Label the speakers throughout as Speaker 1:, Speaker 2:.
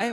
Speaker 1: 哎，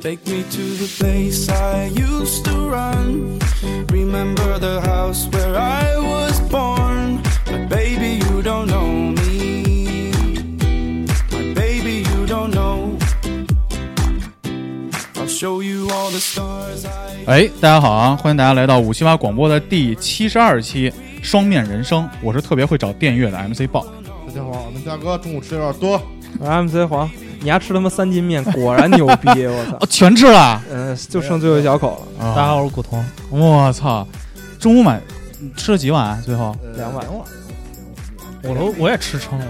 Speaker 2: Take me to the place I used to run. Remember the house where I was born. But baby, you don't know me. My baby, you don't know. I'll show you all the stars I.
Speaker 3: 哎，大家好啊！欢迎大家来到五七八广播的第七十二期《双面人生》，我是特别会找电乐的 MC 豹。
Speaker 4: 大家好，我们大哥中午吃的有点多，
Speaker 5: MC 黄，你丫吃他妈三斤面，果然牛逼！我 操，
Speaker 3: 哦，全吃了。
Speaker 5: 嗯，就剩最后一小口了，
Speaker 3: 大家好，我是古潼。我操，中午买吃了几碗啊？最后
Speaker 4: 呃
Speaker 5: 两碗。
Speaker 6: 我都我也吃撑了，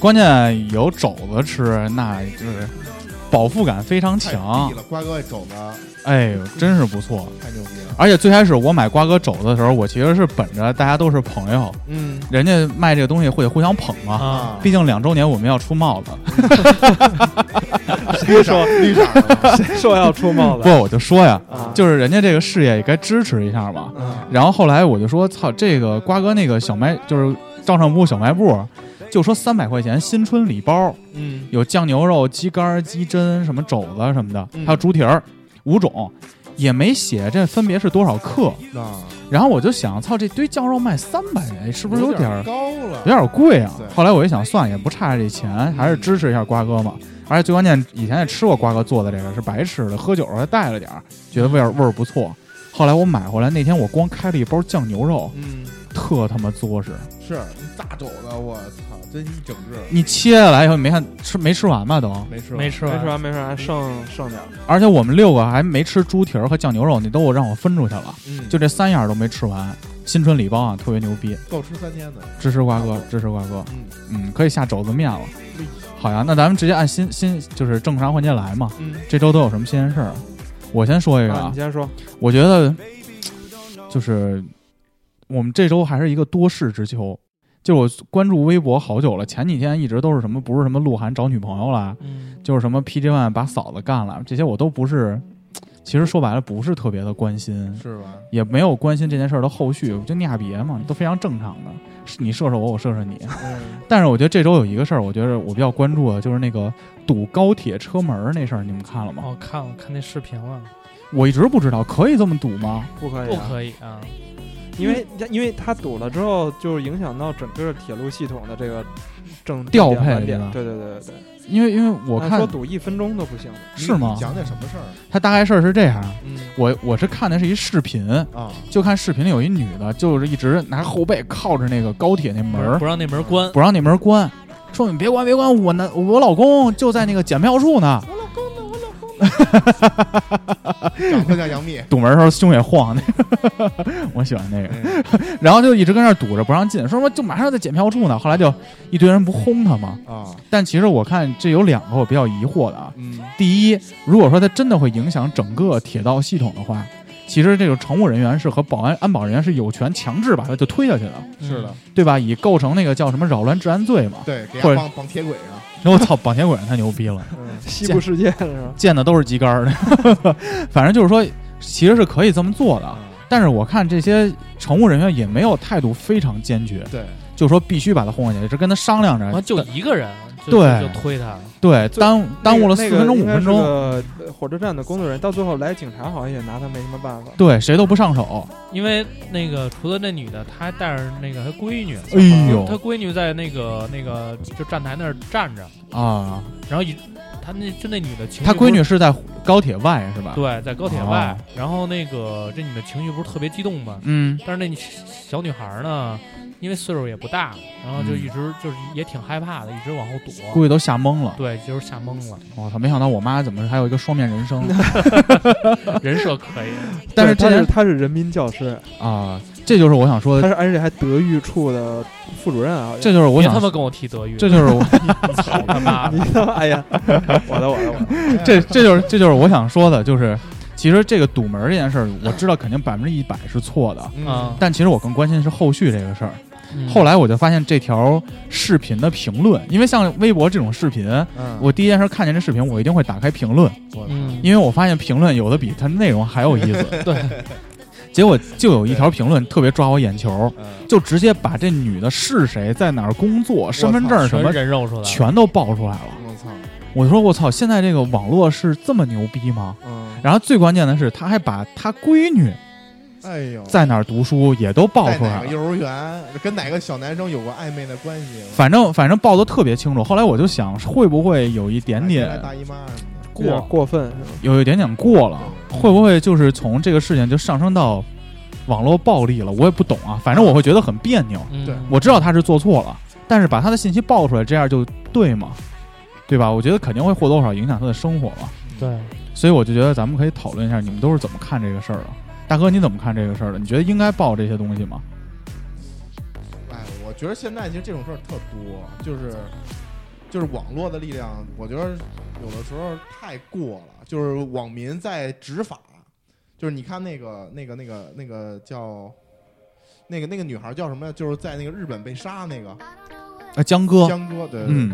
Speaker 3: 关键有肘子吃，那就是饱腹感非常
Speaker 4: 太
Speaker 3: 强
Speaker 4: 低。了，瓜哥这肘子
Speaker 3: 哎呦，真是不错。
Speaker 4: 太牛逼了，
Speaker 3: 而且最开始我买瓜哥肘子的时候，我其实是本着大家都是朋友，
Speaker 4: 嗯
Speaker 3: 人家卖这个东西会互相捧嘛。
Speaker 4: 啊，
Speaker 3: 毕竟两周年我们要出帽子，
Speaker 4: 绿色绿色的，
Speaker 5: 说要出帽
Speaker 3: 不
Speaker 5: 子，
Speaker 3: 我就说呀，
Speaker 5: 啊，
Speaker 3: 就是人家这个事业也该支持一下嘛。
Speaker 5: 嗯
Speaker 3: 然后后来我就说，操，这个瓜哥那个小卖就是照上铺小卖部，就说三百块钱新春礼包，
Speaker 4: 嗯，
Speaker 3: 有酱牛肉、鸡肝、鸡胗、什么肘子什么的，
Speaker 4: 嗯
Speaker 3: 还有猪蹄儿，五种，也没写这分别是多少克。
Speaker 4: 啊，
Speaker 3: 然后我就想，操，这堆酱肉卖三百，哎是不是有点儿
Speaker 4: 点高了？
Speaker 3: 有点儿贵啊
Speaker 4: 对？
Speaker 3: 后来我一想，算也不差这钱，还是支持一下瓜哥嘛。而且最关键，以前也吃过瓜哥做的这个，是白吃的，喝酒时候还带了点儿，觉得味儿味儿不错。后来我买回来那天，我光开了一包酱牛肉，
Speaker 4: 嗯，
Speaker 3: 特他妈作势。
Speaker 4: 是大肘子，我操，真一整只，
Speaker 3: 你切下来以后，你没看吃没嗯吃完吧都？
Speaker 4: 没 吃
Speaker 6: 没吃
Speaker 5: 没
Speaker 6: 完。
Speaker 5: 吃完没吃完，剩剩点儿
Speaker 3: 而且我们六个还没吃猪蹄儿和酱牛肉，你都让我分出去了，
Speaker 4: 嗯，
Speaker 3: 就这三样都没吃完。新春礼包啊，特别牛逼，
Speaker 4: 够吃三天的，
Speaker 3: 支持瓜哥，支持瓜哥，
Speaker 4: 嗯
Speaker 3: 嗯，可以下肘子面了。好呀，那咱们直接按新新就是正常环节来嘛。
Speaker 4: 嗯，
Speaker 3: 这周都有什么新鲜事儿？啊我先说一个
Speaker 5: 啊，
Speaker 3: 啊
Speaker 5: 你，先说，
Speaker 3: 我觉得就是我们这周还是一个多事之秋。就是我关注微博好久了，前几天一直都是什么不是什么鹿晗找女朋友啦，
Speaker 5: 嗯，
Speaker 3: 就是什么 PG One 把嫂子干了，这些我都不是，其实说白了不是特别的关心，
Speaker 4: 是吧？
Speaker 3: 也没有关心这件事儿的后续，我觉得你俩别嘛，都非常正常的，是你射射我，我射射你。
Speaker 5: 嗯
Speaker 3: 但是我觉得这周有一个事儿，我觉得我比较关注的就是那个堵高铁车门儿那事儿，你们看了吗？
Speaker 6: 哦，看了看那视频了，
Speaker 3: 我一直不知道可以这么堵吗？
Speaker 5: 不可以，
Speaker 6: 不，可以啊！
Speaker 5: 因为因为它堵了之后，就是影响到整个铁路系统的这个正
Speaker 3: 调配
Speaker 5: 晚
Speaker 3: 是吧
Speaker 5: 点，对对对对对，
Speaker 3: 因为因为我
Speaker 5: 按说
Speaker 3: 看
Speaker 5: 堵一分钟都不 行，
Speaker 3: 是吗
Speaker 4: 你？讲讲什么事儿？
Speaker 3: 他大概事儿是这样，
Speaker 4: 嗯
Speaker 3: 我我是看的是一视频，
Speaker 4: 啊，
Speaker 3: 就看视频里有一女的，就是一直拿后背靠着那个高铁那门儿
Speaker 6: 不，让那门关，
Speaker 3: 不让那门关，说你别关别关，我男我老公就在那个检票处呢。
Speaker 4: 长得像杨 幂，
Speaker 3: 堵门的时候胸也晃，那个 我喜欢那个，
Speaker 4: 嗯
Speaker 3: 然后就一直跟那儿堵着不让进，说什么就马上在检票处呢。后来就一堆人不轰他吗？
Speaker 4: 啊，
Speaker 3: 但其实我看这有两个我比较疑惑的啊。
Speaker 4: 嗯，
Speaker 3: 第一，如果说它真的会影响整个铁道系统的话，其实这个乘务人员是和保安安保人员是有权强制把它就推下去的，
Speaker 4: 是的，
Speaker 3: 对吧？以构成那个叫什么扰乱治安罪嘛。
Speaker 4: 对，给
Speaker 3: 嗯
Speaker 4: 他
Speaker 3: 或者
Speaker 4: 绑绑铁轨上，
Speaker 3: 我操，绑铁轨太牛逼了。
Speaker 5: 嗯，西部世界是吧？
Speaker 3: 见的都是鸡肝儿的， 反正就是说，其实是可以这么做的。
Speaker 4: 嗯
Speaker 3: 但是我看这些乘务人员也没有态度非常坚决，
Speaker 4: 对，
Speaker 3: 就说必须把他轰下去，这跟他商量着
Speaker 6: 完，嗯啊就一个人，就
Speaker 3: 啊对
Speaker 6: 就就推他，
Speaker 3: 对耽误耽误了四分钟五分钟，
Speaker 5: 呃，火车站的工作人员到最后来警察好像也拿他没什么办法。
Speaker 3: 对谁都不上手。
Speaker 6: 因为那个除了那女的，她还带着那个她闺女，啊
Speaker 3: 哎
Speaker 6: 她
Speaker 3: 呦
Speaker 6: 闺女在那个那个就站台那儿站着，
Speaker 3: 啊，
Speaker 6: 然后一她那就那女的情绪
Speaker 3: 他
Speaker 6: 不
Speaker 3: 闺
Speaker 6: 是
Speaker 3: 女是在高铁外是吧？，
Speaker 6: 对在高铁外
Speaker 3: 哦，
Speaker 6: 然后那个这女的情绪不是特别激动吗？
Speaker 3: 嗯
Speaker 6: 但是那小女孩呢，因为岁数也不大，然后就
Speaker 3: 嗯
Speaker 6: 一直就是也挺害怕的，一直往后
Speaker 3: 估
Speaker 6: 躲，
Speaker 3: 计都吓懵了。
Speaker 6: 对，就是吓懵 了。
Speaker 3: 我操，没想到我妈怎么还有一个双面人生？
Speaker 6: 人设可以，
Speaker 3: 但是这
Speaker 5: 对他是
Speaker 3: 件
Speaker 5: 他是人民教师，
Speaker 3: 啊，这就是我想说
Speaker 5: 他
Speaker 3: 的，
Speaker 5: 是而且还德育处的副主任啊，
Speaker 3: 这就是我
Speaker 6: 别
Speaker 3: 想
Speaker 6: 他，妈跟我提德育，
Speaker 3: 这就是我
Speaker 6: 操他妈
Speaker 5: 你
Speaker 6: 的！
Speaker 5: 他妈 哎呀，我的我的我的，
Speaker 3: 这这就是这就是我想说的，就是其实这个堵门儿这件事儿，我知道肯定百分之一百是错的，
Speaker 6: 啊，
Speaker 3: 但其实我更关心的是后续这个事儿。
Speaker 6: 嗯
Speaker 3: 后来我就发现这条视频的评论，因为像微博这种视频，
Speaker 4: 嗯，
Speaker 3: 我第一件事看见这视频，我一定会打开评论，
Speaker 6: 嗯，
Speaker 3: 因为我发现评论有的比它内容还有意思。
Speaker 6: 对，
Speaker 3: 结果就有一条评论特别抓我眼球，
Speaker 4: 嗯
Speaker 3: 就直接把这女的是谁，在哪儿工作、身份证什
Speaker 6: 全
Speaker 3: 么
Speaker 6: 人肉出来了，
Speaker 3: 全都爆出来了。
Speaker 4: 我操，
Speaker 3: 我说我操，现在这个网络是这么牛逼吗？
Speaker 4: 嗯，
Speaker 3: 然后最关键的是，他还把他闺女
Speaker 4: 哎呦，
Speaker 3: 在哪儿读书也都爆
Speaker 4: 在
Speaker 3: 出
Speaker 4: 哪
Speaker 3: 来
Speaker 4: 个
Speaker 3: 了。
Speaker 4: 幼儿园跟哪个小男生有过暧昧的关系吗？
Speaker 3: 反正反正报的特别清楚，后来我就想，会不会有一点
Speaker 4: 哪啊个大
Speaker 3: 点
Speaker 4: 姨妈什么的，
Speaker 5: 有点
Speaker 3: 过，
Speaker 5: 过分是吧？
Speaker 3: 有一点点过了，会不会就是从这个事情就上升到网络暴力了？我也不懂啊，反正我会觉得很别扭。
Speaker 6: 嗯，
Speaker 4: 对
Speaker 3: 我知道他是做错了，但是把他的信息爆出来，这样就对吗？对吧？我觉得肯定会或多或少影响他的生活吧。
Speaker 6: 对，
Speaker 3: 所以我就觉得咱们可以讨论一下，你们都是怎么看这个事儿的？大哥，你怎么看这个事儿的？你觉得应该报这些东西吗？
Speaker 4: 哎，我觉得现在其实这种事儿特多，就是就是网络的力量，我觉得有的时候太过了，就是网民在执法，就是你看那个那个那个那个叫那个那个女孩叫什么呀？就是在那个日本被杀那个
Speaker 3: 啊，江哥，
Speaker 4: 呃江哥，对对对
Speaker 3: 嗯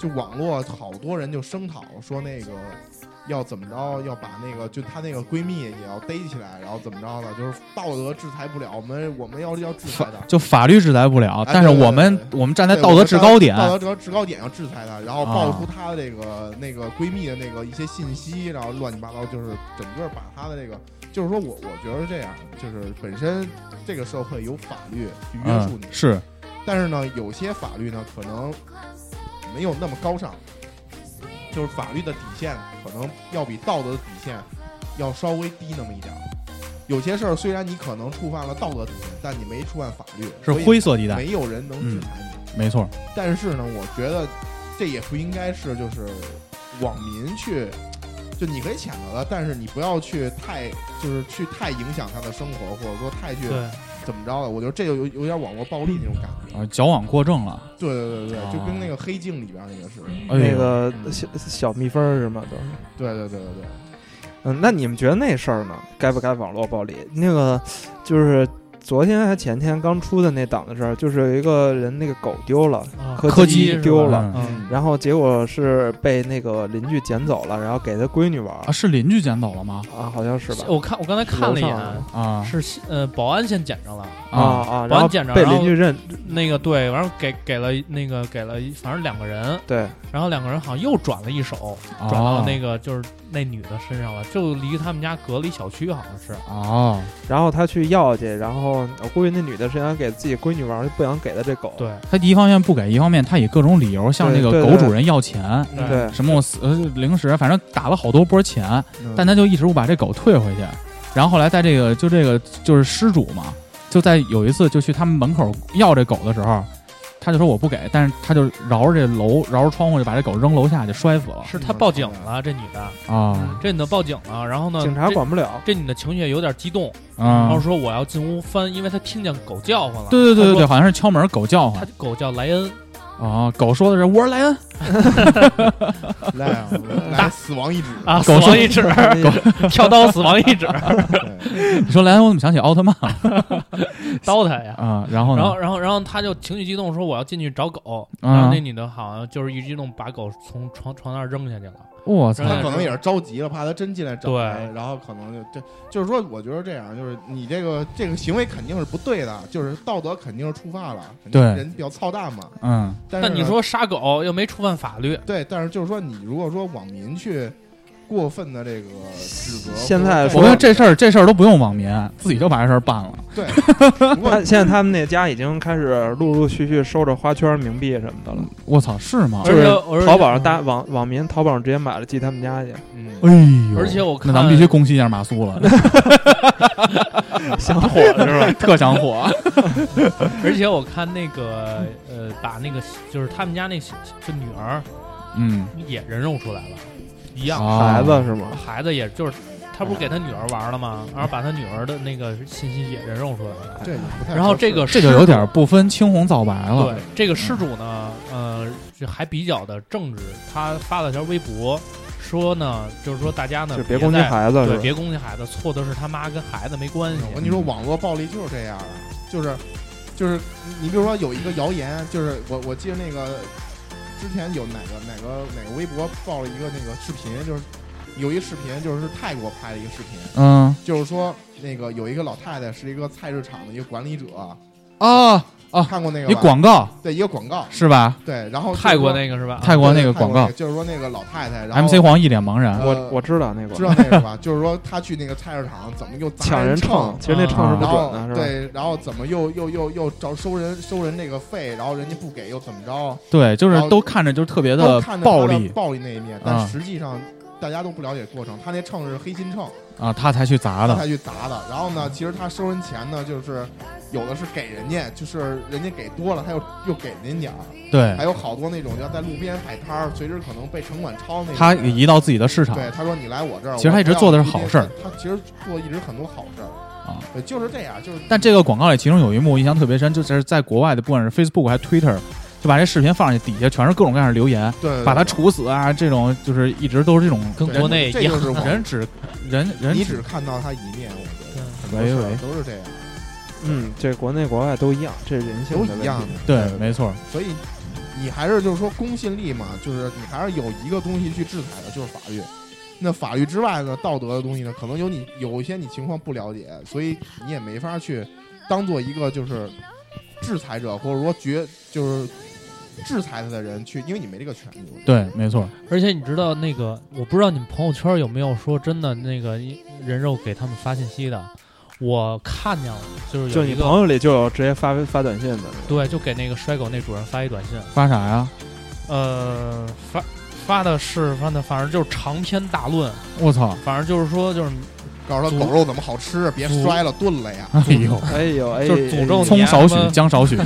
Speaker 4: 对，就网络好多人就声讨说那个。要怎么着？要把那个就她那个闺蜜也要逮起来，然后怎么着呢？就是道德制裁不了，我们我们要要制裁的。
Speaker 3: 就法律制裁不了，
Speaker 4: 哎
Speaker 3: 但是
Speaker 4: 对对
Speaker 3: 我们
Speaker 4: 对
Speaker 3: 我们站在
Speaker 4: 对
Speaker 3: 道
Speaker 4: 我
Speaker 3: 德
Speaker 4: 们
Speaker 3: 制高点，
Speaker 4: 道德制高制高点要制裁她，然后
Speaker 3: 啊
Speaker 4: 爆出她的这个那个闺蜜的那个一些信息，然后乱七八糟，就是整个把她的这个，就是说我我觉得是这样，就是本身这个社会有法律去约束
Speaker 3: 嗯
Speaker 4: 你，，
Speaker 3: 是
Speaker 4: 但是呢，有些法律呢可能没有那么高尚，就是法律的底线可能要比道德的底线要稍微低那么一点儿。有些事儿虽然你可能触犯了道德底线，但你没触犯法律，
Speaker 3: 是
Speaker 4: 所以
Speaker 3: 灰色嗯地带，
Speaker 4: 没有人能制裁你。
Speaker 3: 没错，
Speaker 4: 但是呢，我觉得这也不应该是就是网民去，就你可以谴责他，但是你不要去太就是去太影响他的生活，或者说太去
Speaker 6: 对，
Speaker 4: 怎么着了。我觉得这就有有点网络暴力那种感觉。
Speaker 3: 啊，矫枉过正了，
Speaker 4: 对对对对，
Speaker 6: 哦
Speaker 3: 啊
Speaker 4: 就跟那个《黑镜》里边那个似的。
Speaker 6: 嗯
Speaker 3: 哎呦
Speaker 5: 那个小小蜜蜂儿是吗？都是。
Speaker 4: 对对对对对，
Speaker 5: 嗯，那你们觉得那事儿呢，该不该网络暴力？那个就是昨天还前天刚出的那档子事儿，就是有一个人那个狗丢了，
Speaker 6: 啊
Speaker 5: 柯
Speaker 3: 柯基
Speaker 5: 基丢
Speaker 3: 是吧
Speaker 5: 了，
Speaker 6: 嗯，
Speaker 5: 然后结果是被那个邻居捡走了，然后给他闺女玩儿
Speaker 3: 啊，是邻居捡走了吗？
Speaker 5: 啊，好像是吧？
Speaker 6: 我看我刚才看了一眼，
Speaker 3: 啊
Speaker 6: 是西呃保安先捡着了，
Speaker 5: 啊啊，
Speaker 6: 保
Speaker 5: 然
Speaker 6: 安
Speaker 5: 后
Speaker 6: 捡着
Speaker 5: 被
Speaker 6: 然后
Speaker 5: 邻居认
Speaker 6: 那个对，完了给给了那个给了，反正两个人，
Speaker 5: 对，
Speaker 6: 然后两个人好像又转了一手，
Speaker 3: 啊
Speaker 6: 转到那个就是那女的身上了，就离他们家隔了一小区，好像是。
Speaker 3: 哦，
Speaker 5: 然后他去要去，然后我估计那女的是想给自己闺女玩儿，就不想给他这狗，
Speaker 6: 对，
Speaker 3: 他一方面不给，一方面他以各种理由向这
Speaker 5: 对
Speaker 3: 个
Speaker 5: 对
Speaker 3: 狗
Speaker 5: 对
Speaker 3: 主人要钱，
Speaker 5: 对
Speaker 6: 嗯对
Speaker 3: 什么我死呃零食，反正打了好多波钱，
Speaker 5: 嗯
Speaker 3: 但他就一直不把这狗退回去。然后后来在这个就这个就是失主嘛，就在有一次就去他们门口要这狗的时候，他就说我不给，但是他就绕着这楼绕着窗户就把这狗扔楼下就摔死了
Speaker 6: 是他报警了，这女的，
Speaker 3: 啊
Speaker 6: 这女的报嗯警嗯了，然后呢，
Speaker 5: 警察
Speaker 6: 这
Speaker 5: 管 不了，
Speaker 6: 这女的情绪也有点激动，然后
Speaker 3: 啊！
Speaker 6: 说我要进屋翻，因为她听见狗叫唤了。
Speaker 3: 对对对对对，
Speaker 6: 她说，
Speaker 3: 好像是敲门狗叫
Speaker 6: 她
Speaker 3: 唤
Speaker 6: 狗叫莱恩，
Speaker 3: 啊，狗说的是我是莱恩，
Speaker 4: 来啊来死亡一指
Speaker 6: 啊，死
Speaker 3: 狗说
Speaker 6: 亡一指，跳刀死亡一指，
Speaker 4: 对
Speaker 3: 你说莱恩我怎么想起奥特曼了
Speaker 6: 刀他呀。
Speaker 3: 啊？然后呢？
Speaker 6: 然后，然后，然后他就情绪激动，说我要进去找狗。
Speaker 3: 啊
Speaker 6: 然后那女的好像就是一激动，把狗从床床那儿扔下去了。
Speaker 3: 我操
Speaker 6: 然！后
Speaker 4: 他可能也是着急了，怕他真进来找
Speaker 6: 对
Speaker 4: 他，然后可能就这，就是说，我觉得这样，就是你这个这个行为肯定是不对的，就是道德肯定是触犯了，肯定
Speaker 3: 对
Speaker 4: 人比较操蛋嘛。
Speaker 3: 嗯，
Speaker 4: 但是
Speaker 6: 但
Speaker 4: 呢
Speaker 6: 你说杀狗又没触犯法律，
Speaker 4: 对，但是就是说，你如果说网民去过分的这个指责，
Speaker 5: 现在
Speaker 4: 或
Speaker 3: 我
Speaker 4: 者
Speaker 3: 跟这事儿这事儿都不用网民，自己就把这事儿办了。
Speaker 4: 对，不过
Speaker 5: 他现在他们那家已经开始陆陆续续收着花圈、冥币什么的了。
Speaker 3: 我操，是吗？
Speaker 5: 就是
Speaker 6: 而且
Speaker 5: 淘宝上大网网民淘宝上直接买了寄他们家去，
Speaker 4: 嗯，
Speaker 3: 哎呦！
Speaker 6: 而且我
Speaker 3: 那
Speaker 6: 看
Speaker 3: 咱们必须攻击一下马苏了，
Speaker 5: 想火了是吧？
Speaker 3: 特想 火。
Speaker 6: 而且我看那个呃，把那个就是他们家那小就女儿
Speaker 3: 嗯，
Speaker 6: 也人肉出来了，一样、
Speaker 3: 啊
Speaker 5: 孩子是吗？
Speaker 6: 孩子也就是他不是给他女儿玩了吗？然后把他女儿的那个信息也人肉出来了。
Speaker 4: 这也不太合适。
Speaker 6: 然后这个
Speaker 3: 这就有点不分青红皂白了
Speaker 4: 啊
Speaker 6: 对。这个
Speaker 4: 嗯
Speaker 6: 失主呢，呃，这还比较的正直，他发了条微博说呢，就是说大家呢
Speaker 5: 就别攻击
Speaker 6: 再
Speaker 5: 孩子
Speaker 6: 对，
Speaker 5: 是吧？
Speaker 6: 别攻击孩子，错的是他妈跟孩子没关系。
Speaker 4: 我跟你
Speaker 3: 嗯
Speaker 4: 说，网络暴力就是这样的，就是就是你比如说有一个谣言，就是我我记得那个之前有哪个哪个哪个微博爆了一个那个视频，就是有一个视频就是泰国拍的一个视频，
Speaker 3: 嗯
Speaker 4: 就是说那个有一个老太太是一个菜市场的一个管理者，
Speaker 3: 啊，
Speaker 4: 看过那个
Speaker 3: 一
Speaker 4: 吧
Speaker 3: 广告
Speaker 4: 对一个广告，
Speaker 3: 是吧
Speaker 4: 对，然后就是
Speaker 6: 泰国
Speaker 4: 说
Speaker 6: 那个是吧？啊
Speaker 3: 泰国那个
Speaker 4: 啊对泰
Speaker 3: 广
Speaker 4: 国
Speaker 3: 告
Speaker 4: 就是说那个老太太，然后
Speaker 3: ？MC 黄一脸茫然
Speaker 4: 呃，
Speaker 5: 我我知道那个
Speaker 4: 知道那个吧？就是说她去那个菜市场怎么又砸
Speaker 5: 抢人
Speaker 4: 秤
Speaker 5: 秤，，其实那秤是不
Speaker 4: 嗯然后
Speaker 5: 准的，是吧？
Speaker 4: 对，然后怎么又又又又找收人收人这个费，然后人家不给又怎么着？
Speaker 3: 对，就是
Speaker 4: 然后
Speaker 3: 都看着就是特别
Speaker 4: 都
Speaker 3: 的
Speaker 4: 看着
Speaker 3: 暴
Speaker 4: 他的
Speaker 3: 力
Speaker 4: 暴力那一面，但
Speaker 3: 啊
Speaker 4: 实际上大家都不了解过程。他那秤是黑心秤，
Speaker 3: 啊，他才去砸
Speaker 4: 他
Speaker 3: 的
Speaker 4: 才去砸的。然后呢，其实他收人钱呢，就是有的是给人家，就是人家给多了，他又又给人家点儿。
Speaker 3: 对
Speaker 4: 还，有好多那种要在路边摆摊儿，随时可能被城管抄那种。
Speaker 3: 他移到自己的市场
Speaker 4: 对，他说你来我这儿，
Speaker 3: 其实他
Speaker 4: 我
Speaker 3: 一直
Speaker 4: 不要
Speaker 3: 做的是
Speaker 4: 你
Speaker 3: 好
Speaker 4: 这
Speaker 3: 事儿
Speaker 4: 他其实做一直很多好事儿。
Speaker 3: 啊。
Speaker 4: 对，就是这样，就是
Speaker 3: 但这个广告里，其中有一幕我印象特别深，就是在国外的，不管是 Facebook 还是 Twitter，就把这视频放上去，底下全是各种各样的留言，
Speaker 4: 对对
Speaker 3: 把他
Speaker 4: 对
Speaker 3: 处死啊，这种就是一直都是这种
Speaker 6: 跟
Speaker 4: 对
Speaker 6: 国内
Speaker 4: 这
Speaker 6: 一
Speaker 4: 就
Speaker 6: 样
Speaker 4: 是网
Speaker 3: 人只人人
Speaker 4: 你只看到他一面，我觉得很多
Speaker 3: 喂
Speaker 4: 事儿
Speaker 3: 喂
Speaker 4: 都是这样，
Speaker 5: 嗯，这国内国外都一样，这人性
Speaker 4: 都
Speaker 5: 的问
Speaker 4: 一
Speaker 5: 题
Speaker 4: 样的。
Speaker 3: 对，没错，
Speaker 4: 所以你还是就是说公信力嘛，就是你还是有一个东西去制裁的，就是法律。那法律之外呢，道德的东西呢，可能有你有一些你情况不了解，所以你也没法去当做一个就是制裁者，或者说决就是制裁他的人去，因为你没这个权利。
Speaker 3: 对，没错，
Speaker 6: 而且你知道那个，我不知道你们朋友圈有没有说真的那个人肉给他们发信息的，我看见了，就是
Speaker 5: 就
Speaker 6: 有
Speaker 5: 你
Speaker 6: 一
Speaker 5: 朋
Speaker 6: 个
Speaker 5: 友里就有直接发发短信的，
Speaker 6: 对，就给那个摔狗那主人发一短信，
Speaker 3: 发啥呀？
Speaker 6: 呃，发发的是反正反正就是长篇大论，
Speaker 3: 我操！
Speaker 6: 反正就是说就是
Speaker 4: 告诉他
Speaker 6: 足
Speaker 4: 狗肉怎么好吃，别
Speaker 6: 足
Speaker 4: 摔了炖了呀。
Speaker 3: 哎呦，
Speaker 5: 哎呦哎，
Speaker 6: 就是诅咒你
Speaker 3: 葱少许
Speaker 6: 哎，
Speaker 3: 姜少许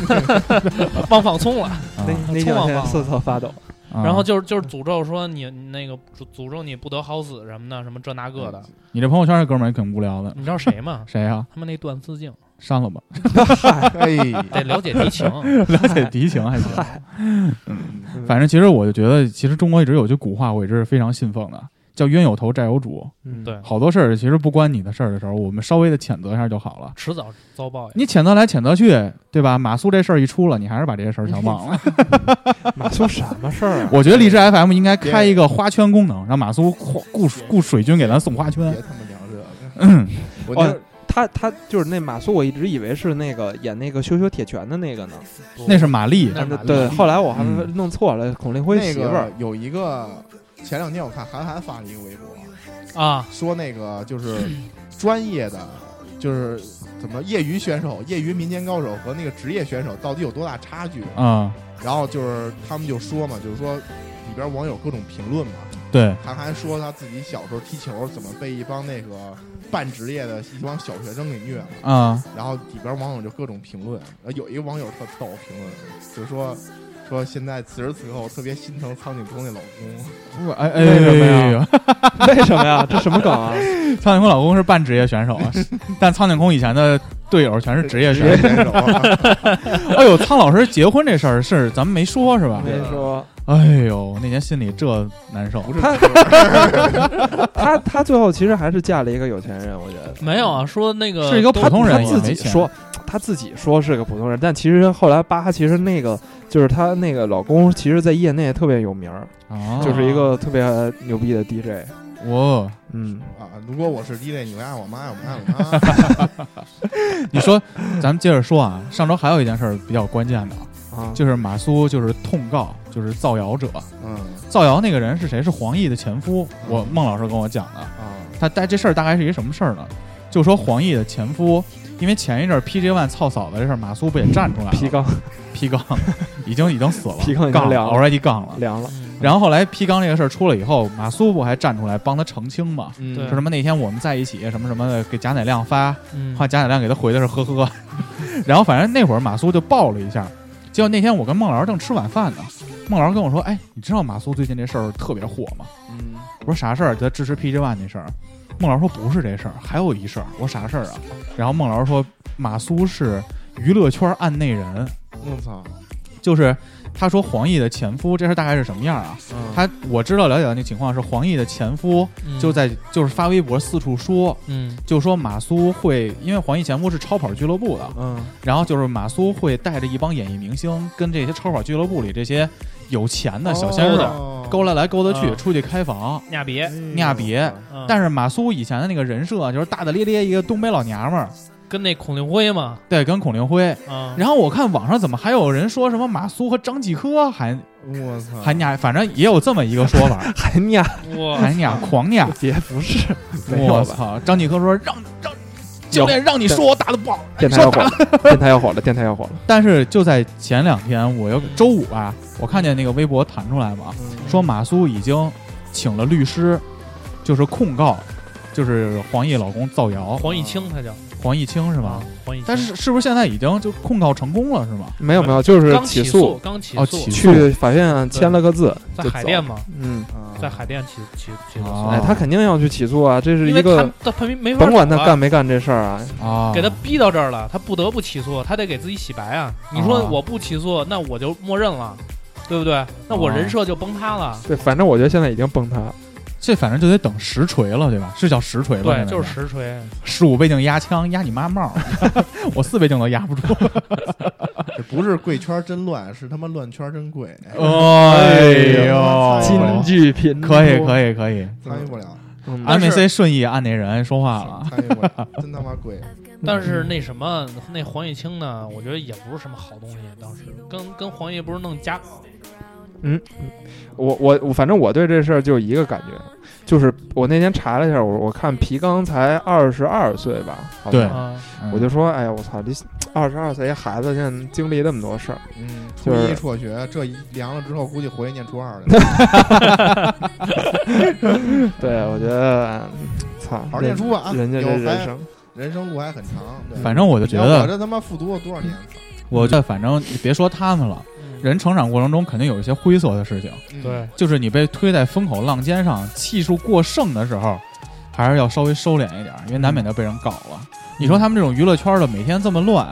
Speaker 6: 忘放葱了，
Speaker 3: 啊
Speaker 5: 那那
Speaker 6: 葱
Speaker 5: 两
Speaker 6: 啊
Speaker 5: 天
Speaker 6: 放
Speaker 5: 瑟瑟发抖，
Speaker 3: 啊
Speaker 6: 然后就是就是诅咒说你你那个诅诅咒你不得好死什么的，什么这那个 的，
Speaker 3: 你这朋友圈这哥们儿也挺无聊的，？
Speaker 6: 你知道谁吗
Speaker 3: 谁呀？
Speaker 6: 他们那段思静
Speaker 3: 删了吧，
Speaker 4: 哎，
Speaker 6: 得了解敌 情，
Speaker 3: 了解敌情还行。嗯，反正其实我就觉得，其实中国一直有句古话，我一直是非常信奉的，叫“冤有头债有主”。
Speaker 5: 嗯，
Speaker 6: 对，
Speaker 3: 好多事儿其实不关你的事儿的时候，我们稍微的谴责一下就好了。
Speaker 6: 迟早遭报应。
Speaker 3: 你谴责来谴责去，对吧？马苏这事儿一出了，你还是把这些事儿全 忘了。
Speaker 5: 马苏什么事儿啊？
Speaker 3: 我觉得荔枝 FM 应该开一个花圈功能，让马苏雇雇雇水军给咱送花圈
Speaker 4: 别。他妈聊这个。我那
Speaker 5: 哦他他就是那马苏，我一直以为是那个演那个《羞羞铁拳》的那个呢。
Speaker 3: 那是玛丽，
Speaker 6: 那是
Speaker 5: 对
Speaker 6: 马
Speaker 5: 对，
Speaker 6: 丽
Speaker 5: 后来我还
Speaker 3: 嗯
Speaker 5: 弄错了，孔令辉
Speaker 4: 那
Speaker 5: 媳妇儿
Speaker 4: 个。有一个，前两天我看韩寒发了一个微博，
Speaker 6: 啊，
Speaker 4: 说那个 就是专业的，就是怎么业余选手、业余民间高手和那个职业选手到底有多大差距？
Speaker 3: 啊，
Speaker 4: 然后就是他们就说嘛，就是说里边网友各种评论嘛，
Speaker 3: 对，
Speaker 4: 韩寒说他自己小时候踢球怎么被一帮那个半职业的一帮小学生给虐了，
Speaker 3: 啊，
Speaker 4: 然后里边网友就各种评论，呃有一个网友特逗，评论就说。说现在此时此刻，我特别心疼苍井空那老公，
Speaker 3: 哎哎
Speaker 5: 为什么呀
Speaker 3: 哎呦，
Speaker 5: 为什么呀？这什么梗啊？
Speaker 3: 苍井空老公是半职业选手，啊但苍井空以前的队友全是职业
Speaker 4: 职
Speaker 3: 选
Speaker 4: 业选
Speaker 3: 手。
Speaker 4: 手 啊，
Speaker 3: 哎呦，苍老师结婚这事儿是咱们没说是吧？
Speaker 5: 没说
Speaker 3: 哎呦，那年心里这难受
Speaker 4: 不是
Speaker 5: 他
Speaker 4: 职业
Speaker 5: 他，他最后其实还是嫁了一个有钱人，我觉得。
Speaker 6: 没有啊，说那个
Speaker 3: 是一个普
Speaker 5: 他
Speaker 3: 通人
Speaker 5: 他
Speaker 3: 也
Speaker 5: 自
Speaker 3: 没
Speaker 5: 己
Speaker 3: 钱
Speaker 5: 说，他自己说是个普通人，但其实后来巴哈其实那个就是她那个老公，其实在业内特别有名儿，
Speaker 3: 啊！
Speaker 5: 就是一个特别牛逼的 DJ。
Speaker 3: 我，
Speaker 5: 嗯，
Speaker 4: 啊，如果我是 DJ，你们爱我妈，我们爱我 妈。
Speaker 3: 你说，咱们接着说啊，上周还有一件事儿比较关键的，
Speaker 5: 啊，
Speaker 3: 就是马苏就是痛告，就是造谣者。
Speaker 4: 嗯
Speaker 3: 造谣那个人是谁？是黄奕的前夫。我孟老师跟我讲的，
Speaker 4: 啊，
Speaker 3: 他但这事儿大概是一个什么事儿呢？就说黄奕的前夫，因为前一阵儿 PJ One 操嫂子这事儿，马苏不也站出来了？
Speaker 5: 皮刚
Speaker 3: 皮 杠已经已经死了，
Speaker 5: 皮杠已经
Speaker 3: 杠
Speaker 5: 凉了
Speaker 3: already 杠了。
Speaker 5: 凉了，
Speaker 6: 嗯
Speaker 3: 然后后来皮刚这个事儿出了以后，马苏不还站出来帮他澄清吗？
Speaker 4: 嗯
Speaker 6: 对
Speaker 3: 说什么那天我们在一起什么什么的，给贾乃亮发，
Speaker 6: 嗯
Speaker 3: 后来贾乃亮给他回的是呵呵，然后反正那会儿马苏就爆了一下，结果那天我跟孟老师正吃晚饭呢，孟老师跟我说，哎，你知道马苏最近这事儿特别火吗？
Speaker 4: 嗯
Speaker 3: 我说啥事儿？他支持 PG One 那事儿。孟老师说不是这事儿，还有一事儿。我说啥事儿啊？然后孟老师说马苏是娱乐圈案内人，
Speaker 4: 我操，
Speaker 3: 就是他说黄奕的前夫这事儿大概是什么样啊？
Speaker 4: 嗯
Speaker 3: 他我知道了解到那情况是黄奕的前夫
Speaker 6: 嗯
Speaker 3: 就在就是发微博四处说，
Speaker 6: 嗯
Speaker 3: 就说马苏会因为黄奕前夫是超跑俱乐部的，
Speaker 4: 嗯
Speaker 3: 然后就是马苏会带着一帮演艺明星跟这些超跑俱乐部里这些有钱的小鲜肉、
Speaker 4: 哦
Speaker 3: 勾来来勾得去、
Speaker 6: 嗯
Speaker 3: 出去开房。
Speaker 6: 亚别，
Speaker 3: 亚别
Speaker 6: 嗯
Speaker 3: 但是马苏以前的那个人设就是大大咧咧一个东北老娘们儿，
Speaker 6: 跟那孔令辉嘛，
Speaker 3: 对，跟孔令辉。
Speaker 6: 啊，
Speaker 3: 然后我看网上怎么还有人说什么马苏和张继科还
Speaker 4: 我操，
Speaker 3: 还俩，反正也有这么一个说法，
Speaker 5: 还念
Speaker 6: 我
Speaker 3: 还俩狂俩。
Speaker 5: 别不是，没有
Speaker 3: 我
Speaker 5: 吧？
Speaker 3: 操！张继科说让让教练让你说我打的不好，
Speaker 5: 电台
Speaker 3: 说
Speaker 5: 要
Speaker 3: 打
Speaker 5: 火 了，电台要火了，电台要火了。
Speaker 3: 但是就在前两天，我又周五吧，我看见那个微博弹出来
Speaker 6: 嗯
Speaker 3: 嘛，说马苏已经请了律师，就是控告，就是黄奕老公造谣，
Speaker 6: 黄嗯义清他叫
Speaker 3: 黄奕清是
Speaker 6: 是
Speaker 3: 吧？？
Speaker 6: 黄义清，
Speaker 3: 但是是不是现在已经就控告成功了是吗？
Speaker 5: 没有没有，就是
Speaker 6: 刚
Speaker 5: 起
Speaker 6: 诉
Speaker 5: 诉，，
Speaker 6: 刚起
Speaker 3: 哦
Speaker 6: 诉，
Speaker 3: 起诉
Speaker 5: 去法院签了个字，
Speaker 6: 在
Speaker 5: 就
Speaker 6: 海
Speaker 5: 走
Speaker 6: 淀嘛，
Speaker 5: 嗯，
Speaker 4: 啊
Speaker 6: 在海淀起起起的
Speaker 3: 啊
Speaker 6: 诉，
Speaker 5: 哎，他肯定要去起诉啊，这是
Speaker 6: 因
Speaker 5: 一
Speaker 6: 为
Speaker 5: 个
Speaker 6: 他他他没没法
Speaker 5: 甭管他
Speaker 6: 走啊
Speaker 5: 干没干这事儿啊，
Speaker 3: 啊，
Speaker 6: 给他逼到这儿了，他不得不起诉，他得给自己洗白啊！你说
Speaker 3: 啊
Speaker 6: 我不起诉，那我就默认了，对不对？那我人设就崩塌了。
Speaker 5: 对，反正我觉得现在已经崩塌了，
Speaker 3: 这反正就得等实锤了，对吧？是叫实锤吧？
Speaker 6: 对，就是实锤。
Speaker 3: 十五倍镜压枪，压你妈帽儿， 我四倍镜都压不 住。
Speaker 4: 这不是贵圈真乱，是他妈乱圈真 贵，
Speaker 3: 哎呦，
Speaker 4: 金
Speaker 5: 句频
Speaker 3: 可以可以可以，
Speaker 4: 参与不了，
Speaker 5: 以
Speaker 3: 安
Speaker 6: 但
Speaker 3: 梅
Speaker 6: 是
Speaker 3: 森顺义按那人说话了。
Speaker 4: 参与不了，真他妈贵。
Speaker 6: 但是那什么，那黄毅清呢？我觉得也不是什么好东西。当时跟跟黄奕不是弄家
Speaker 5: 我我我，反正我对这事儿就一个感觉，就是我那天查了一下，我我看皮刚才二十二岁吧，好像
Speaker 3: 对
Speaker 6: 啊，
Speaker 3: 嗯
Speaker 5: 我就说，哎呀，我操，这二十二岁一孩子现在经历那么多事儿，
Speaker 4: 嗯，初
Speaker 5: 就是
Speaker 4: 一辍学，这一凉了之后，估计回去念初二 去了，
Speaker 5: 对我觉得，操，
Speaker 4: 好好
Speaker 5: 人
Speaker 4: 念书吧啊！
Speaker 5: 人家
Speaker 4: 有
Speaker 5: 这人
Speaker 4: 还
Speaker 5: 生，
Speaker 4: 人生路还很长，对。
Speaker 3: 嗯反正我就觉
Speaker 4: 你要我
Speaker 3: 得，
Speaker 4: 这他妈复读了多少年？操
Speaker 3: 我这反正你别说他们了，人成长过程中肯定有一些灰色的事情，
Speaker 4: 嗯
Speaker 6: 嗯对，
Speaker 3: 就是你被推在风口浪尖上，气数过剩的时候，还是要稍微收敛一点，因为难免就被人搞了。你说他们这种娱乐圈的每天这么乱，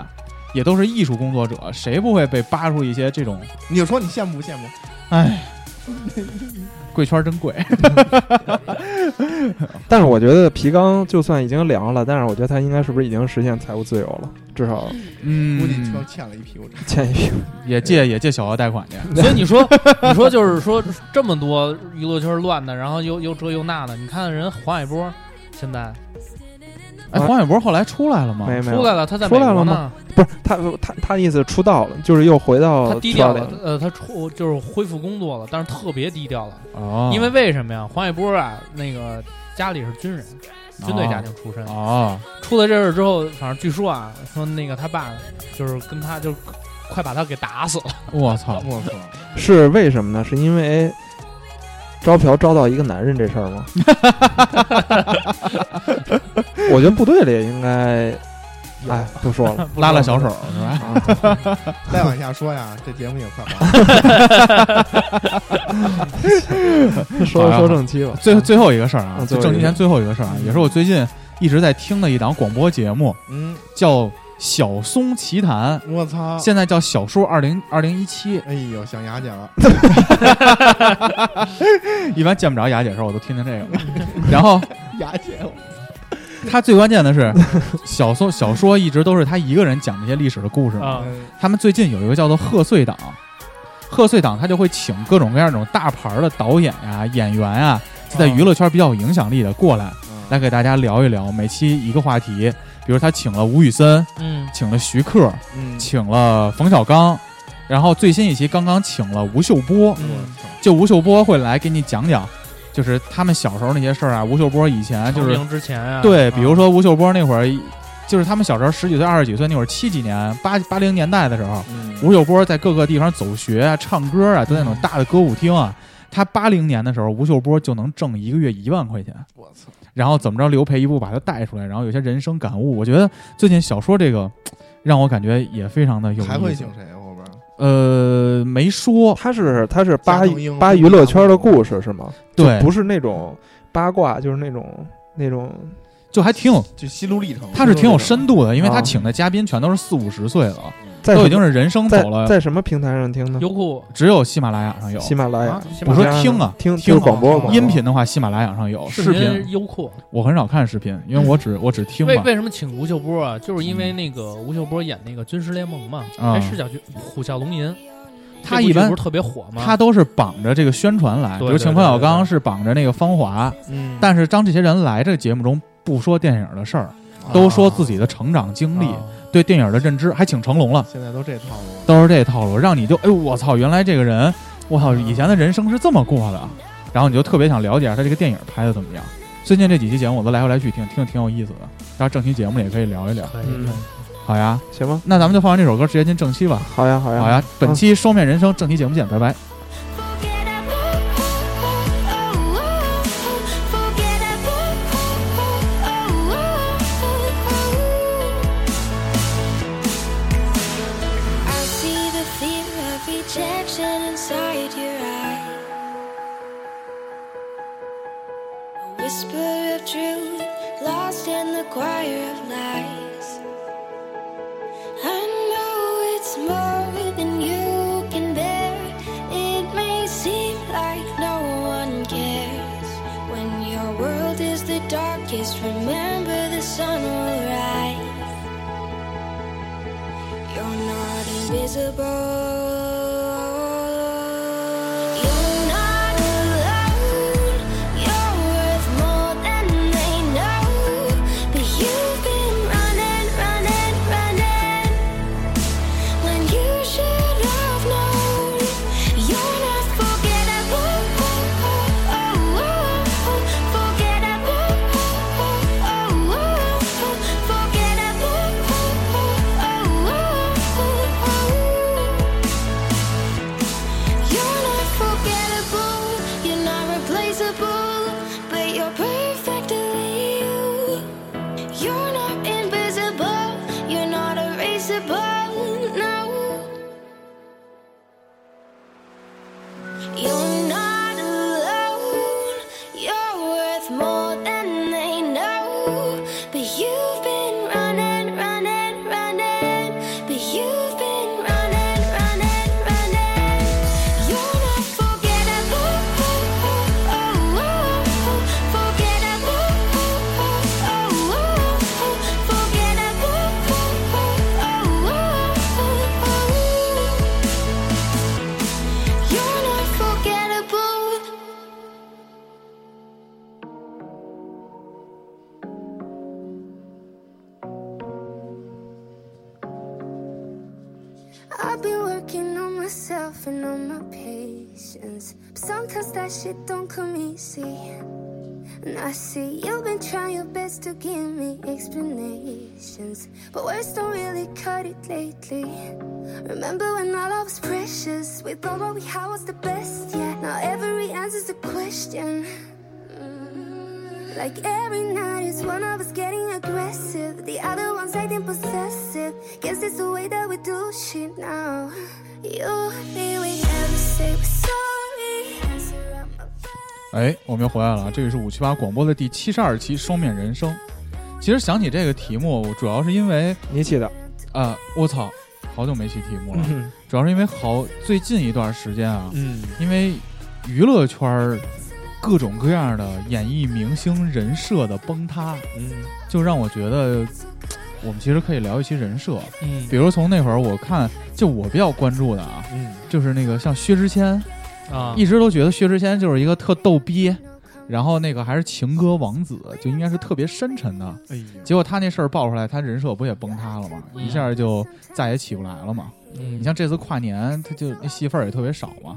Speaker 3: 也都是艺术工作者，谁不会被扒出一些这种？
Speaker 4: 你就说你羡慕不羡慕？
Speaker 3: 哎，贵圈真贵，
Speaker 5: 但是我觉得皮刚就算已经凉了，但是我觉得他应该是不是已经实现财务自由了，至少
Speaker 4: 估计就
Speaker 3: 嗯，
Speaker 4: 欠了一屁股债。
Speaker 5: 欠一屁股。
Speaker 3: 也借也借小额贷款去，
Speaker 6: 所以你说，你说就是说这么多娱乐圈乱的，然后又又这又那的，你看人黄海波现在
Speaker 3: 哎，
Speaker 5: 啊
Speaker 3: 黄伟博后来出来了吗？
Speaker 5: 没没有
Speaker 6: 啊出来了，他在
Speaker 5: 出
Speaker 6: 美
Speaker 5: 来
Speaker 6: 国
Speaker 5: 了
Speaker 6: 呢
Speaker 5: 吗，不是他他他的意思出道了，就是又回到
Speaker 6: 他低
Speaker 5: 圈
Speaker 6: 调
Speaker 5: 儿里
Speaker 6: 了，呃，他出就是恢复工作了，但是特别低调了。
Speaker 3: 哦，
Speaker 6: 因为为什么呀？黄伟波啊，那个家里是军人，军队家庭出身。
Speaker 3: 哦，
Speaker 6: 出了这事儿之后，反正据说啊，说那个他爸就是跟他就快把他给打死了。
Speaker 3: 我操，
Speaker 4: 我操！
Speaker 5: 是为什么呢？是因为招嫖招到一个男人这事儿吗？我觉得部队里应该，哎，不说 了
Speaker 3: 拉拉小手是吧？
Speaker 5: 啊。
Speaker 4: 再往下说呀，这节目也快完了。
Speaker 5: 说说正题吧，
Speaker 3: 最最后一个事儿啊，
Speaker 5: 嗯
Speaker 3: 就
Speaker 5: 最后
Speaker 3: 正
Speaker 5: 一个嗯
Speaker 3: 题前最后一个事儿啊，也是我最近一直在听的一档广播节目，
Speaker 4: 嗯，
Speaker 3: 叫《小松奇谈》，
Speaker 4: 我
Speaker 5: 啊
Speaker 4: 操！
Speaker 3: 现在叫《小说二零二零一七》。
Speaker 4: 哎呦，想雅姐了。
Speaker 5: 嗯
Speaker 3: 一般见不着雅姐的时候，我都听听这个吧。然 后
Speaker 4: 雅姐，
Speaker 3: 他最关键的是，小松小说一直都是他一个人讲这些历史的故事嘛。
Speaker 6: 啊
Speaker 4: 嗯
Speaker 3: 他们最近有一个叫做贺岁档，贺岁档他就会请各种各样这种大牌儿的导演呀、演员呀，
Speaker 6: 啊
Speaker 3: 就
Speaker 6: 嗯
Speaker 3: 在娱乐圈比较有影响力的过来。来给大家聊一聊，每期一个话题，比如他请了吴宇森，
Speaker 6: 嗯，
Speaker 3: 请了徐克，
Speaker 4: 嗯，
Speaker 3: 请了冯小刚，然后最新一期刚刚请了吴秀波，
Speaker 6: 嗯
Speaker 4: 我操！
Speaker 3: 就吴秀波会来给你讲讲，就是他们小时候那些事儿啊。吴秀波以前就
Speaker 6: 成
Speaker 3: 是
Speaker 6: 名之前啊，
Speaker 3: 对，
Speaker 6: 啊
Speaker 3: 比如说吴秀波那会儿，就是他们小时候十几岁、二十几岁那会儿，七几年八八零年代的时候，
Speaker 4: 嗯
Speaker 3: 吴秀波在各个地方走学啊、唱歌啊，在那种大的歌舞厅啊。他八零年的时候，吴秀波就能挣一个月一万块钱。
Speaker 4: 我操！
Speaker 3: 然后怎么着，刘培一步把他带出来，然后有些人生感悟。我觉得最近小说这个，让我感觉也非常的有
Speaker 4: 还会
Speaker 3: 意思
Speaker 4: 请谁？啊后边儿
Speaker 3: 呃，没说
Speaker 5: 他是他是
Speaker 4: 加
Speaker 5: 扒
Speaker 4: 藤鹰
Speaker 5: 扒娱乐圈的故事是吗？
Speaker 3: 对
Speaker 5: 不是那种八卦，就是那种那种
Speaker 3: 就还挺有，
Speaker 4: 就心路历程。
Speaker 3: 他是挺有深度的，因为他
Speaker 5: 啊
Speaker 3: 请的嘉宾全都是四五十岁了，
Speaker 5: 在
Speaker 3: 都
Speaker 5: 什
Speaker 3: 已经
Speaker 5: 么
Speaker 3: 是人生
Speaker 5: 在
Speaker 3: 走了，
Speaker 5: 在什么平台上听呢？
Speaker 6: 优酷
Speaker 3: 只有喜马拉雅上有。
Speaker 5: 喜马拉雅
Speaker 4: 啊。
Speaker 3: 我说听啊，
Speaker 5: 听
Speaker 3: 听
Speaker 5: 听
Speaker 3: 啊
Speaker 5: 广播
Speaker 6: 哦
Speaker 5: 嘛，
Speaker 3: 音频的话，喜马拉雅上有哦视频，
Speaker 6: 优酷。
Speaker 3: 我很少看视频，因为我只我只听
Speaker 6: 嗯为
Speaker 3: 嘛。
Speaker 6: 为什么请吴秀波啊？就是因为那个吴秀波演那个《军师联盟》嘛，
Speaker 3: 嗯啊
Speaker 6: 哎，是叫《军虎啸龙吟》这部剧
Speaker 3: 他一般
Speaker 6: 不是特别火吗？
Speaker 3: 他都是绑着这个宣传来，比
Speaker 6: 对
Speaker 3: 如
Speaker 6: 对
Speaker 3: 请
Speaker 6: 对
Speaker 3: 冯小
Speaker 6: 对
Speaker 3: 刚
Speaker 6: 对
Speaker 3: 是绑着那个芳华，
Speaker 5: 嗯，
Speaker 3: 但是当这些人来这个节目中不说电影的事儿，都说自己的成长经历、
Speaker 6: 啊
Speaker 3: 对电影的认知，还请成龙了，
Speaker 4: 现在都这套路了。
Speaker 3: 都是这套路，让你就哎呦我操，原来这个人，我操以前的人生是这么过的，然后你就特别想了解一下他这个电影拍的怎么样。最近这几期节目我都来回来去听，听着挺有意思的，然后正期节目里也可以聊一聊，
Speaker 6: 啊可以
Speaker 5: 嗯
Speaker 6: 可以
Speaker 3: 好呀。
Speaker 5: 行吧，
Speaker 3: 那咱们就放完这首歌，直接进正期吧。
Speaker 5: 好呀好呀
Speaker 3: 好哎呀，嗯本期双面人生正期节目见，拜拜。
Speaker 7: Forget about, forget about, I see the fear of rejection inside your eyes, a whisper of truth lost in the choir of lies. I know it's more than you can bear. It may seem like no one cares. When your world is the darkest, remember the sun will rise. You're not invisible. You're not alone. You're worth more than they know. But you've been running, running, running when you should have known you're not forgettable. Forgettable. Forgettable. You're not forgettable. You're not replaceable, but you're perfectly you. You're not invisible, you're not erasable, no. You're not alone, you're worth more than they know. But you've been running, running, running. But you've been running, running, running. You're not forgettable. Forgettable. Forgettable. You're not forgettable. I've been working on myself and on my patience. But sometimes that shit don't come easy. And I see you've been trying your best to give me explanations. But words don't really cut it lately. Remember when our love was precious? We thought what we had was the best, yeah. Now every answer's a question. Like every night is one of us getting aggressive, the other one's acting possessive. Guess it's the way that we do shit now. You, me, we never say we're sorry. Answer up my phone.
Speaker 3: 哎，我们又回来了，这里是五七八广播的第七十二期《双面人生》。其实想起这个题目，我主要是因为
Speaker 5: 你起的，
Speaker 3: 啊，我操，好久没起题目了，
Speaker 5: 嗯
Speaker 3: 主要是因为好最近一段时间啊，
Speaker 5: 嗯
Speaker 3: 因为娱乐圈儿各种各样的演艺明星人设的崩塌，
Speaker 5: 嗯
Speaker 3: 就让我觉得我们其实可以聊一期人设，
Speaker 5: 嗯
Speaker 3: 比如从那会儿我看，就我比较关注的啊，
Speaker 5: 嗯
Speaker 3: 就是那个像薛之谦。
Speaker 6: 啊，
Speaker 3: 一直都觉得薛之谦就是一个特逗逼，然后那个还是情歌王子，就应该是特别深沉的。
Speaker 4: 哎呦，
Speaker 3: 结果他那事儿爆出来，他人设不也崩塌了吗？
Speaker 6: 嗯
Speaker 3: 一下就再也起不来了嘛。
Speaker 6: 嗯
Speaker 3: 你像这次跨年，他就那戏份儿也特别少嘛。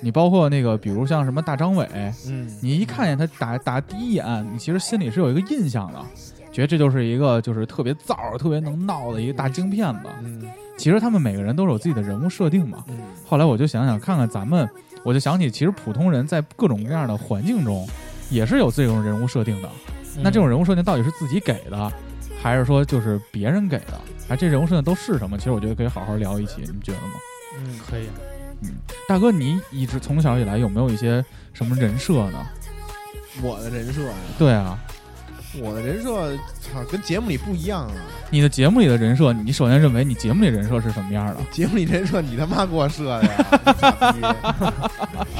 Speaker 3: 你包括那个，比如像什么大张伟，
Speaker 5: 嗯
Speaker 3: 你一看见他打打第一眼，你其实心里是有一个印象的，觉得这就是一个就是特别燥儿、特别能闹的一个大京片子。
Speaker 5: 嗯
Speaker 3: 其实他们每个人都是有自己的人物设定嘛。
Speaker 5: 嗯
Speaker 3: 后来我就想想看看咱们，我就想起其实普通人在各种各样的环境中，也是有这种人物设定的。
Speaker 4: 嗯
Speaker 3: 嗯那这种人物设定到底是自己给的，还是说就是别人给的？哎，这人物设定都是什么？其实我觉得可以好好聊一期，你们觉得吗？
Speaker 5: 嗯，
Speaker 6: 可以，
Speaker 3: 大哥，你一直从小以来有没有一些什么人设呢？
Speaker 4: 我的人设呀、
Speaker 3: 对啊，
Speaker 4: 我的人设好像跟节目里不一样啊！
Speaker 3: 你的节目里的人设，你首先认为你节目里人设是什么样的？
Speaker 4: 节目里人设你他妈给我设的呀！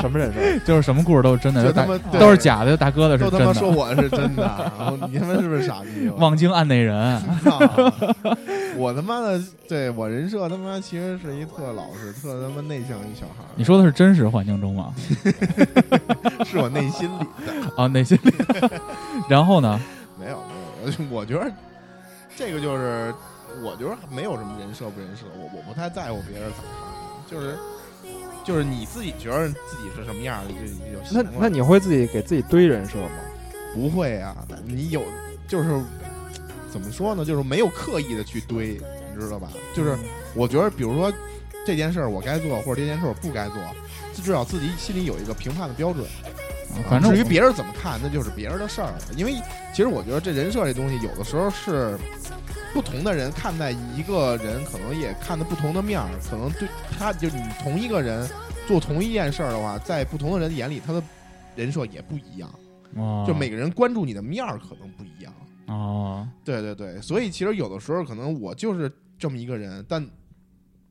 Speaker 5: 什么人设？
Speaker 3: 就是 什么故事都是真的，
Speaker 4: 就
Speaker 3: 大
Speaker 4: 他妈对
Speaker 3: 都是假的，大哥的
Speaker 4: 都
Speaker 3: 是
Speaker 4: 他
Speaker 3: 真
Speaker 4: 妈说
Speaker 3: 的。
Speaker 4: 我是真的，然后你他妈是不是傻 逼？我
Speaker 3: 望京案内人，
Speaker 4: 操！ 我他妈的，对我人设他妈其实是一特老实、特他妈内向一小孩儿，
Speaker 3: 你说的是真实环境中吗？
Speaker 4: 是我内心里的。
Speaker 3: 啊，内心里。然后
Speaker 4: 啊
Speaker 3: 呢？
Speaker 4: 没有没有， 我觉得这个就是，我觉得没有什么人设不人设，我我不太在乎别人怎么看，就是就是你自己觉得自己是什么样儿的，就你就
Speaker 5: 那
Speaker 4: 习惯
Speaker 5: 那你会自己给自己堆人设吗？
Speaker 4: 不会啊？你有就是怎么说呢？就是没有刻意的去堆，你知道吧？就是我觉得，比如说这件事儿我该做，或者这件事儿我不该做，至少自己心里有一个评判的标准。
Speaker 3: 啊反正
Speaker 4: 至于
Speaker 3: 我
Speaker 4: 别人怎么看，那就是别人的事儿。因为其实我觉得这人设这东西，有的时候是不同的人看待一个人，可能也看的不同的面儿，可能对他就你同一个人做同一件事儿的话，在不同的人眼里，他的人设也不一样，
Speaker 3: 哦
Speaker 4: 就每个人关注你的面儿可能不一样。
Speaker 3: 哦，
Speaker 4: 对对对，所以其实有的时候可能我就是这么一个人，但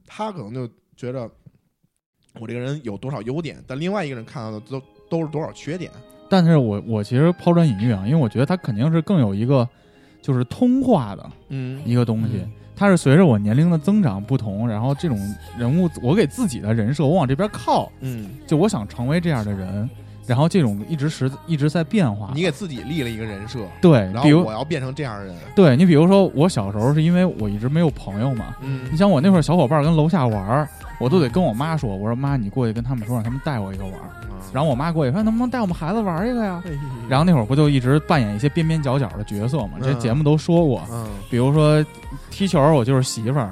Speaker 4: 他可能就觉得我这个人有多少优点，但另外一个人看到的都都是多少缺点。
Speaker 3: 但是我我其实抛砖引玉啊，因为我觉得它肯定是更有一个就是通化的
Speaker 4: 嗯
Speaker 3: 一个东西。它是随着我年龄的增长不同，然后这种人物，我给自己的人设，我往这边靠，
Speaker 4: 嗯，
Speaker 3: 就我想成为这样的人，然后这种一直时一直在变化。
Speaker 4: 嗯你给自己立了一个人设，
Speaker 3: 对，
Speaker 4: 然
Speaker 3: 比
Speaker 4: 后
Speaker 3: 如
Speaker 4: 我要变成这样的人，
Speaker 3: 对你比如说，我小时候是因为我一直没有朋友嘛，你
Speaker 4: 嗯
Speaker 3: 想我那会儿小伙伴跟楼下玩儿，我都得跟我妈说，我说妈，你过去跟他们说，让他们带我一个玩儿。
Speaker 4: 啊
Speaker 3: 然后我妈过去说，哎能不能带我们孩子玩儿一个呀？然后那会儿不就一直扮演一些边边角角的角色嘛？这
Speaker 4: 嗯
Speaker 3: 节目都说过，
Speaker 4: 嗯，
Speaker 3: 比如说踢球我就是媳妇儿，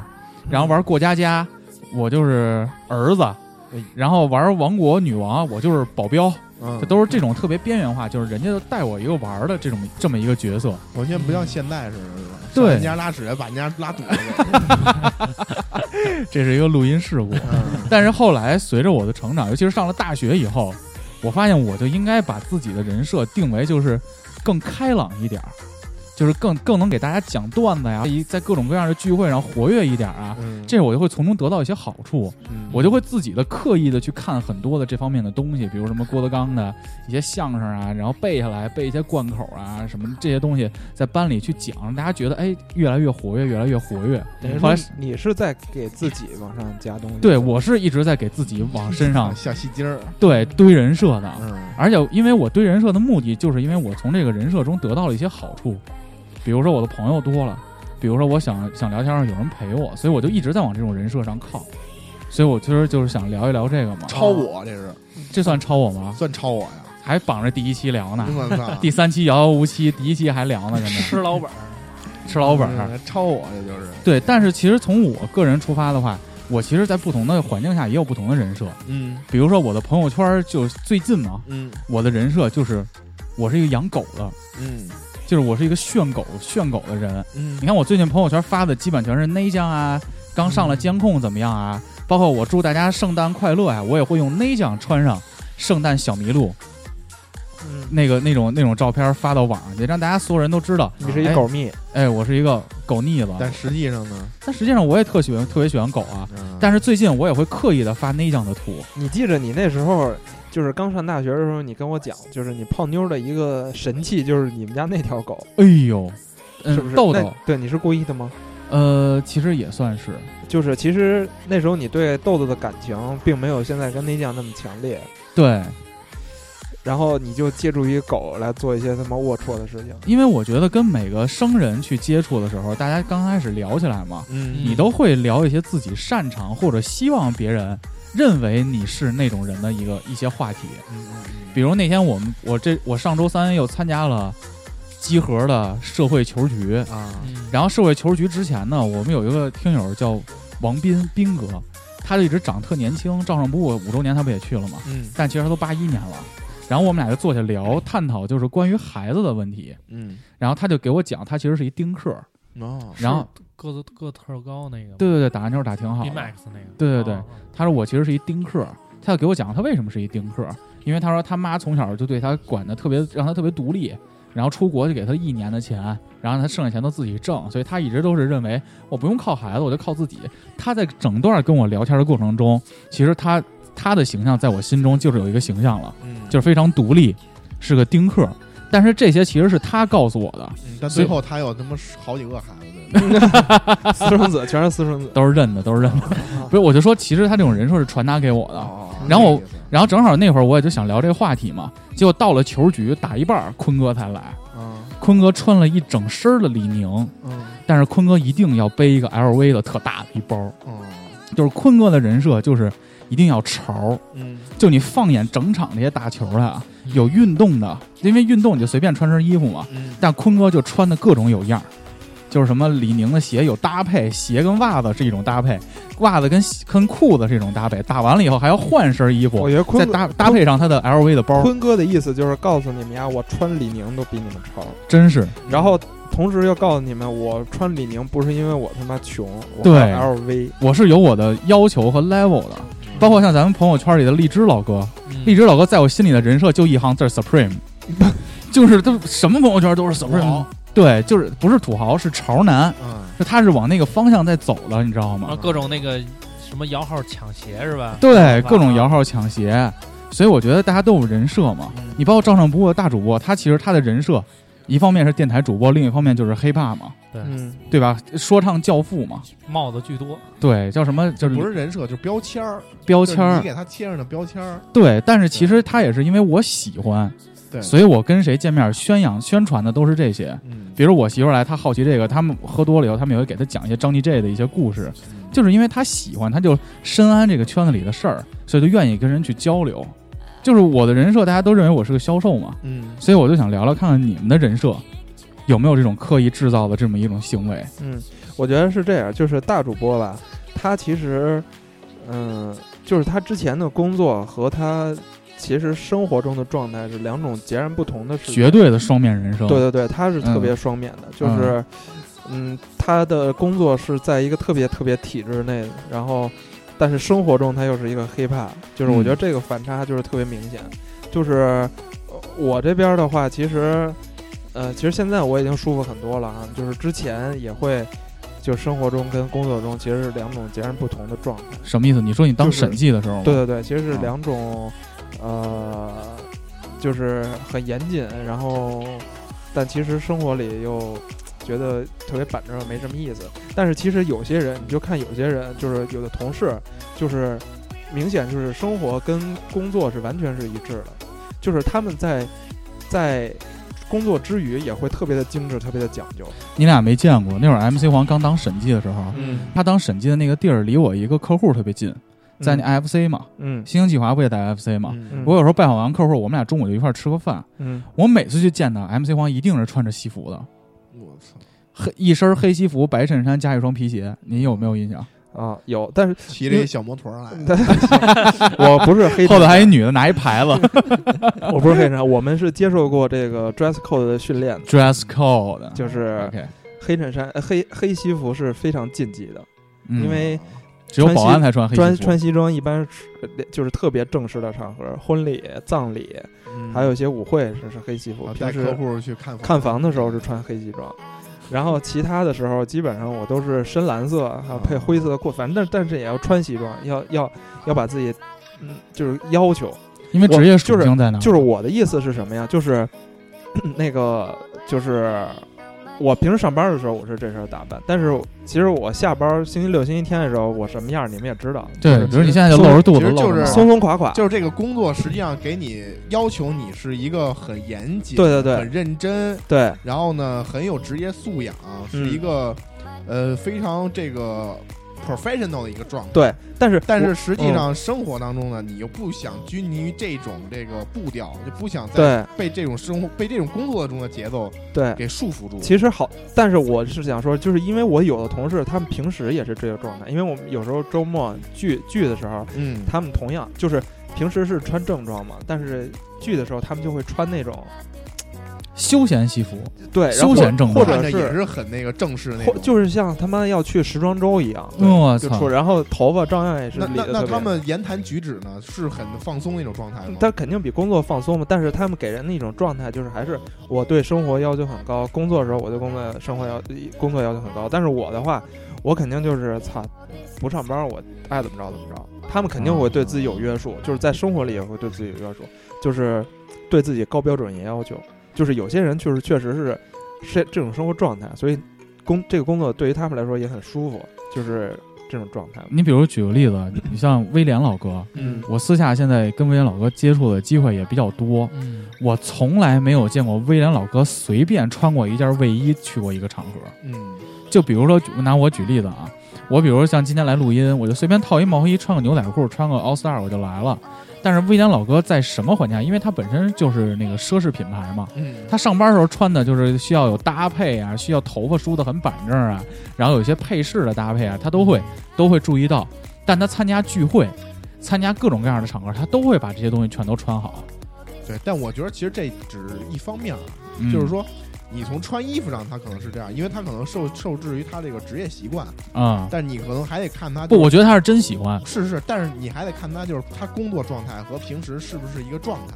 Speaker 3: 然后玩过家家我就是儿子
Speaker 4: 哎，
Speaker 3: 然后玩王国女王我就是保镖，
Speaker 4: 嗯
Speaker 3: 这都是这种特别边缘化，就是人家就带我一个玩儿的这种这么一个角色。
Speaker 4: 完全不像现代似的，是吧？
Speaker 3: 对
Speaker 4: 上人家拉屎把人家拉堵了，
Speaker 3: 这是一个录音事故。
Speaker 4: 嗯
Speaker 3: 但是后来随着我的成长，尤其是上了大学以后，我发现我就应该把自己的人设定为就是更开朗一点儿，就是更更能给大家讲段子呀，一在各种各样的聚会上活跃一点儿啊，
Speaker 4: 嗯，
Speaker 3: 这我就会从中得到一些好处，
Speaker 4: 嗯
Speaker 3: 我就会自己的刻意的去看很多的这方面的东西，比如什么郭德纲的一些相声啊，然后背下来背一些贯口啊，什么这些东西在班里去讲，让大家觉得哎越来越活跃，越来越活跃。
Speaker 5: 等于
Speaker 3: 后
Speaker 5: 说
Speaker 3: 来
Speaker 5: 你是在给自己往上加东西。
Speaker 3: 对我是一直在给自己往身上
Speaker 4: 小细筋儿，
Speaker 3: 对堆人设的，
Speaker 4: 嗯
Speaker 3: 而且因为我堆人设的目的，就是因为我从这个人设中得到了一些好处，比如说我的朋友多了，比如说我想想聊天儿有人陪我，所以我就一直在往这种人设上靠。所以我其实就是想聊一聊这个嘛，
Speaker 4: 超我这是
Speaker 3: 这算超我吗？
Speaker 4: 算超我呀，
Speaker 3: 还绑着第一期聊呢，
Speaker 4: 我操，
Speaker 3: 啊 第三期遥遥无期，第一期还聊呢，真的
Speaker 6: 吃老本儿，
Speaker 3: 吃老本儿。
Speaker 4: 嗯超我这就是，
Speaker 3: 对，但是其实从我个人出发的话，我其实，在不同的环境下也有不同的人设。
Speaker 4: 嗯
Speaker 3: 比如说我的朋友圈儿就最近嘛，
Speaker 4: 嗯
Speaker 3: 我的人设就是我是一个养狗的，
Speaker 4: 嗯
Speaker 3: 就是我是一个炫狗炫狗的人。
Speaker 4: 嗯
Speaker 3: 你看我最近朋友圈发的基本全是内向啊，刚上了监控怎么样啊？包括我祝大家圣诞快乐啊，我也会用内向穿上啊圣诞小麋鹿
Speaker 5: 嗯，
Speaker 3: 那个那种那种照片发到网上去，让大家所有人都知道，
Speaker 5: 你是一狗蜜，
Speaker 3: 哎，我是一个狗腻子。
Speaker 4: 但实际上呢，
Speaker 3: 但实际上我也特喜欢特别喜欢狗啊，
Speaker 4: 嗯
Speaker 3: 但是最近我也会刻意的发内向的图。
Speaker 5: 你记着你那时候就是刚上大学的时候，你跟我讲，就是你泡妞的一个神器就是你们家那条狗，
Speaker 3: 哎呦，嗯，
Speaker 5: 是不是？
Speaker 3: 豆
Speaker 5: 那
Speaker 3: 豆，
Speaker 5: 对，你是故意的吗？
Speaker 3: 呃，其实也算是，
Speaker 5: 就是其实那时候你对豆豆的感情并没有现在跟内酱那么强烈，
Speaker 3: 对，
Speaker 5: 然后你就借助于狗来做一些他妈龌龊的事情。
Speaker 3: 因为我觉得跟每个生人去接触的时候，大家刚开始聊起来嘛，
Speaker 4: 嗯
Speaker 3: 你都会聊一些自己擅长或者希望别人认为你是那种人的一个一些话题。比如那天我们我这我上周三又参加了集合的社会球局，
Speaker 4: 啊，
Speaker 6: 嗯，
Speaker 3: 然后社会球局之前呢，我们有一个听友叫王斌斌哥，他就一直长特年轻，照上不误五周年他不也去了吗？
Speaker 4: 嗯
Speaker 3: 但其实他都八一年了。然后我们俩就坐下聊，探讨就是关于孩子的问题。
Speaker 4: 嗯，
Speaker 3: 然后他就给我讲，他其实是一丁克儿，
Speaker 4: 哦，
Speaker 3: 然后
Speaker 6: 是个子个特高那个，
Speaker 3: 对对对，打篮球打挺好
Speaker 6: ，B
Speaker 3: 的。
Speaker 6: Max 那个，
Speaker 3: 对对对
Speaker 6: 哦，
Speaker 3: 他说我其实是一丁克儿，他要给我讲他为什么是一丁克儿，因为他说他妈从小就对他管的特别，让他特别独立，然后出国就给他一年的钱，然后他剩下钱都自己挣，所以他一直都是认为我不用靠孩子，我就靠自己。他在整段跟我聊天的过程中，其实他他的形象在我心中就是有一个形象了，
Speaker 4: 嗯，
Speaker 3: 就是非常独立，是个丁克。但是这些其实是他告诉我的，
Speaker 4: 嗯但
Speaker 3: 所
Speaker 4: 最
Speaker 3: 以
Speaker 4: 后他有他妈好几个孩 子，
Speaker 5: 私生子全是私生子，
Speaker 3: 都是认的，都是认的。不是，我就说，其实他这种人设是传达给我的。
Speaker 4: 哦
Speaker 3: 然后
Speaker 4: 这个意思
Speaker 3: 然后正好那会儿我也就想聊这个话题嘛，结果到了球局打一半儿，坤哥才来。
Speaker 4: 嗯
Speaker 3: 坤哥穿了一整身儿的李宁，
Speaker 4: 嗯
Speaker 3: 但是坤哥一定要背一个 LV 的特大的一包，
Speaker 4: 嗯
Speaker 3: 就是坤哥的人设就是一定要潮。
Speaker 4: 嗯，
Speaker 3: 就你放眼整场这些打球的啊，有运动的，因为运动你就随便穿身衣服嘛，
Speaker 4: 嗯
Speaker 3: 但坤哥就穿的各种有样儿，就是什么李宁的鞋有搭配，鞋跟袜子是一种搭配，袜子跟跟裤子是一种搭配，打完了以后还要换身衣服
Speaker 5: 我，觉得哦坤
Speaker 3: 再
Speaker 5: 哥
Speaker 3: 搭搭配上他的 LV 的包，
Speaker 5: 坤哥的意思就是告诉你们呀，我穿李宁都比你们潮，
Speaker 3: 真是
Speaker 5: 然后同时又告诉你们，我穿李宁不是因为我他妈穷，我
Speaker 3: 对
Speaker 5: 穿 LV，
Speaker 3: 我是有我的要求和 level 的，包括像咱们朋友圈里的荔枝老哥，
Speaker 6: 嗯
Speaker 3: 荔枝老哥在我心里的人设就一行字儿 Supreme，就是他什么朋友圈都是 Supreme，对，就是不是土豪是潮男，
Speaker 4: 嗯
Speaker 3: 就他是往那个方向在走的，你知道吗
Speaker 6: 然后？各种那个什么摇号抢鞋是吧？
Speaker 3: 对，各种摇号抢鞋，所以我觉得大家都有人设嘛。你包括照上不误大主播，他其实他的人设，一方面是电台主播，另一方面就是 hiphop 嘛，
Speaker 6: 对，
Speaker 5: 嗯，
Speaker 3: 对吧？说唱教父嘛，
Speaker 6: 帽子巨多，
Speaker 3: 对，叫什么？就是
Speaker 4: 不是人设，就是标签儿，标
Speaker 3: 标签儿
Speaker 4: 你。给他贴上的标签儿，
Speaker 3: 对，但是其实他也是因为我喜欢，
Speaker 4: 对，
Speaker 3: 所以我跟谁见面宣扬宣传的都是这些。
Speaker 4: 嗯
Speaker 3: 比如我媳妇儿来，她好奇这个，他们喝多了以后，他们也会给她讲一些张 y J 的一些故事，就是因为她喜欢，她就深谙这个圈子里的事儿，所以就愿意跟人去交流。就是我的人设，大家都认为我是个销售嘛，
Speaker 4: 嗯
Speaker 3: 所以我就想聊聊看看你们的人设有没有这种刻意制造的这么一种行为。
Speaker 5: 嗯，我觉得是这样，就是大主播吧，他其实，嗯、就是他之前的工作和他其实生活中的状态是两种截然不同的事情。
Speaker 3: 绝对的双面人生，
Speaker 5: 对对对，他是特别
Speaker 3: 嗯
Speaker 5: 双面的，就是，嗯，他的工作是在一个特别特别体制内的，然后，但是生活中他又是一个 hiphop，就是我
Speaker 3: 嗯
Speaker 5: 觉得这个反差就是特别明显。就是呃我这边的话，其实，呃，其实现在我已经舒服很多了啊，就是之前也会。就生活中跟工作中其实是两种截然不同的状态。
Speaker 3: 什么意思？你说你当
Speaker 5: 就是
Speaker 3: 审计的时候吗？
Speaker 5: 对对对，其实是
Speaker 3: 啊
Speaker 5: 两种，呃，就是很严谨，然后但其实生活里又觉得特别板正，没什么意思。但是其实有些人，你就看有些人，就是有的同事，就是明显就是生活跟工作是完全是一致的，就是他们在在。工作之余也会特别的精致，特别的讲究。
Speaker 3: 你俩没见过，那会儿 MC 黄刚当审计的时候，
Speaker 5: 嗯，
Speaker 3: 他当审计的那个地儿离我一个客户特别近，在那 FC 嘛，
Speaker 5: 嗯
Speaker 3: 新兴计划不也在 FC 嘛？
Speaker 4: 嗯
Speaker 3: 我有时候拜访完客户，我们俩中午就一块儿吃个饭。
Speaker 5: 嗯
Speaker 3: 我每次去见他，MC 黄一定是穿着西服的，
Speaker 4: 我操，
Speaker 3: 黑一身黑西服、白衬衫加一双皮鞋。您有没有印象？
Speaker 5: 啊有，但是
Speaker 4: 骑着一小摩托来，
Speaker 5: 但 我不是黑
Speaker 3: 后头
Speaker 5: 店
Speaker 3: 还一女的拿一牌子
Speaker 5: 我不是黑人，我们是接受过这个 dress code 的训练的，
Speaker 3: ，dress code。
Speaker 5: 就是
Speaker 3: ，OK，
Speaker 5: 黑衬衫、呃黑黑西服是非常禁忌的，
Speaker 3: 嗯
Speaker 5: 因为
Speaker 3: 只有保安才穿黑
Speaker 5: 穿
Speaker 3: 西服
Speaker 5: 穿。西装一般是呃就是特别正式的场合，婚礼、葬礼，
Speaker 4: 嗯
Speaker 5: 还有一些舞会是是黑西服
Speaker 4: 啊，带
Speaker 5: 平
Speaker 4: 客
Speaker 5: 时
Speaker 4: 户去看嗯
Speaker 5: 看房的时候是穿黑西装。然后其他的时候，基本上我都是深蓝色，还有
Speaker 4: 啊
Speaker 5: 配灰色的裤，反正但但是也要穿西装，要要要把自己，嗯，就是要求，
Speaker 3: 因为职业属
Speaker 5: 就是
Speaker 3: 性在哪
Speaker 4: 嗯
Speaker 3: 儿？
Speaker 5: 就是我的意思是什么呀？就是 那个，就是我平时上班的时候我是这身打扮，但是其实我下班星期六、星期天的时候我什么样你们也知道，
Speaker 3: 对，比如你现在就
Speaker 4: 其
Speaker 3: 露
Speaker 4: 实
Speaker 3: 着肚子，
Speaker 4: 其实
Speaker 3: 露着
Speaker 4: 就是
Speaker 3: 脑
Speaker 5: 松松垮垮。
Speaker 4: 就是这个工作实际上给你要求你是一个很严谨、
Speaker 5: 对对对
Speaker 4: 很认真，
Speaker 5: 对
Speaker 4: 然后呢很有职业素养，是
Speaker 5: 嗯
Speaker 4: 一个呃非常这个 professional 的一个状态。
Speaker 5: 对，但是
Speaker 4: 但
Speaker 5: 我
Speaker 4: 是实际上生活当中呢，你又不想拘泥于这种这个步调，就不想再
Speaker 5: 对
Speaker 4: 被这种生活、被这种工作中的节奏
Speaker 5: 对，
Speaker 4: 给束缚住。
Speaker 5: 其实好，但是我是想说，就是因为我有的同事他们平时也是这个状态，因为我们有时候周末聚聚的时候，
Speaker 4: 嗯，
Speaker 5: 他们同样就是平时是穿正装嘛，但是聚的时候他们就会穿那种
Speaker 3: 休闲西服，
Speaker 5: 对，然后
Speaker 3: 休闲正
Speaker 5: 或
Speaker 3: 装
Speaker 5: 者
Speaker 4: 看着也
Speaker 5: 是
Speaker 4: 是很那个正式那
Speaker 5: 或
Speaker 4: 种。
Speaker 5: 就是像他们要去时装周一样，对
Speaker 3: 哦我
Speaker 5: 就
Speaker 3: 操
Speaker 5: 出，然后头发照样也是
Speaker 4: 那
Speaker 5: 理
Speaker 4: 那
Speaker 5: 的特
Speaker 4: 那
Speaker 5: 别
Speaker 4: 他。们言谈举止呢，是很放松那种状态吗？
Speaker 5: 但肯定比工作放松嘛，但是他们给人的一种状态就是，还是我对生活要求很高，工作的时候我对工作生活要工作要求很高，但是我的话，我肯定就是操，不上班我爱怎么着怎么着。他们肯定会对自己有约束，就是在生活里也会对自己有约束，就是对自己高标准严要求。就是有些人确实确实是是这种生活状态，所以工这个工作对于他们来说也很舒服，就是这种状态。
Speaker 3: 你比如举个例子，你像威廉老哥，
Speaker 5: 嗯
Speaker 3: 我私下现在跟威廉老哥接触的机会也比较多，
Speaker 6: 嗯，
Speaker 3: 我从来没有见过威廉老哥随便穿过一件卫衣去过一个场合。
Speaker 4: 嗯，
Speaker 3: 就比如说，拿我举例子啊，我比如像今天来录音，我就随便套一毛衣，穿个牛仔裤，穿个 All Star 我就来了。但是威廉老哥在什么环境下？因为他本身就是那个奢侈品牌嘛，
Speaker 4: 嗯
Speaker 3: 他上班的时候穿的就是需要有搭配啊，需要头发梳得很板正啊，然后有一些配饰的搭配啊，他都会都会注意到。但他参加聚会，参加各种各样的场合，他都会把这些东西全都穿好。
Speaker 4: 对。但我觉得其实这只是一方面啊，
Speaker 3: 嗯
Speaker 4: 就是说，你从穿衣服上，他可能是这样，因为他可能受受制于他这个职业习惯，
Speaker 3: 啊、
Speaker 4: 但你可能还得看他、
Speaker 3: 不，
Speaker 4: 就是
Speaker 3: 我觉得他是真喜欢。
Speaker 4: 是是，但是你还得看他就是他工作状态和平时是不是一个状态。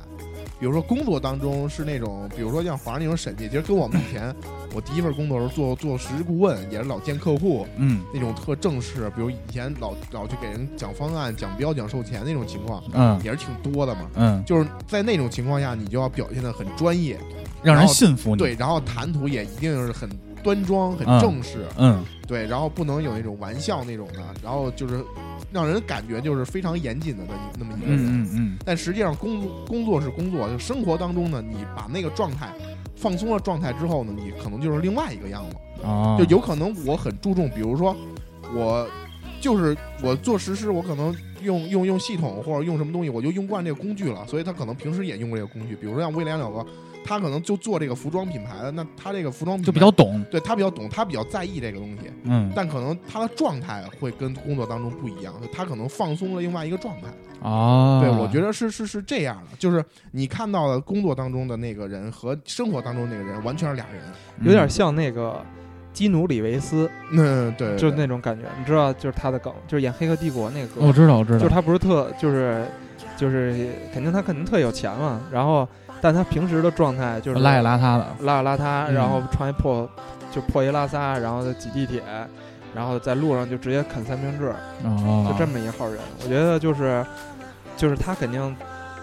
Speaker 4: 比如说工作当中是那种，比如说像华那种审计，其实跟我们以前我第一份工作的时候做做实习顾问，也是老见客户
Speaker 3: 嗯
Speaker 4: 那种特正式，比如以前老老去给人讲方案、讲标、讲售前那种情况，
Speaker 3: 嗯
Speaker 4: 也是挺多的嘛。
Speaker 3: 嗯，
Speaker 4: 就是在那种情况下，你就要表现的很专业，
Speaker 3: 让人
Speaker 4: 然后
Speaker 3: 信服你。
Speaker 4: 对，，然后谈吐也一定是很端庄、很
Speaker 3: 嗯
Speaker 4: 正式，
Speaker 3: 嗯
Speaker 4: 对，然后不能有那种玩笑那种的，然后就是让人感觉就是非常严谨的那么一那么一个人。
Speaker 3: 嗯嗯嗯，
Speaker 4: 但实际上工作工作是工作，就生活当中呢，你把那个状态放松了状态之后呢，你可能就是另外一个样子。
Speaker 3: 哦，
Speaker 4: 就有可能我很注重，比如说我就是我做实施，我可能用用用系统或者用什么东西，我就用惯这个工具了，所以他可能平时也用过这个工具。比如说像威廉老哥，他可能就做这个服装品牌的，那他这个服装品牌
Speaker 3: 就比较懂。
Speaker 4: 对他比较懂，他比较在意这个东西，
Speaker 3: 嗯
Speaker 4: 但可能他的状态会跟工作当中不一样，他可能放松了另外一个状态。
Speaker 3: 哦，
Speaker 4: 对，我觉得是是是这样的，就是你看到的工作当中的那个人和生活当中那个人完全是俩人。
Speaker 3: 嗯
Speaker 5: 有点像那个基努里维斯，
Speaker 4: 嗯，对，对
Speaker 5: 就是那种感觉，你知道，就是他的梗，就是演《黑客帝国》那个
Speaker 3: 嗯我
Speaker 5: 歌，
Speaker 3: 知道，我知道，
Speaker 5: 就是他不是特，就是就是肯定他肯定特有钱嘛，然后但他平时的状态就是
Speaker 3: 邋里邋遢的。
Speaker 5: 邋里邋遢，
Speaker 3: 嗯
Speaker 5: 然后穿一破就破衣拉撒，然后就挤地铁，然后在路上就直接啃三明治，
Speaker 3: 哦，
Speaker 5: 就这么一号人。我觉得就是就是他肯定，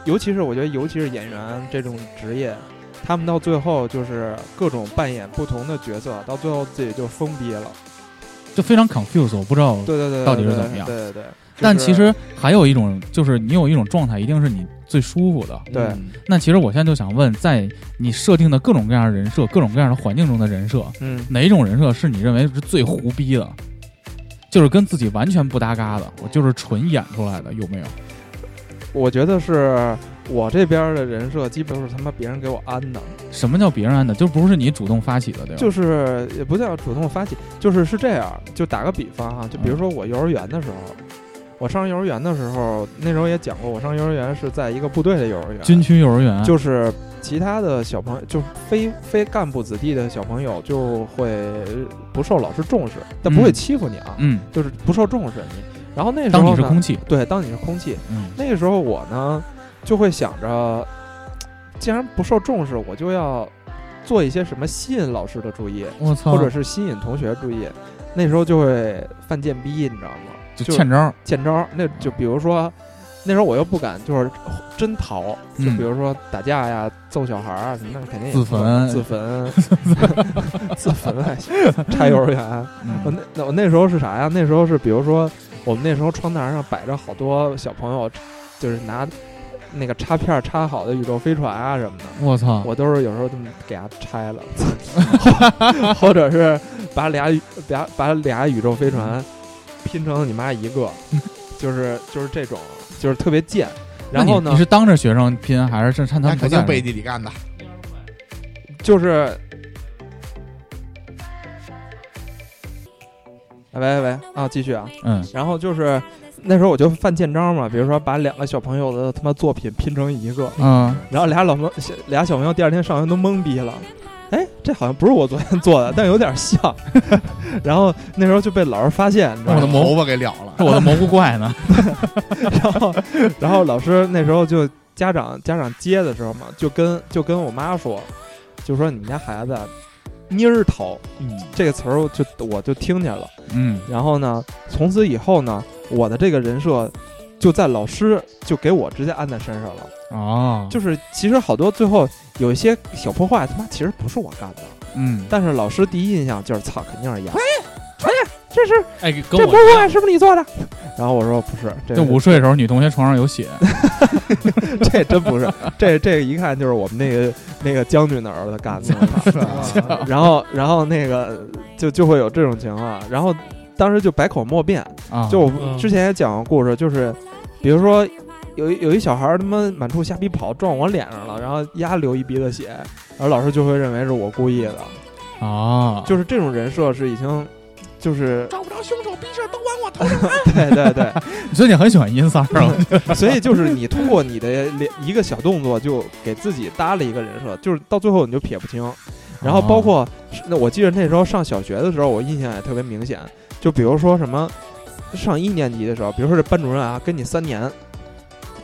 Speaker 5: 尤其是我觉得尤其是演员这种职业。他们到最后就是各种扮演不同的角色，到最后自己就封闭了。
Speaker 3: 就非常 confused，我不知道。
Speaker 5: 对对对，
Speaker 3: 到底是
Speaker 5: 对
Speaker 3: 怎么样
Speaker 5: 对对对，
Speaker 3: 但
Speaker 5: 就是
Speaker 3: 其实还有一种，就是你有一种状态，一定是你最舒服的。
Speaker 5: 对
Speaker 4: 嗯
Speaker 3: 那其实我现在就想问，在你设定的各种各样的人设、各种各样的环境中的人设，
Speaker 5: 嗯，
Speaker 3: 哪一种人设是你认为是最胡逼的？就是跟自己完全不搭嘎的，我就是纯演出来的，有没有？
Speaker 5: 我觉得是我这边儿的人设基本都是他妈别人给我安的，
Speaker 3: 什么叫别人安的？就不是你主动发起的，对吧？
Speaker 5: 就是也不叫主动发起，就是是这样。就打个比方哈，就
Speaker 3: 嗯
Speaker 5: 比如说我幼儿园的时候，我上幼儿园的时候，那时候也讲过，我上幼儿园是在一个部队的幼儿园，
Speaker 3: 军区幼儿园，
Speaker 5: 就是其他的小朋友，就非非干部子弟的小朋友就会不受老师重视，但不会
Speaker 3: 嗯
Speaker 5: 欺负你啊，
Speaker 3: 嗯，
Speaker 5: 就是不受重视你。然后那时候
Speaker 3: 当你是
Speaker 5: 呢
Speaker 3: 空气，
Speaker 5: 对，当你是空气，
Speaker 3: 嗯
Speaker 5: 那个时候我呢，就会想着，既然不受重视，我就要做一些什么吸引老师的注意，
Speaker 3: 我操，
Speaker 5: 或者是吸引同学注意。那时候就会犯贱逼，你知道吗？
Speaker 3: 就
Speaker 5: 就
Speaker 3: 欠招儿，
Speaker 5: 见招儿。那就比如说，那时候我又不敢就是真逃，就
Speaker 3: 嗯
Speaker 5: 比如说打架呀、揍小孩儿啊什么的，肯定也
Speaker 3: 自
Speaker 5: 不
Speaker 3: 焚
Speaker 5: 敢自 焚、 自焚还行，拆幼儿园。我
Speaker 3: 嗯
Speaker 5: 哦那那我那时候是啥呀？那时候是比如说，我们那时候窗台上摆着好多小朋友，就是拿那个插片儿插好的宇宙飞船啊什么的，
Speaker 3: 我操，
Speaker 5: 我都是有时候这么给它拆 了，或者是把俩宇俩把俩宇宙飞船拼成你妈一 个，就是就是这种，就是特别贱。然后
Speaker 3: 那你
Speaker 5: 呢
Speaker 3: 你，是当着学生拼，还是趁趁他
Speaker 4: 那
Speaker 3: 们不
Speaker 4: 肯
Speaker 3: 在
Speaker 4: 定
Speaker 3: 呢？
Speaker 4: 背地里干的。
Speaker 5: 就是。喂喂喂啊，继续啊！
Speaker 3: 嗯
Speaker 5: 然后就是那时候我就犯贱招嘛，比如说把两个小朋友的他妈作品拼成一个，
Speaker 3: 嗯，
Speaker 5: 然后俩老朋小俩小朋友第二天上学都懵逼了，哎，这好像不是我昨天做的，但有点像。 然后那时候就被老师发现，你知道
Speaker 3: 我
Speaker 5: 吗
Speaker 3: 的？
Speaker 4: 头
Speaker 3: 蘑
Speaker 4: 发给了了
Speaker 3: 是。我的蘑菇怪呢。
Speaker 5: 然后然后老师那时候就家长家长接的时候嘛，就跟就跟我妈说，就说你们家孩子蔫儿头
Speaker 3: 嗯
Speaker 5: 这个词儿，我就我就听见了。
Speaker 3: 嗯，
Speaker 5: 然后呢，从此以后呢，我的这个人设就在老师就给我直接安在身上了。
Speaker 3: 哦，
Speaker 5: 就是其实好多最后有一些小破坏，他妈其实不是我干的，
Speaker 3: 嗯，
Speaker 5: 但是老师第一印象就是操，肯定是丫。哎呀，这是
Speaker 6: 哎，跟
Speaker 5: 这
Speaker 6: 我
Speaker 5: 破坏是不是你做的？然后我说不是，这
Speaker 3: 就午睡的时候，女同学床上有血。
Speaker 5: 这真不是，这这一看就是我们那个那个将军的儿子干的。
Speaker 4: 啊
Speaker 5: 然后然后那个就就会有这种情况，然后当时就百口莫辩。
Speaker 3: 啊，
Speaker 5: 就我
Speaker 6: 嗯
Speaker 5: 之前也讲过故事，就是比如说有一有一小孩儿他妈满处瞎逼跑，撞我脸上了，然后丫流一鼻子血，然后老师就会认为是我故意的，
Speaker 3: 啊，
Speaker 5: 就是这种人设是已经就是
Speaker 4: 找不着凶手，逼事儿都往我头上。
Speaker 5: 对对对，
Speaker 3: 所以你很喜欢阴三儿啊？
Speaker 5: 所以就是你通过你的脸一个小动作就给自己搭了一个人设，就是到最后你就撇不
Speaker 3: 哦
Speaker 5: 清。然后包括那我记得那时候上小学的时候，我印象也特别明显，就比如说什么上一年级的时候，比如说这班主任啊跟你三年，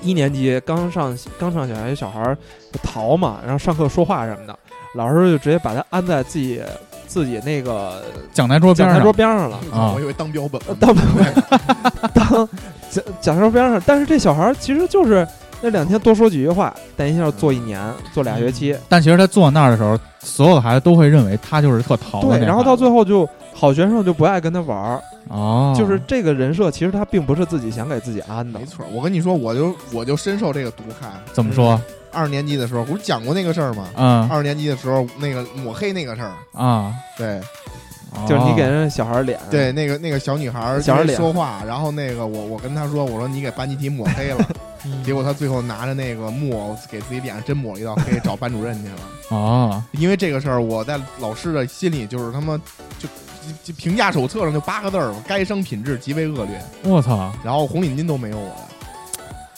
Speaker 5: 一年级刚上刚上小学小孩儿淘嘛，然后上课说话什么的，老师就直接把他安在自己自己那个
Speaker 3: 讲台桌边
Speaker 5: 嗯讲台
Speaker 3: 上
Speaker 5: 桌边上了。
Speaker 3: 啊
Speaker 4: 我以为当标本了呢。
Speaker 5: 当当讲讲台边上，但是这小孩儿其实就是那两天多说几句话，但一下做一年，做俩学期，
Speaker 3: 但其实他坐那儿的时候，所有的孩子都会认为他就是特淘的那
Speaker 5: 对，
Speaker 3: 个
Speaker 5: 然后到最后就好学生就不爱跟他玩儿，
Speaker 3: 哦，
Speaker 5: 就是这个人设其实他并不是自己想给自己安的
Speaker 3: 啊
Speaker 4: 没，错，我跟你说，我就我就深受这个毒害。
Speaker 3: 怎么说？
Speaker 4: 二年级的时候，不是讲过那个事儿吗？
Speaker 3: 嗯
Speaker 4: 二年级的时候，那个抹黑那个事儿，
Speaker 3: 啊，
Speaker 4: 对
Speaker 5: 就是你给
Speaker 3: 哦
Speaker 5: 人小孩儿脸，，
Speaker 4: 对，那个那个小女孩儿
Speaker 5: 小孩
Speaker 4: 因为
Speaker 5: 脸
Speaker 4: 说话，然后那个我我跟她说，我说你给班集体抹黑了，
Speaker 6: 嗯
Speaker 4: 结果她最后拿着那个墨给自己脸上真抹了一道黑，找班主任去了。
Speaker 3: 哦，
Speaker 4: 因为这个事儿，我在老师的心里就是他妈就就就评价手册上就八个字儿，该生品质极为恶劣，
Speaker 3: 我操！
Speaker 4: 然后红领巾都没有我的。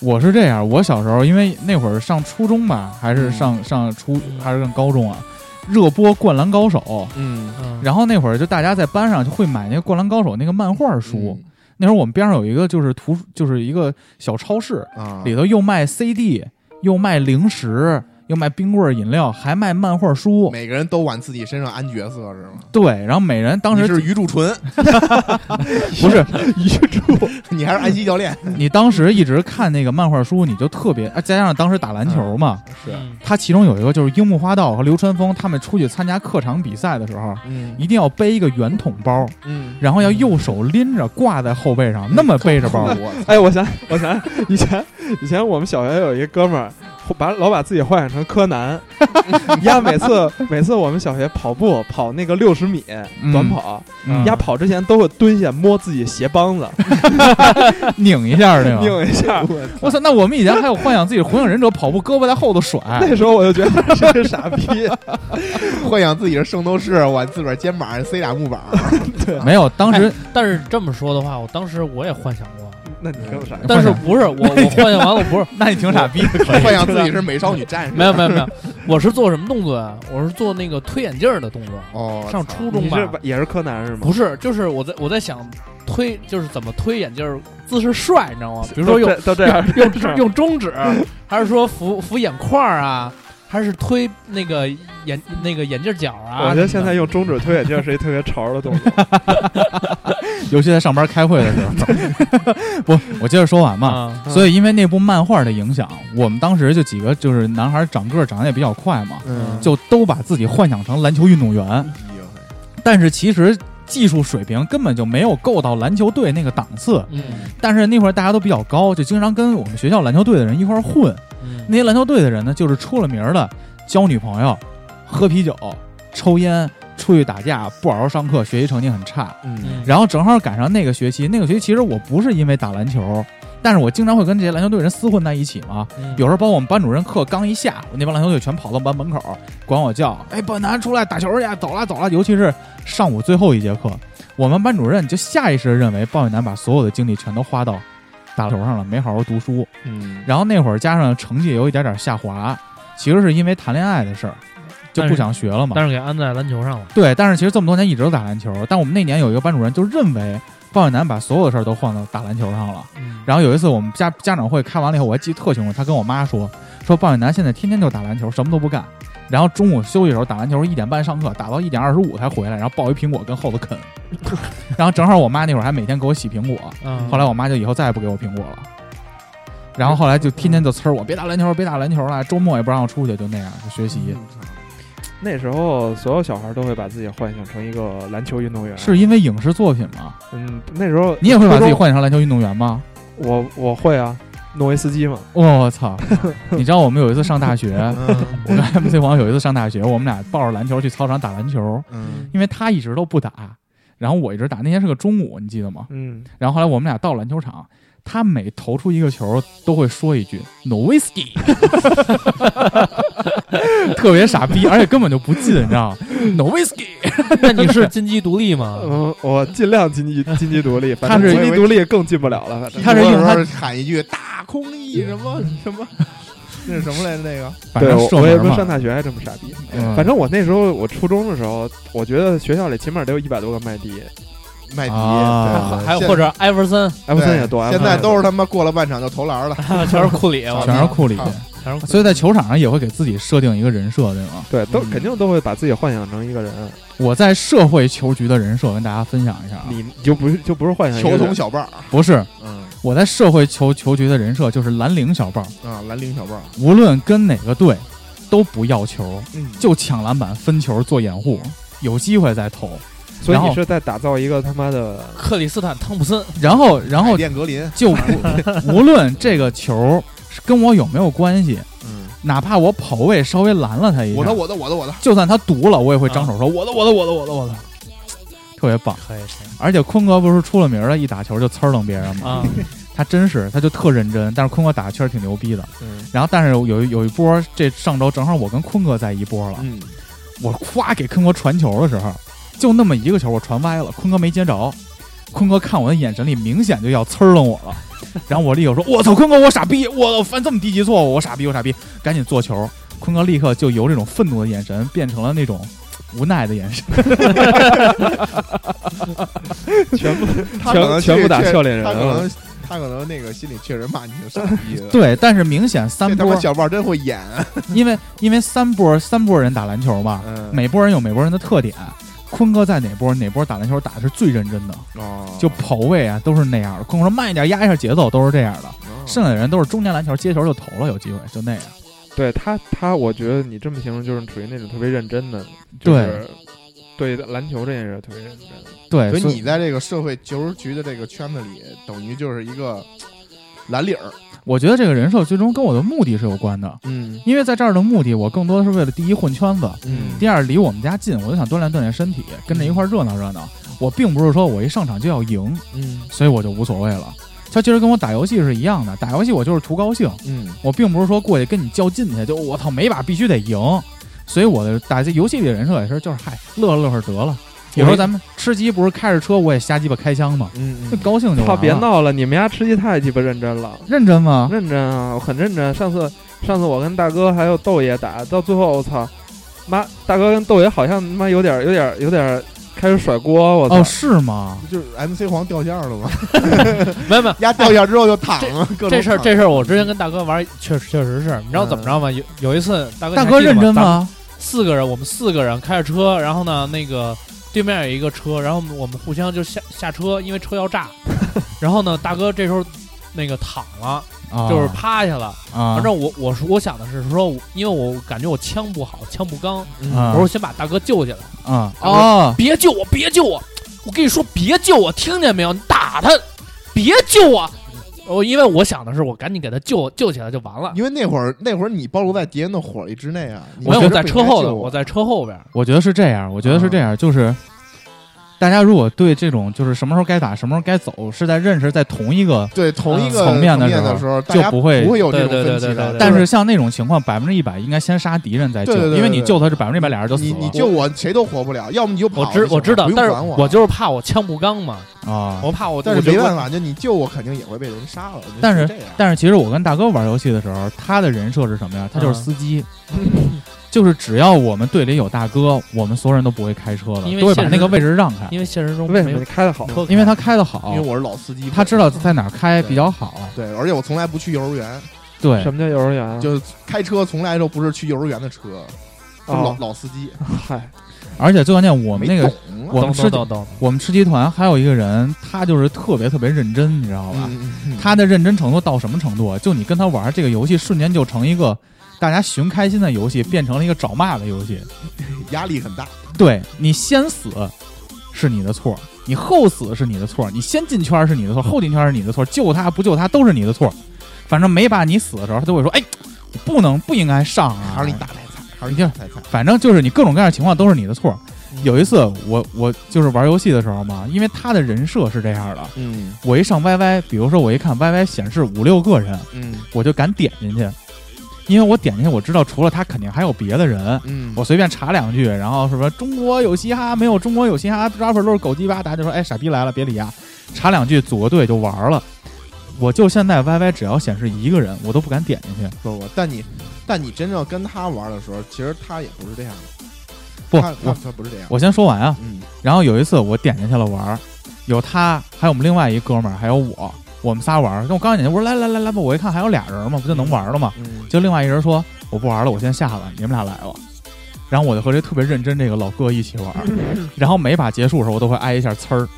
Speaker 3: 我是这样，我小时候因为那会儿上初中吧，还是
Speaker 4: 嗯
Speaker 3: 上、上初还是上高中啊，热播《灌篮高手》，
Speaker 4: 嗯，
Speaker 6: 嗯
Speaker 3: 然后那会儿就大家在班上就会买那个《灌篮高手》那个漫画书。
Speaker 4: 嗯
Speaker 3: 那时候我们边上有一个就是图书，就是一个小超市，
Speaker 4: 啊，
Speaker 3: 里头又卖 CD，又卖零食，又卖冰棍儿饮料，还卖漫画书。
Speaker 4: 每个人都往自己身上安角色是吗？
Speaker 3: 对，然后每人当
Speaker 4: 你是
Speaker 3: 时
Speaker 4: 余柱纯，
Speaker 3: 不是
Speaker 4: 你还是安西教练？
Speaker 3: 你当时一直看那个漫画书，你就特别，啊，加上当时打篮球嘛，
Speaker 4: 是
Speaker 6: 嗯
Speaker 3: 他其中有一个就是樱木花道和流川枫他们出去参加客场比赛的时候，
Speaker 4: 嗯
Speaker 3: 一定要背一个圆筒包，
Speaker 4: 嗯，
Speaker 3: 然后要右手拎着挂在后背上，那么背着包。
Speaker 4: 我
Speaker 5: 哎，我想我想以前以前我们小学有一哥们儿。把老把自己幻想成柯南， 丫每次每次我们小学跑步跑那个六十米
Speaker 3: 嗯
Speaker 5: 短跑，
Speaker 3: 嗯
Speaker 5: 丫跑之前都会蹲下摸自己鞋帮子，
Speaker 3: 拧一下那个。
Speaker 5: 拧一下。
Speaker 3: 我操！那我们以前还有幻想自己火影忍者跑步，胳膊在后头甩。
Speaker 5: 那时候我就觉得 这是傻逼，
Speaker 4: 幻想自己是圣斗士，往自个儿肩膀上塞俩木板儿。
Speaker 3: 没有，当时
Speaker 6: 但是这么说的话，我当时我也幻想过，
Speaker 5: 那你更傻
Speaker 3: 嗯
Speaker 5: 逼。
Speaker 6: 但是不是我我幻想完了不是
Speaker 3: 那你挺傻逼的，
Speaker 6: 哎
Speaker 3: 可以
Speaker 4: 幻想自己 是美少女战士。
Speaker 6: 没有没有没有，我是做什么动作啊？我是做那个推眼镜儿的动作。
Speaker 4: 哦，
Speaker 6: 上
Speaker 4: 操
Speaker 6: 初中
Speaker 5: 你
Speaker 6: 吧
Speaker 5: 是，也是柯南是吗？
Speaker 6: 不是，就是我在我在想推，就是怎么推眼镜儿姿势帅，你知道吗？比如说
Speaker 5: 都
Speaker 6: 用
Speaker 5: 这都这样，
Speaker 6: 用中用中指，还是说扶扶眼眶儿啊，还是推那个眼那个眼镜角儿啊？
Speaker 5: 我觉得
Speaker 6: 什
Speaker 5: 现
Speaker 6: 么的
Speaker 5: 在用中指推眼镜是一特别潮的动作。
Speaker 3: 尤其在上班开会的时候。 不，我接着说完嘛。
Speaker 6: 啊，
Speaker 5: 嗯
Speaker 3: 所以因为那部漫画的影响，我们当时就几个就是男孩长个儿长得也比较快嘛，
Speaker 4: 嗯，
Speaker 3: 就都把自己幻想成篮球运动员，
Speaker 4: 哎呦嘿
Speaker 3: 但是其实。技术水平根本就没有够到篮球队那个档次，
Speaker 6: 嗯
Speaker 3: 但是那会儿大家都比较高，就经常跟我们学校篮球队的人一块儿混。
Speaker 6: 嗯
Speaker 3: 那些篮球队的人呢，就是出了名儿的交女朋友、喝啤酒、抽烟、出去打架，不好好上课，学习成绩很差。
Speaker 6: 嗯，
Speaker 3: 然后正好赶上那个学期，那个学期其实我不是因为打篮球，但是我经常会跟这些篮球队人厮混在一起嘛。
Speaker 6: 嗯
Speaker 3: 有时候帮我们班主任课刚一下，我那帮篮球队全跑到我们班门口管我叫：“哎，本南出来打球去，哎走了走了。”尤其是上午最后一节课，我们班主任就下意识地认为鲍雨楠把所有的精力全都花到打球上了，没好好读书。
Speaker 5: 嗯，
Speaker 3: 然后那会儿加上成绩有一点点下滑，其实是因为谈恋爱的事儿，就不想学了嘛。
Speaker 6: 但是给安在篮球上了。
Speaker 3: 对，但是其实这么多年一直都打篮球，但我们那年有一个班主任就认为鲍远南把所有的事儿都放到打篮球上了。
Speaker 6: 嗯，
Speaker 3: 然后有一次我们家家长会开完了以后，我还记得特清楚，他跟我妈说说鲍远南现在天天就打篮球，什么都不干。然后中午休息的时候打篮球，一点半上课，打到一点二十五才回来，然后抱一苹果跟后头啃。然后正好我妈那会儿还每天给我洗苹果，
Speaker 6: 嗯
Speaker 3: 后来我妈就以后再也不给我苹果了。然后后来就天天就呲儿我，别打篮球，别打篮球了。周末也不让我出去，就那样就学
Speaker 5: 嗯
Speaker 3: 习。
Speaker 5: 那时候所有小孩都会把自己幻想成一个篮球运动员。，
Speaker 3: 是因为影视作品吗？
Speaker 5: 嗯，那时候
Speaker 3: 你也会把自己
Speaker 5: 初中，
Speaker 3: 幻想成篮球运动员吗？
Speaker 5: 我我会啊，诺维斯基嘛，
Speaker 3: 我、操！你知道我们有一次上大学，
Speaker 4: 嗯
Speaker 3: 我跟 MC 王有一次上大学，我们俩抱着篮球去操场打篮球，
Speaker 4: 嗯，
Speaker 3: 因为他一直都不打，然后我一直打。那天是个中午，你记得吗？
Speaker 5: 嗯，
Speaker 3: 然后后来我们俩到篮球场，他每投出一个球都会说一句 “no whiskey”，特别傻逼，而且根本就不进，你知道吗？no whiskey，
Speaker 6: 那你是金鸡独立吗？
Speaker 5: 嗯，我尽量经济经济独 立，反
Speaker 3: 他
Speaker 5: 正
Speaker 3: 是
Speaker 5: 经济独立更进不了了。反正
Speaker 3: 他是用他
Speaker 4: 有时候喊一句“大空翼”什么什 么，那是什么来着？那个
Speaker 3: 反
Speaker 5: 对，
Speaker 3: 正
Speaker 5: 我
Speaker 3: 射
Speaker 5: 我也
Speaker 3: 门
Speaker 5: 不是上
Speaker 3: 嘛。
Speaker 5: 大学还这么傻逼。
Speaker 3: 嗯
Speaker 5: 反正我那时候我初中的时候，我觉得学校里起码得有一百多个麦迪，
Speaker 4: 麦迪，
Speaker 3: 啊
Speaker 4: 对
Speaker 6: 还有或者艾弗森，
Speaker 5: 艾弗森也多，
Speaker 4: 对现在都
Speaker 5: 是
Speaker 4: 是他妈过了半场就投篮了。
Speaker 6: 全是库里，
Speaker 4: 我
Speaker 3: 全是库里，
Speaker 4: 啊
Speaker 6: 全是库里。
Speaker 3: 所以在球场上也会给自己设定一个人设，对吗？
Speaker 5: 对，都
Speaker 4: 嗯
Speaker 5: 肯定都会把自己幻想成一个人。啊
Speaker 3: 我在社会球局的人设跟大家分享一下啊，
Speaker 5: 你你就不是就不是幻想一个
Speaker 4: 球
Speaker 5: 人
Speaker 4: 童小棒儿，
Speaker 3: 不是
Speaker 4: 嗯
Speaker 3: 我在社会球球局的人设就是蓝领小棒，
Speaker 4: 啊，蓝领小棒儿，
Speaker 3: 无论跟哪个队都不要球，
Speaker 4: 嗯，
Speaker 3: 就抢篮板、分球、做掩护，有机会再 投。
Speaker 5: 所以
Speaker 3: 然
Speaker 5: 你
Speaker 3: 后
Speaker 5: 是在打造一个他妈的
Speaker 6: 克里斯坦汤普森，
Speaker 3: 然后，然后
Speaker 4: 练格林，
Speaker 3: 就不无论这个球是跟我有没有关系，
Speaker 4: 嗯，
Speaker 3: 哪怕我跑位稍微拦了他一
Speaker 4: 我的
Speaker 3: 下，
Speaker 4: 我啊的我的我的，
Speaker 3: 就算他毒了，我也会张手说
Speaker 6: 我的我的我的我的我的，
Speaker 3: 特别棒。
Speaker 6: 可以可
Speaker 3: 而且坤哥不是出了名儿的，一打球就呲儿楞别人
Speaker 6: 以
Speaker 3: 吗？
Speaker 6: 啊，
Speaker 3: 他真是，他就特认真。但是坤哥打的确实挺牛逼的。
Speaker 5: 嗯
Speaker 3: 然后，但是有一有一波，这上周正好我跟坤哥在一波了，
Speaker 5: 嗯
Speaker 3: 我夸给坤哥传球的时候，就那么一个球，我传歪了，坤哥没接着。坤哥看我的眼神里明显就要呲儿楞我 了，然后我立刻说：“我操，坤哥，我傻逼，我犯这么低级错误，我傻逼，我傻逼，赶紧做球。”坤哥立刻就由这种愤怒的眼神变成了那种无奈的眼神，
Speaker 5: 全部
Speaker 4: 他可
Speaker 5: 全
Speaker 4: 能
Speaker 5: 全部打
Speaker 4: 确
Speaker 5: 笑脸人
Speaker 4: 他可
Speaker 5: 了
Speaker 4: 能。他可能那个心里确实骂你是傻逼 的。
Speaker 3: 对，但是明显三
Speaker 4: 这他
Speaker 3: 波
Speaker 4: 妈，小棒儿真会演，啊
Speaker 3: 因为因为三波三波人打篮球嘛，
Speaker 4: 嗯，
Speaker 3: 每波人有每波人的特点，坤哥在哪波哪波打篮球打的是最认真的，
Speaker 4: 哦
Speaker 3: 就跑位啊都是那样的，坤哥说慢一点压一下节奏都是这样的，
Speaker 4: 哦
Speaker 3: 剩下的人都是中间篮球接球就投了，有机会就那样。
Speaker 5: 对他他，我觉得你这么形容就是属于那种特别认真的，就是对篮球这件事特别认真。
Speaker 3: 对，
Speaker 4: 所以
Speaker 3: 所
Speaker 4: 你在这个社会球儿局的这个圈子里，等于就是一个蓝领儿，
Speaker 3: 我觉得这个人设最终跟我的目的是有关的，
Speaker 5: 嗯
Speaker 3: 因为在这儿的目的，我更多的是为了第一混圈子，
Speaker 5: 嗯
Speaker 3: 第二离我们家近，我就想锻炼锻炼身体，跟着一块儿热闹热闹。我并不是说我一上场就要赢，
Speaker 5: 嗯
Speaker 3: 所以我就无所谓了。他其实跟我打游戏是一样的，打游戏我就是图高兴，
Speaker 5: 嗯，
Speaker 3: 我并不是说过去跟你较劲去，就我操每把必须得赢。所以我的打这游戏里的人设也是，就是嗨乐呵乐呵得了。有时候咱们吃鸡不是开着车我也瞎鸡巴开枪吗？
Speaker 5: 嗯
Speaker 3: 就高兴就完
Speaker 5: 操，
Speaker 3: 了。
Speaker 5: 别闹了，你们家吃鸡太鸡巴认真了，
Speaker 3: 认真吗？
Speaker 5: 认真啊，我很认真。上次上次我跟大哥还有豆爷打到最后，我操，妈，大哥跟豆爷好像他妈有点有点有点开始甩锅，我操。
Speaker 3: 哦，是吗？
Speaker 4: 就是 MC 黄掉线儿了吗？
Speaker 6: 没有没有。
Speaker 4: 丫掉线儿之后就躺了，各种
Speaker 6: 这事儿，
Speaker 4: 躺
Speaker 6: 这事儿，我之前跟大哥玩，确实确实是，你知道怎么着
Speaker 3: 嗯
Speaker 6: 吗？有有一次，大哥
Speaker 3: 大
Speaker 6: 大
Speaker 3: 哥认真？吗？
Speaker 6: 四个人，我们四个人开着车，然后呢，那个对面有一个车，然后我们互相就下下车，因为车要 炸。然后呢，大哥这时候那个躺了，
Speaker 3: 啊，
Speaker 6: 就是趴下了。
Speaker 3: 啊，
Speaker 6: 反正我我是我想的是说，因为我感觉我枪不好，枪不刚，我
Speaker 3: 啊
Speaker 6: 说先把大哥救起来，
Speaker 3: 啊哦，
Speaker 6: 别救我，别救我，我跟你说别救我，听见没有？你打他，别救我。我因为我想的是，我赶紧给他救救起来就完了。
Speaker 4: 因为那会儿那会儿你暴露在敌人的火力之内啊！你
Speaker 6: 没有，
Speaker 4: 确
Speaker 6: 我
Speaker 4: 实
Speaker 6: 在
Speaker 4: 不应
Speaker 6: 车
Speaker 4: 该
Speaker 6: 后
Speaker 4: 救
Speaker 6: 头，
Speaker 4: 我
Speaker 6: 我在车后边儿。
Speaker 3: 我觉得是这样，我觉得是这样，就是大家如果对这种就是什么时候该打，什么时候该走，是在认识在同一个，
Speaker 4: 对同一个
Speaker 3: 嗯层面的时候
Speaker 4: 的时候，大
Speaker 3: 就
Speaker 4: 家
Speaker 3: 不会
Speaker 4: 不会有这种
Speaker 6: 对
Speaker 4: 分
Speaker 6: 对对
Speaker 4: 歧
Speaker 6: 对对
Speaker 4: 的
Speaker 6: 对。
Speaker 3: 但是像那种情况，百分之一百应该先杀敌人再救，
Speaker 4: 对对对
Speaker 3: 因为
Speaker 4: 对
Speaker 3: 你
Speaker 4: 对
Speaker 3: 救他是百分之一百俩人就死
Speaker 4: 你
Speaker 3: 了。
Speaker 4: 你救我谁都活不了，要么你就跑
Speaker 6: 我
Speaker 4: 就行
Speaker 6: 知
Speaker 4: 了。
Speaker 6: 我知道
Speaker 4: 不，用
Speaker 6: 但是
Speaker 4: 管我
Speaker 6: 我就是怕我枪不刚嘛，
Speaker 3: 啊，
Speaker 6: 我怕我，
Speaker 4: 但
Speaker 6: 我
Speaker 4: 是
Speaker 6: 就
Speaker 4: 没
Speaker 6: 不
Speaker 4: 办法，就你救我肯定也会被人杀了。
Speaker 3: 但
Speaker 4: 是
Speaker 3: 是
Speaker 4: 这样，
Speaker 3: 但是其实我跟大哥玩游戏的时候，他的人设是什么呀？他就是司机，就是只要我们队里有大哥，我们所有人都不会开车的，
Speaker 6: 因为
Speaker 3: 都会把
Speaker 6: 现实
Speaker 3: 那个位置让开，
Speaker 6: 因为现实中
Speaker 5: 为什
Speaker 6: 没
Speaker 5: 么
Speaker 6: 有
Speaker 5: 你开的好？
Speaker 6: 车开
Speaker 3: 因为他开的好
Speaker 4: 因为，我是老司机，
Speaker 3: 他知道在哪儿开
Speaker 4: 对
Speaker 3: 比较好。
Speaker 4: 对，而且我从来不去幼儿园，
Speaker 3: 对
Speaker 5: 什，么叫幼儿园啊？
Speaker 4: 就是开车从来都不是去幼儿园的车，就老
Speaker 5: 哦，
Speaker 4: 老司机，
Speaker 5: 嗨，
Speaker 3: 而且最关键，我
Speaker 4: 没
Speaker 3: 们那个
Speaker 4: 懂啊
Speaker 3: 我
Speaker 6: 懂
Speaker 3: 们吃
Speaker 6: 懂懂懂，
Speaker 3: 我们吃鸡团还有一个人，他就是特别特别认真，你知道吧？
Speaker 4: 嗯嗯嗯
Speaker 3: 他的认真程度到什么程度啊？就你跟他玩这个游戏，瞬间就成一个大家寻开心的游戏，变成了一个找骂的游戏。
Speaker 4: 压力很大，
Speaker 3: 对你先死是你的错，你后死是你的错，你先进圈是你的错，后进圈是你的错，救他不救他都是你的错。反正每把你死的时候，他都会说：“哎，你不能不应该上啊！”
Speaker 4: 还是你打太菜，还是
Speaker 3: 你
Speaker 4: 你
Speaker 3: 看
Speaker 4: 打太菜，
Speaker 3: 反正就是你各种各样的情况都是你的错。有一次我我就是玩游戏的时候嘛，因为他的人设是这样的，
Speaker 4: 嗯
Speaker 3: 我一上 YY，比如说我一看 YY 显示五六个人，
Speaker 4: 嗯
Speaker 3: 我就敢点进去，因为我点进去我知道除了他肯定还有别的人。
Speaker 4: 嗯，
Speaker 3: 我随便查两句，然后什么中国有嘻哈没有中国有嘻哈，rapper 都是狗鸡巴，大家就说哎傻逼来了别理啊，查两句组个队就玩了。我就现在 YY 只要显示一个人，我都不敢点进去。
Speaker 4: 不不，但你但你真正跟他玩的时候，其实他也不是这样的，
Speaker 3: 不，
Speaker 4: 他他
Speaker 3: 我
Speaker 4: 他不是这样的，
Speaker 3: 我先说完啊，
Speaker 4: 嗯
Speaker 3: 然后有一次我点进去了玩儿，有他，还有我们另外一哥们儿，还有我，我们仨玩儿。跟我刚进去，我说来来来来吧，我一看还有俩人嘛，不就能玩了吗？
Speaker 4: 嗯，
Speaker 3: 就另外一人说我不玩了，我先下了，你们俩来吧。然后我就和这特别认真这个老哥一起玩儿，然后每把结束的时候我都会挨一下呲儿。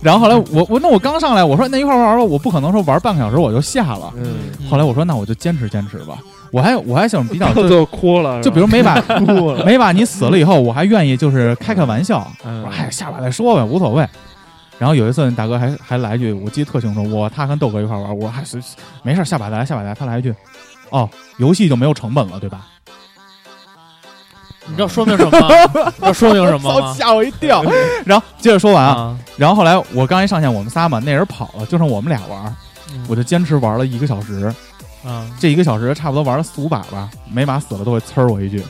Speaker 3: 然后后来我我那我刚上来我说那一块儿玩儿吧，我不可能说玩半个小时我就下了。
Speaker 5: 嗯，
Speaker 3: 后来我说那我就坚持坚持吧，我还我还想比较就
Speaker 5: 就哭了，
Speaker 3: 就比如每把
Speaker 5: 哭了，
Speaker 3: 每把你死了以后，我还愿意就是开开玩笑，
Speaker 5: 嗯
Speaker 3: 我说哎，下把再说呗，无所谓。然后有一次，大哥还还来一句，我记得特清楚，我他跟豆哥一块玩，我说还随没事儿，下把再来，下把再来。他来一句，哦，游戏就没有成本了，对吧？
Speaker 6: 你知道说明什么吗？你知道说明什么
Speaker 3: 操，
Speaker 6: 吗？
Speaker 3: 吓我一跳。然后接着说完啊，
Speaker 6: 啊，
Speaker 3: 然后后来我刚一上线，我们仨嘛，那人跑了，就剩我们俩玩，
Speaker 6: 嗯
Speaker 3: 我就坚持玩了一个小时。
Speaker 6: 啊，
Speaker 3: 这一个小时差不多玩了四五把吧，每把死了都会呲儿我一句，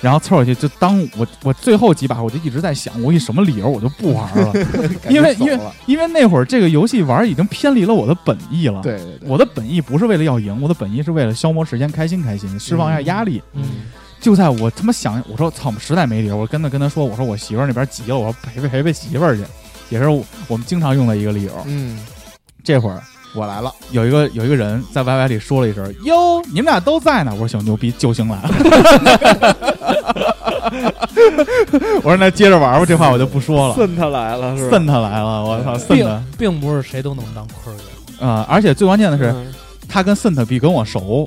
Speaker 3: 然后呲儿我一句，就当我我最后几把我就一直在想，我以什么理由我就不玩了，因
Speaker 4: 感觉
Speaker 3: 为因为
Speaker 4: 走了
Speaker 3: 因为那会儿这个游戏玩儿已经偏离了我的本意了。，
Speaker 4: 对对对，
Speaker 3: 我的本意不是为了要赢，我的本意是为了消磨时间，开心开心，释放一下压力。
Speaker 6: 嗯，
Speaker 3: 就在我他妈想，我说操，我实在没理由，我跟他跟他说，我说我媳妇儿那边急了，我说陪陪陪陪媳妇儿去，也是我我们经常用的一个理由。
Speaker 4: 嗯，
Speaker 3: 这会儿
Speaker 4: 我来了，
Speaker 3: 有一个有一个人在 YY 里说了一声：“哟，你们俩都在呢。”我说：“行，牛逼，救星来了。” 我说：“那接着玩吧。”这话我就不说了。
Speaker 5: 渗他来了 是吧？
Speaker 3: 渗他来了，我操，渗他
Speaker 6: 并并不是谁都能当科学，
Speaker 3: 啊！而且最关键的是，
Speaker 5: 是，
Speaker 3: 他跟渗他比跟我熟，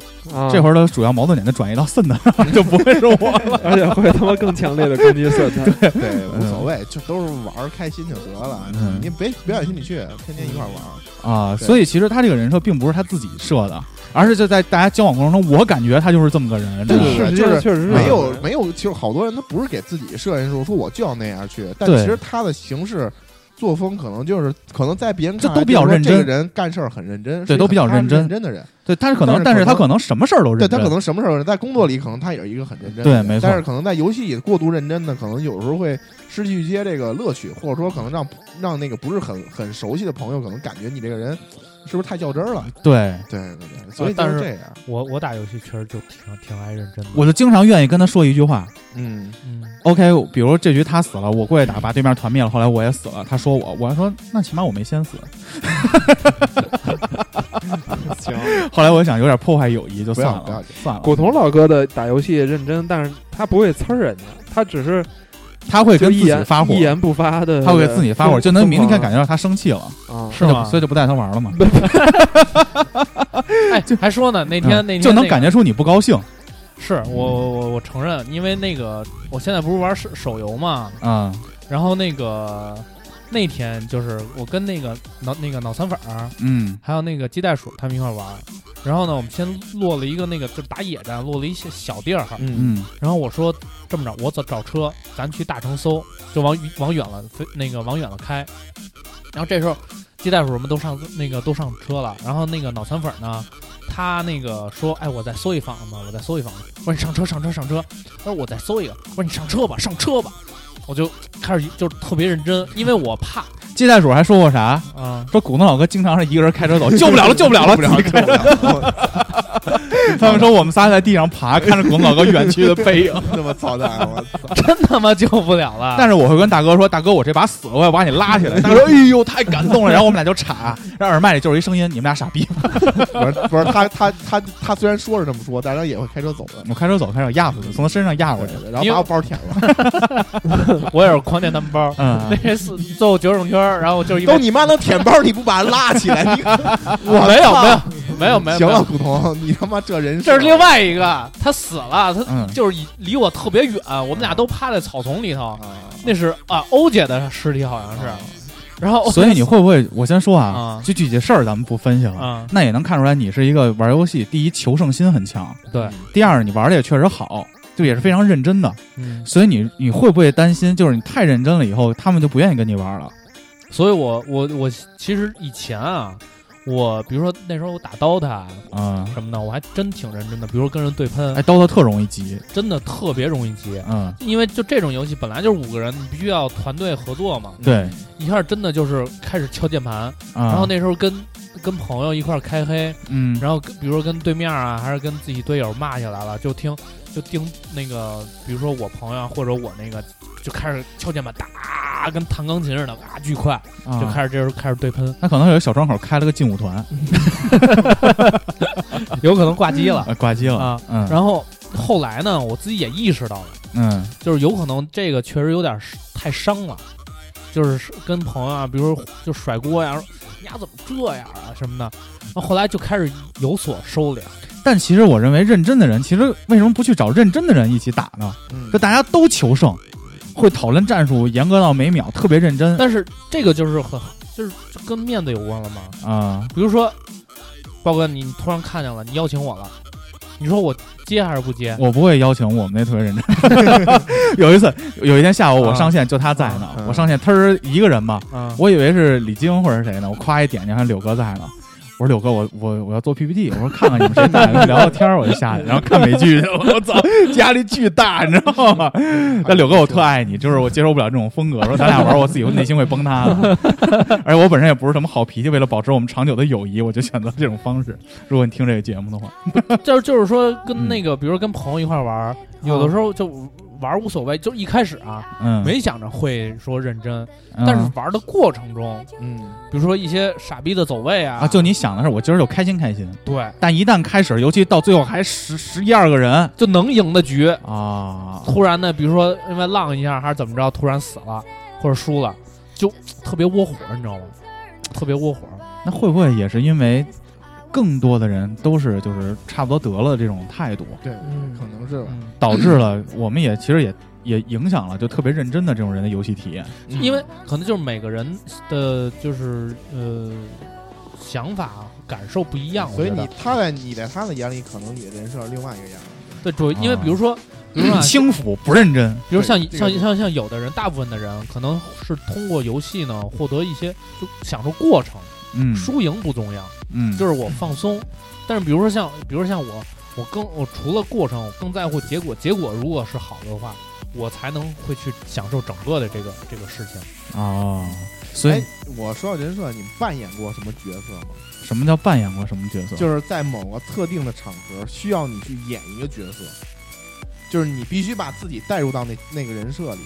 Speaker 3: 这
Speaker 5: 儿
Speaker 3: 会儿的主要矛盾点就转移到渗他上， 就不会是我了。
Speaker 5: 而且会他妈更强烈的攻击渗他，
Speaker 4: 对，无所谓，就都是玩儿开心就得了，
Speaker 3: 嗯
Speaker 4: 你别别往心里去，天天一块儿玩儿，
Speaker 3: 啊，
Speaker 4: 对
Speaker 3: 所以其实他这个人设并不是他自己设的，而是就在大家交往过程中，我感觉他就是这么个人，
Speaker 4: 对
Speaker 3: 真的
Speaker 4: 对
Speaker 5: 世
Speaker 4: 对
Speaker 5: 界
Speaker 4: 就是
Speaker 5: 确
Speaker 3: 嗯
Speaker 5: 实是
Speaker 4: 没有
Speaker 5: 这样
Speaker 4: 没有，其实好多人他不是给自己设限说说我就要那样去，但
Speaker 3: 对
Speaker 4: 其实他的行事作风可能就是可能在别人
Speaker 3: 这
Speaker 4: 看来
Speaker 3: 都比较
Speaker 4: 就是说
Speaker 3: 认真
Speaker 4: 这个人干事儿很认真，
Speaker 3: 对
Speaker 4: 是一个
Speaker 3: 都比较
Speaker 4: 很踏实
Speaker 3: 认真
Speaker 4: 认真的人。
Speaker 3: 对，他是可能，
Speaker 4: 但
Speaker 3: 但
Speaker 4: 是可能
Speaker 3: 是他可能什么事儿都
Speaker 4: 对
Speaker 3: 认
Speaker 4: 他
Speaker 3: 真，
Speaker 4: 可能什么时候在工作里，可能他也是一个很认真的
Speaker 3: 对
Speaker 4: 人
Speaker 3: 没错
Speaker 4: 但是可能在游戏里过度认真的，可能有时候会失去一些这个乐趣，或者说可能让让那个不是很很熟悉的朋友，可能感觉你这个人是不是太较真儿了？
Speaker 3: 对。
Speaker 4: 对对
Speaker 3: 呃
Speaker 4: 对，所以就
Speaker 6: 但是
Speaker 4: 这样。
Speaker 6: 我我打游戏确实就挺挺爱认真的，
Speaker 3: 我就经常愿意跟他说一句话
Speaker 4: 嗯，
Speaker 6: 嗯，
Speaker 3: ，OK，比如这局他死了，我过去打，把对面团灭了，后来我也死了，他说我，我还说那起码我没先 死，
Speaker 5: 行。
Speaker 3: 后来我想有点破坏友谊，
Speaker 4: 不
Speaker 3: 就算
Speaker 4: 要不要
Speaker 3: 了，算了。
Speaker 5: 古潼老哥的打游戏认真，但是他不会呲儿人家，他只是
Speaker 3: 他会
Speaker 5: 就
Speaker 3: 跟
Speaker 5: 一
Speaker 3: 自己
Speaker 5: 言
Speaker 3: 发火
Speaker 5: 一，言不发的，
Speaker 3: 他会给自己发火，就能明显感觉
Speaker 5: 觉
Speaker 3: 到他生气了，
Speaker 5: 啊。
Speaker 6: 是吗
Speaker 3: 就？所以就不带他玩了嘛。
Speaker 6: 哎，还说呢，那天那天
Speaker 3: 嗯就能
Speaker 6: 那个
Speaker 3: 感觉出你不高兴
Speaker 6: 是我我我我承认，因为那个我现在不是玩手手游嘛，
Speaker 3: 啊
Speaker 6: 然后那个。那天就是我跟那个脑那个脑残粉儿，
Speaker 3: 嗯
Speaker 6: 还有那个鸡袋鼠他们一块儿玩儿，然后呢，我们先落了一个那个就是打野战，落了一些小地儿哈。
Speaker 4: 嗯，
Speaker 3: 嗯
Speaker 6: 然后我说这么着，我找找车，咱去大城搜，就往往远了，飞那个往远了开。然后这时候鸡袋鼠什么都上那个都上车了，然后那个脑残粉呢，他那个说，哎，我再搜一房子，我再搜一房子。我说你上车上车上车，他说我再搜一个，我说你上车吧上车吧。我就开始就是特别认真，因为我怕
Speaker 3: 鸡袋鼠还说过啥？
Speaker 6: 啊，
Speaker 3: 说古东老哥经常是一个人开车走，哦救 不了了，救不了了，
Speaker 4: 救不了，救不了，
Speaker 3: 他们说我们仨在地上爬，看着古东老哥远去的背 影。
Speaker 4: 那么操蛋，啊我操！
Speaker 6: 真他妈救不了了。
Speaker 3: 但是我会跟大哥说，大哥，我这把死了，我要把你拉起来。大哥说，哎呦，太感动了。然后我们俩就岔，然后耳麦里就是一声音，你们俩傻逼。
Speaker 4: 不是不是，他他他他虽然说是这么说，但是他也会开车走的，
Speaker 3: 我开车走，开始压死他，从他身上压
Speaker 6: 嗯
Speaker 3: 过去。
Speaker 4: 然后把我包舔了，
Speaker 6: 我也是狂舔他们包， 那
Speaker 3: 嗯，
Speaker 6: 是四最后九种圈儿，然后就是一
Speaker 4: 都你妈能舔包，你不把他拉起 来？你我
Speaker 6: 没有
Speaker 4: 操
Speaker 6: 没有没有没有，
Speaker 4: 行
Speaker 6: 没
Speaker 4: 了，
Speaker 6: 有
Speaker 4: 古潼，你他妈这人
Speaker 6: 这是另外一个，他死了，他
Speaker 3: 嗯
Speaker 6: 就是离我特别远，我们俩都趴在草丛里头，
Speaker 4: 啊，
Speaker 6: 那是啊欧姐的尸体好像是，然 后
Speaker 3: 嗯所以你会不会？我先说
Speaker 6: 啊
Speaker 3: 啊，就具体事儿咱们不分析了。
Speaker 6: 啊
Speaker 3: 那也能看出来，你是一个玩游戏，第一求胜心很强，
Speaker 6: 对，
Speaker 3: 第二你玩的也确实好，就也是非常认真的。
Speaker 6: 嗯，
Speaker 3: 所以你你会不会担心，就是你太认真了以后，他们就不愿意跟你玩了？
Speaker 6: 所以我我我其实以前啊，我比如说那时候我打 DOTA
Speaker 3: 嗯，
Speaker 6: 什么的，我还真挺认真的，比如跟人对喷
Speaker 3: 哎，，刀刀特容易急，
Speaker 6: 真的特别容易急。
Speaker 3: 嗯，
Speaker 6: 因为就这种游戏本来就是五个人，你必须要团队合作嘛。
Speaker 3: 对，
Speaker 6: 一下真的就是开始敲键盘，
Speaker 3: 啊
Speaker 6: 嗯然后那时候跟跟朋友一块儿开黑，
Speaker 3: 嗯，
Speaker 6: 然后跟比如说跟对面啊，还是跟自己队友骂起来了，就听就听那个，比如说我朋友啊，或者我那个，就开始敲键盘，哒，跟弹钢琴似的，啊，巨快，
Speaker 3: 啊
Speaker 6: 就开始这时啊候开始对喷，
Speaker 3: 他可能有一小窗口开了个劲舞团，
Speaker 6: 有可能挂机了。
Speaker 3: 呃挂机了
Speaker 6: 啊
Speaker 3: 嗯，
Speaker 6: 然后后来呢，我自己也意识到了，
Speaker 3: 嗯
Speaker 6: 就是有可能这个确实有点太伤了，就是跟朋友啊，比如说就甩锅呀、说你丫怎么这样啊什么的，然后后来就开始有所收敛。
Speaker 3: 但其实我认为认真的人，其实为什么不去找认真的人一起打呢？
Speaker 4: 嗯
Speaker 3: 就大家都求胜，会讨论战术，严格到每秒，特别认真
Speaker 6: 但是这个就是很就是就跟面子有关了嘛，
Speaker 3: 啊。
Speaker 6: 比如说，豹哥，你突然看见了，你邀请我了，你说我接还是不 接？
Speaker 3: 我不会邀请我们那特别认真。 有一次，有一天下午我
Speaker 6: 啊
Speaker 3: 上线，就他在呢
Speaker 4: 啊，啊
Speaker 3: 我上线，他是一个人嘛，
Speaker 6: 啊，
Speaker 3: 我以为是李菁或者是谁呢，我夸一点进，还有柳哥在呢。我说柳哥，我我我要做 PPT，我说看看你们谁在，聊聊天儿，我就下去，然后看美剧 去。我操，压力巨大，你知道吗？但柳哥，我特爱你，就是我接受不了这种风格。说咱俩玩儿，我自己内心会崩塌的。 而且我本身也不是什么好脾气，为了保持我们长久的友谊，我就选择这种方式。如果你听这个节目的话，
Speaker 6: 就是就是说跟那个，比如说跟朋友一块玩儿，有的时候就玩儿无所谓，就是一开始啊，
Speaker 3: 嗯，
Speaker 6: 没想着会说认真，
Speaker 3: 嗯，
Speaker 6: 但是玩儿的过程中，
Speaker 4: 嗯，
Speaker 6: 比如说一些傻逼的走位啊，
Speaker 3: 啊，就你想的是，我今儿就开心开心。
Speaker 6: 对，
Speaker 3: 但一旦开始，尤其到最后还十十一二个人
Speaker 6: 就能赢的局，
Speaker 3: 啊，
Speaker 6: 突然呢，比如说因为浪一下还是怎么着，突然死了或者输了，就特别窝火，你知道吗？特别窝火。
Speaker 3: 那会不会也是因为更多的人都是就是差不多得了这种态度，
Speaker 4: 对，可能是吧。
Speaker 6: 嗯，
Speaker 3: 导致了我们也其实也也影响了就特别认真的这种人的游戏体验？
Speaker 4: 嗯
Speaker 6: 因为可能就是每个人的就是呃想法感受不一样，
Speaker 4: 所以
Speaker 6: 我觉
Speaker 4: 你
Speaker 6: 得
Speaker 4: 他在你在他的眼里，可能你的人设是另外一个样子。
Speaker 6: 对主，因为
Speaker 3: 啊
Speaker 6: 比如说，比如说、啊，
Speaker 3: 轻浮不认真，
Speaker 6: 比如像
Speaker 4: 嗯对这个
Speaker 6: 像
Speaker 4: 是
Speaker 6: 像像有的人，大部分的人可能是通过游戏呢获得一些就享受过程，
Speaker 3: 嗯
Speaker 6: 输赢不重要，
Speaker 3: 嗯，
Speaker 6: 就是我放松。但是比如说像比如说像我，我更我除了过程，我更在乎结果，结果如果是好的话，我才能会去享受整个的这个这个事情。
Speaker 3: 哦，所以
Speaker 4: 哎，我说到人设，你们扮演过什么角色吗？
Speaker 3: 什么叫扮演过什么角色？
Speaker 4: 就是在某个特定的场合需要你去演一个角色，就是你必须把自己带入到那那个人设里，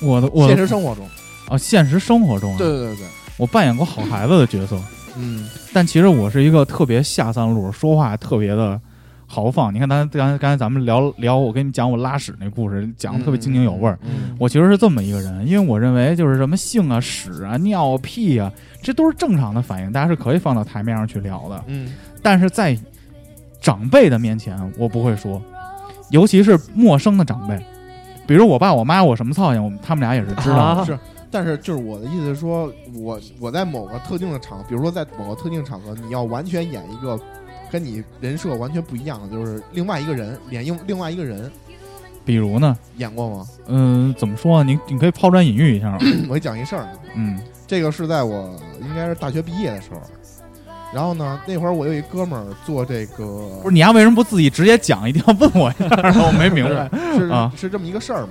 Speaker 3: 我的我的
Speaker 4: 现实生活中。
Speaker 3: 啊，现实生活中、啊，
Speaker 4: 对对对对，
Speaker 3: 我扮演过好孩子的角色，
Speaker 4: 嗯
Speaker 3: 但其实我是一个特别下三路，说话特别的豪放。你看咱，刚才刚才咱们聊聊，我跟你讲我拉屎那故事，讲的特别津津有味儿。
Speaker 4: 嗯
Speaker 3: 我其实是这么一个人，因为我认为就是什么性啊、屎啊、尿啊、屁啊，这都是正常的反应，大家是可以放到台面上去聊的。
Speaker 4: 嗯
Speaker 3: 但是在长辈的面前，我不会说， 尤其是陌生的长辈，比如我爸、我妈，我什么操性，我们他们俩也是知道的。
Speaker 6: 啊
Speaker 4: 是但是就是我的意思是说，我我在某个特定的场合，比如说在某个特定场合，你要完全演一个跟你人设完全不一样的，就是另外一个人演另另外一个人
Speaker 3: 比如呢，
Speaker 4: 演过吗？
Speaker 3: 嗯、怎么说呢？你你可以抛砖引玉一下嘛。
Speaker 4: 我给你讲一事儿啊，
Speaker 3: 嗯
Speaker 4: 这个是在我应该是大学毕业的时候，然后呢，那会儿我有一哥们儿做这个，
Speaker 3: 不是你丫为什么不自己直接讲，一定要问我一下儿？我没明白。
Speaker 4: 是
Speaker 3: 啊
Speaker 4: 是这么一个事儿嘛，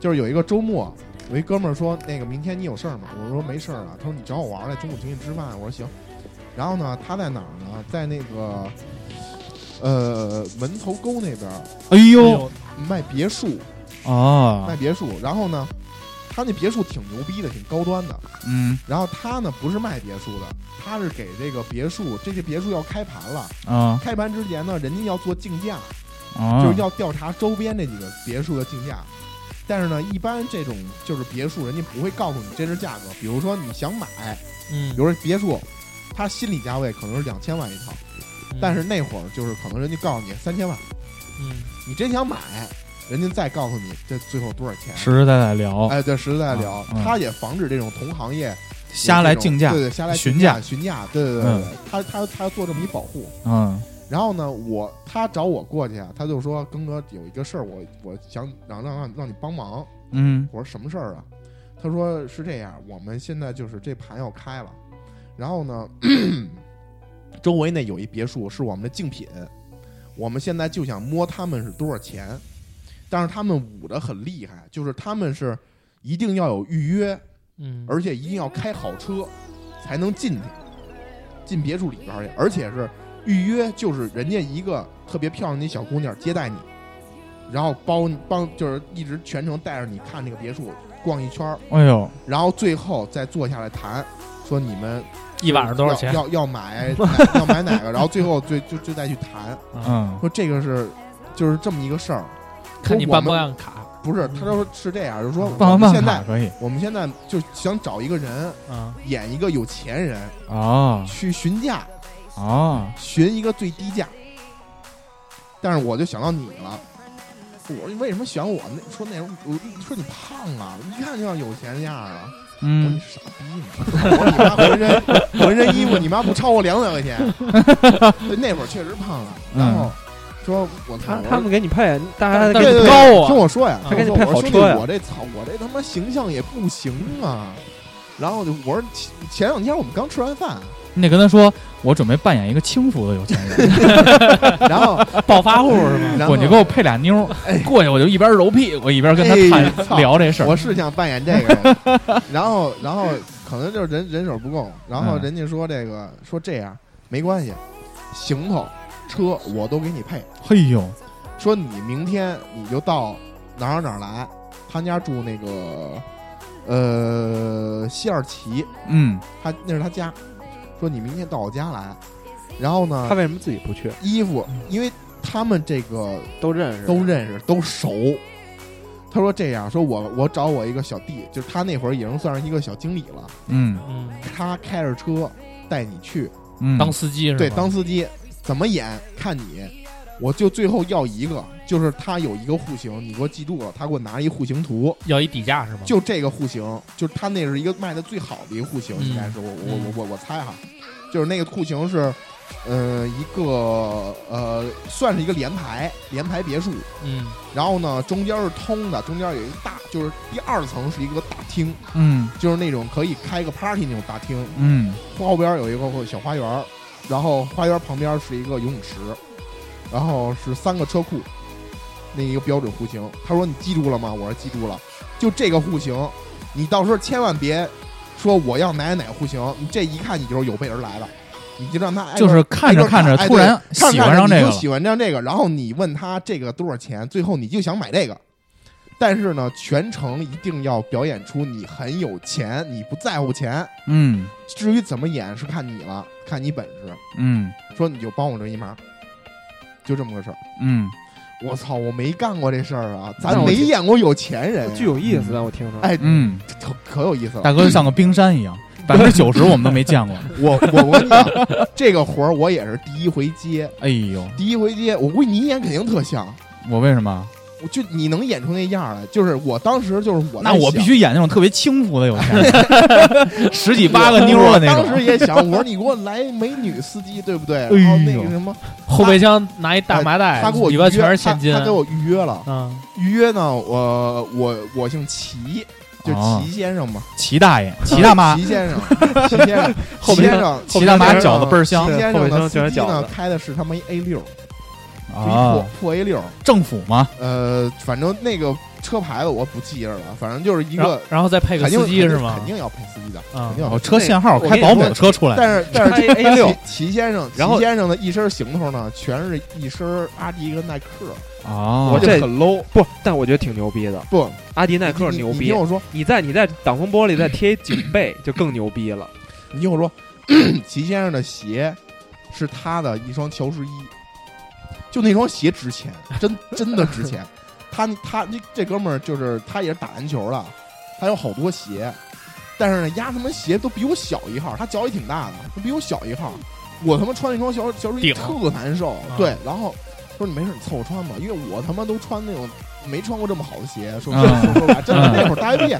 Speaker 4: 就是有一个周末，有一哥们儿说那个明天你有事儿吗？我说没事儿啊。他说你找我玩儿来，中午请你吃饭。我说行。然后呢，他在哪儿呢？在那个呃门头沟那边儿
Speaker 3: 哎呦，
Speaker 4: 卖别墅，
Speaker 3: 哦
Speaker 4: 卖，别墅。然后呢，他那别墅挺牛逼的，挺高端的。
Speaker 3: 嗯
Speaker 4: 然后他呢不是卖别墅的，他是给这个别墅，这些别墅要开盘了。
Speaker 3: 啊
Speaker 4: 开盘之前呢，人家要做竞价，
Speaker 3: 啊，
Speaker 4: 就是要调查周边这几个别墅的竞价。但是呢，一般这种就是别墅，人家不会告诉你真实价格。比如说你想买，比
Speaker 6: 嗯，
Speaker 4: 如说别墅，它心理价位可能是两千万一套，
Speaker 6: 嗯
Speaker 4: 但是那会儿就是可能人家告诉你三千万，
Speaker 6: 嗯，
Speaker 4: 你真想买，人家再告诉你这最后多少钱。
Speaker 3: 实实在在聊，
Speaker 4: 哎，对，实在聊
Speaker 3: 啊，嗯
Speaker 4: 他也防止这种同行业有
Speaker 3: 瞎来
Speaker 4: 这种
Speaker 3: 竞价
Speaker 4: 对，对，瞎来
Speaker 3: 询
Speaker 4: 竞
Speaker 3: 价
Speaker 4: 询价，对对对对，对他他他要做这么一保护。
Speaker 3: 嗯
Speaker 4: 然后呢，我他找我过去啊，他就说庚哥有一个事儿，我我想让让让让你帮忙。
Speaker 3: 嗯
Speaker 4: 我说什么事儿啊？他说是这样，我们现在就是这盘要开了，然后呢， 周围那有一别墅是我们的竞品，我们现在就想摸他们是多少钱，但是他们捂得很厉害，就是他们是一定要有预约，
Speaker 6: 嗯，
Speaker 4: 而且一定要开好车才能进去，进别墅里边儿去，而且是预约，就是人家一个特别漂亮的小姑娘接待你，然后包帮就是一直全程带着你看这个别墅逛一圈儿，
Speaker 3: 哎呦，
Speaker 4: 然后最后再坐下来谈，说你们
Speaker 6: 一晚上多少钱？
Speaker 4: 要要 要买哪要买哪个，然后最后最就就再去谈，
Speaker 3: 嗯
Speaker 4: 说这个是就是这么一个事儿。
Speaker 6: 看你
Speaker 4: 说我
Speaker 6: 办不
Speaker 4: 们
Speaker 6: 办卡？
Speaker 4: 不是，他说是这样，就是说
Speaker 3: 办
Speaker 4: 我们
Speaker 3: 完办
Speaker 4: 现
Speaker 3: 卡
Speaker 4: 在
Speaker 3: 可以
Speaker 4: 我们现在就想找一个人，
Speaker 6: 嗯
Speaker 4: 演一个有钱人
Speaker 3: 啊
Speaker 4: 去询价，
Speaker 3: 啊，
Speaker 4: 询一个最低价。但是我就想到你了，我说为什么选我？那说那人，我说你胖啊，一看就像有钱人样啊。我说你
Speaker 3: 嗯，
Speaker 4: 傻逼呢！我说你妈浑身浑身衣服，你妈不超过两百块钱。对，那会儿确实胖了。然后说我操
Speaker 5: 他
Speaker 4: 我说
Speaker 5: 他们给你配，大
Speaker 6: 但
Speaker 5: 家
Speaker 6: 是但
Speaker 5: 给
Speaker 6: 是
Speaker 5: 你
Speaker 6: 不
Speaker 5: 配
Speaker 6: 高啊
Speaker 4: 听我说呀，
Speaker 6: 他
Speaker 4: 我
Speaker 5: 给你
Speaker 4: 说
Speaker 5: 配
Speaker 4: 我
Speaker 5: 好
Speaker 4: 说兄弟
Speaker 5: 车呀
Speaker 4: 我这操，我这他妈形象也不行啊。然后我就我说前前两天我们刚吃完饭，
Speaker 3: 你得跟他说，我准备扮演一个轻浮的有钱 人，
Speaker 4: 然后
Speaker 6: 暴发户是吗？
Speaker 4: 然后
Speaker 3: 我你给我配俩妞儿，过去我就一边揉屁股一边跟他
Speaker 4: 哎
Speaker 3: 探
Speaker 4: 操
Speaker 3: 聊这事儿
Speaker 4: 我是想扮演这个 人，然后然后可能就是人人手不够，然后
Speaker 3: 嗯
Speaker 4: 人家说这个、说这样没关系，行头车我都给你配，
Speaker 3: 嘿哎呦，
Speaker 4: 说你明天你就到哪儿哪儿来，他家住那个呃西二旗，
Speaker 3: 嗯
Speaker 4: 他那是他家，说你明天到我家来，然后呢
Speaker 5: 他为什么自己不去？
Speaker 4: 衣服因为他们这个
Speaker 5: 都认识，
Speaker 4: 都认识，都熟。他说这样，说我我找我一个小弟，就是他那会儿已经算是一个小经理了，
Speaker 3: 嗯
Speaker 6: 嗯，
Speaker 4: 他开着车带你去，
Speaker 3: 嗯，
Speaker 6: 当司机是吗？
Speaker 4: 对，当司机怎么演看你，我就最后要一个，就是他有一个户型，你给我记住了，他给我拿一户型图，
Speaker 6: 要一底价是吗？
Speaker 4: 就这个户型，就是他那是一个卖的最好的一个户型，
Speaker 6: 嗯
Speaker 4: 应该是我我
Speaker 6: 嗯
Speaker 4: 我我我猜哈，就是那个户型是，呃，一个呃，算是一个联排联排别墅，
Speaker 6: 嗯
Speaker 4: 然后呢，中间是通的，中间有一个大，就是第二层是一个大厅，
Speaker 3: 嗯
Speaker 4: 就是那种可以开个 party 那种大厅，
Speaker 3: 嗯
Speaker 4: 后边有一个小花园，然后花园旁边是一个游泳池，然后是三个车库，那一个标准户型。他说你记住了吗？我说记住了，就这个户型，你到时候千万别说我要哪哪户型，你这一看你就是有备而来的，你就让他挨个
Speaker 3: 就是看着看着
Speaker 4: 哎哎对
Speaker 3: 突然
Speaker 4: 看
Speaker 3: 喜欢上
Speaker 4: 这
Speaker 3: 这个
Speaker 4: 就
Speaker 3: 了，
Speaker 4: 喜欢上这个，然后你问他这个多少钱，最后你就想买这个。但是呢，全程一定要表演出你很有钱，你不在乎钱。
Speaker 3: 嗯
Speaker 4: 至于怎么演是看你了，看你本事。
Speaker 3: 嗯
Speaker 4: 说你就帮我这一忙，就这么个事儿。
Speaker 3: 嗯，
Speaker 4: 我操，我没干过这事儿啊，
Speaker 5: 那
Speaker 4: 咱
Speaker 5: 我
Speaker 4: 没
Speaker 5: 觉
Speaker 4: 演过有钱人
Speaker 5: 巨。有意思啊！我听着，
Speaker 4: 哎，
Speaker 3: 嗯，
Speaker 4: 可可有意思了。
Speaker 3: 大哥就像个冰 山一样，百分之九十我们都没见过，
Speaker 4: 我我我跟你讲，这个活儿我也是第一回接，
Speaker 3: 哎呦，
Speaker 4: 第一回接，我估计你演肯定特像。
Speaker 3: 我为什么？
Speaker 4: 我就你能演出那样儿来，啊就是我当时就是我
Speaker 3: 那
Speaker 4: 在
Speaker 3: 我
Speaker 4: 想
Speaker 3: 必须演那种特别轻浮的有钱人， 十几八个妞儿的那
Speaker 4: 我当时
Speaker 3: 种。哎
Speaker 4: 也想，我说你给我来美女司机，对不对？
Speaker 3: 呦
Speaker 4: 然后那个什么，
Speaker 6: 后备箱拿一大麻袋，
Speaker 4: 他给我
Speaker 6: 里
Speaker 4: 预
Speaker 6: 边
Speaker 4: 约，
Speaker 6: 全是现金
Speaker 4: 他，他给我预约了。
Speaker 6: 嗯，
Speaker 4: 预约呢，我我我姓齐，就
Speaker 3: 哦
Speaker 4: 齐先生嘛，
Speaker 3: 齐大爷、齐大妈
Speaker 4: 齐先生，齐先 生，
Speaker 6: 后
Speaker 4: 齐
Speaker 6: 边
Speaker 4: 先生，
Speaker 3: 齐大妈饺子倍儿香
Speaker 4: 齐先
Speaker 5: 后
Speaker 4: 生
Speaker 5: 备
Speaker 4: 呢，
Speaker 5: 箱
Speaker 4: 司
Speaker 5: 全是
Speaker 4: 机
Speaker 5: 饺
Speaker 4: 呢
Speaker 5: 子
Speaker 4: 开的是他妈一 A 六，就一
Speaker 3: 啊
Speaker 4: 破，破 A 六，
Speaker 3: 政府嘛，
Speaker 4: 呃，反正那个车牌子我不记着了，反正就是一
Speaker 6: 然后
Speaker 4: 个
Speaker 6: 然后再配个
Speaker 4: 肯定
Speaker 6: 司机
Speaker 4: 肯定
Speaker 6: 是吗
Speaker 4: 肯？定要配司机的，
Speaker 6: 啊
Speaker 4: 肯定要配
Speaker 3: 哦，车
Speaker 4: 那个
Speaker 3: 限号
Speaker 4: 我
Speaker 3: 开
Speaker 4: 跟你
Speaker 3: 保
Speaker 4: 说
Speaker 3: 姆的车出来，
Speaker 4: 但是但
Speaker 5: 哎
Speaker 4: 是
Speaker 1: A 六
Speaker 4: 齐齐 先生，
Speaker 5: 然后
Speaker 4: 齐先生的一身行头呢，全是一身阿迪跟耐克，
Speaker 3: 哦
Speaker 5: 我
Speaker 4: 就
Speaker 5: 啊这
Speaker 4: 很 low。
Speaker 5: 不，但我觉得挺牛逼的。
Speaker 4: 不，
Speaker 5: 阿迪耐克
Speaker 4: 你
Speaker 5: 牛
Speaker 4: 你
Speaker 5: 逼
Speaker 4: 听，我说，
Speaker 5: 你在你在挡风玻璃再贴一警备就更牛逼了。
Speaker 4: 你听我说，齐先生的鞋是他的一双乔十一，就那双鞋值钱，真真的值钱。他他这这哥们儿就是他也是打篮球的，他有好多鞋，但是呢，丫他妈鞋都比我小一号，他脚也挺大的，都比我小一号。我他妈穿那双小小十一
Speaker 6: 顶
Speaker 4: 特难受，
Speaker 6: 啊
Speaker 4: 对，然后说你没事，你凑合穿吧，因为我他妈都穿那种没穿过这么好的鞋，说
Speaker 3: 嗯
Speaker 4: 说说白，真的
Speaker 3: 嗯
Speaker 4: 那会儿大学毕业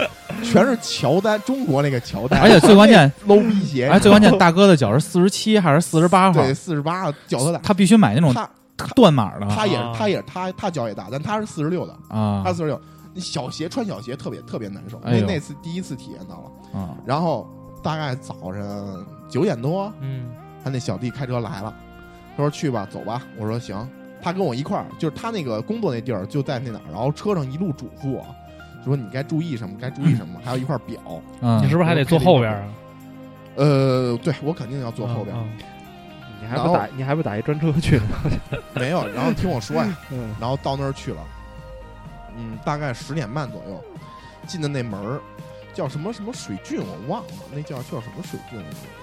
Speaker 4: 全是乔丹，中国那个乔丹，
Speaker 3: 而且最关键，
Speaker 4: low 逼鞋，
Speaker 3: 哎而且最关键，大哥的脚是四十七还是四十八号
Speaker 4: 对，？四十八脚特大，
Speaker 3: 他必须买那种
Speaker 4: 他
Speaker 3: 断码的
Speaker 4: 他也是
Speaker 6: 啊
Speaker 4: 他也是他他脚也大，但他是四十六的，
Speaker 3: 啊
Speaker 4: 他四十六，那小鞋穿小鞋特别特别难受，
Speaker 3: 哎
Speaker 4: 那
Speaker 3: 呦
Speaker 4: 那次第一次体验到了，
Speaker 3: 啊！
Speaker 4: 然后大概早上九点多，
Speaker 6: 嗯，
Speaker 4: 他那小弟开车来了，他说去吧，走吧。我说行。他跟我一块儿，就是他那个工作那地儿就在那哪儿，然后车上一路嘱咐我，说你该注意什么，该注意什么，还有一块表。
Speaker 3: 嗯
Speaker 6: 你是不是还得坐后边啊？
Speaker 4: 呃，对我肯定要坐后边，
Speaker 6: 嗯
Speaker 5: 你还不打，你还不打一专车去呢？
Speaker 4: 没有。然后听我说呀，
Speaker 5: 嗯，
Speaker 4: 然后到那儿去了，嗯，大概十点半左右进的那门儿，叫什么什么水郡我忘了，那叫叫什么水郡？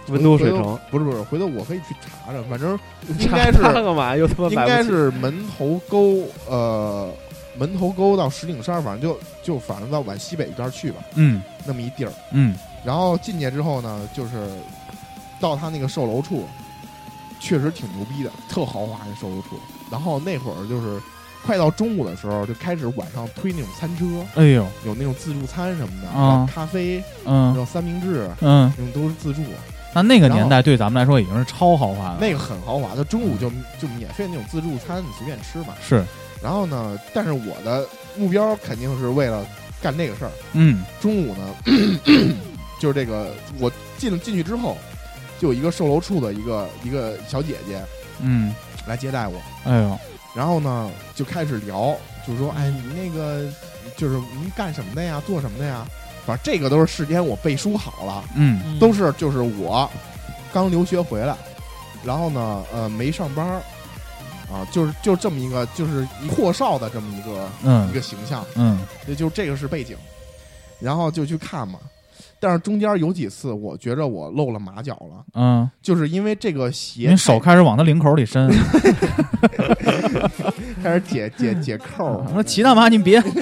Speaker 5: 温都水
Speaker 4: 回
Speaker 5: 城
Speaker 4: 头，不是不是，回头我可以去查查，反正应
Speaker 5: 查
Speaker 4: 该是
Speaker 5: 他干嘛？又他妈
Speaker 4: 应
Speaker 5: 买不
Speaker 4: 该
Speaker 5: 起
Speaker 4: 是门头沟，呃，门头沟到石景山，反正就就反正到往西北一边去吧，
Speaker 3: 嗯
Speaker 4: 那么一地儿。
Speaker 3: 嗯
Speaker 4: 然后进去之后呢，就是到他那个售楼处，确实挺牛逼的，特豪华那售楼处。然后那会儿就是快到中午的时候，就开始晚上推那种餐车，
Speaker 3: 哎呦
Speaker 4: 有那种自助餐什么的，
Speaker 3: 啊
Speaker 4: 然后咖啡，然
Speaker 3: 嗯
Speaker 4: 后三明治，
Speaker 3: 嗯，
Speaker 4: 那种都是自助，
Speaker 3: 那那个年代对咱们来说已经是超豪华的，
Speaker 4: 那个很豪华。就中午就就免费那种自助餐，你随便吃嘛。
Speaker 3: 是
Speaker 4: 然后呢，但是我的目标肯定是为了干这个事儿。
Speaker 3: 嗯
Speaker 4: 中午呢， 就是这个我进进去之后，就有一个售楼处的一个一个小姐姐
Speaker 3: 嗯，
Speaker 4: 来接待我，
Speaker 3: 哎呦
Speaker 4: 然后呢就开始聊，就说哎你那个就是您干什么的呀，做什么的呀？反正这个都是事先我背书好了，
Speaker 3: 嗯
Speaker 6: 嗯
Speaker 4: 都是就是我刚留学回来，然后呢呃没上班儿。啊，就是就这么一个，就是一阔少的这么一个一
Speaker 3: 嗯
Speaker 4: 个形象，
Speaker 3: 嗯
Speaker 4: 这就这个是背景，然后就去看嘛。但是中间有几次，我觉着我露了马脚了，
Speaker 3: 嗯，
Speaker 4: 就是因为这个鞋
Speaker 3: 您手
Speaker 4: 太
Speaker 3: 开始往他领口里伸，
Speaker 4: 开始解解解扣儿，
Speaker 3: 我说齐大妈您 别，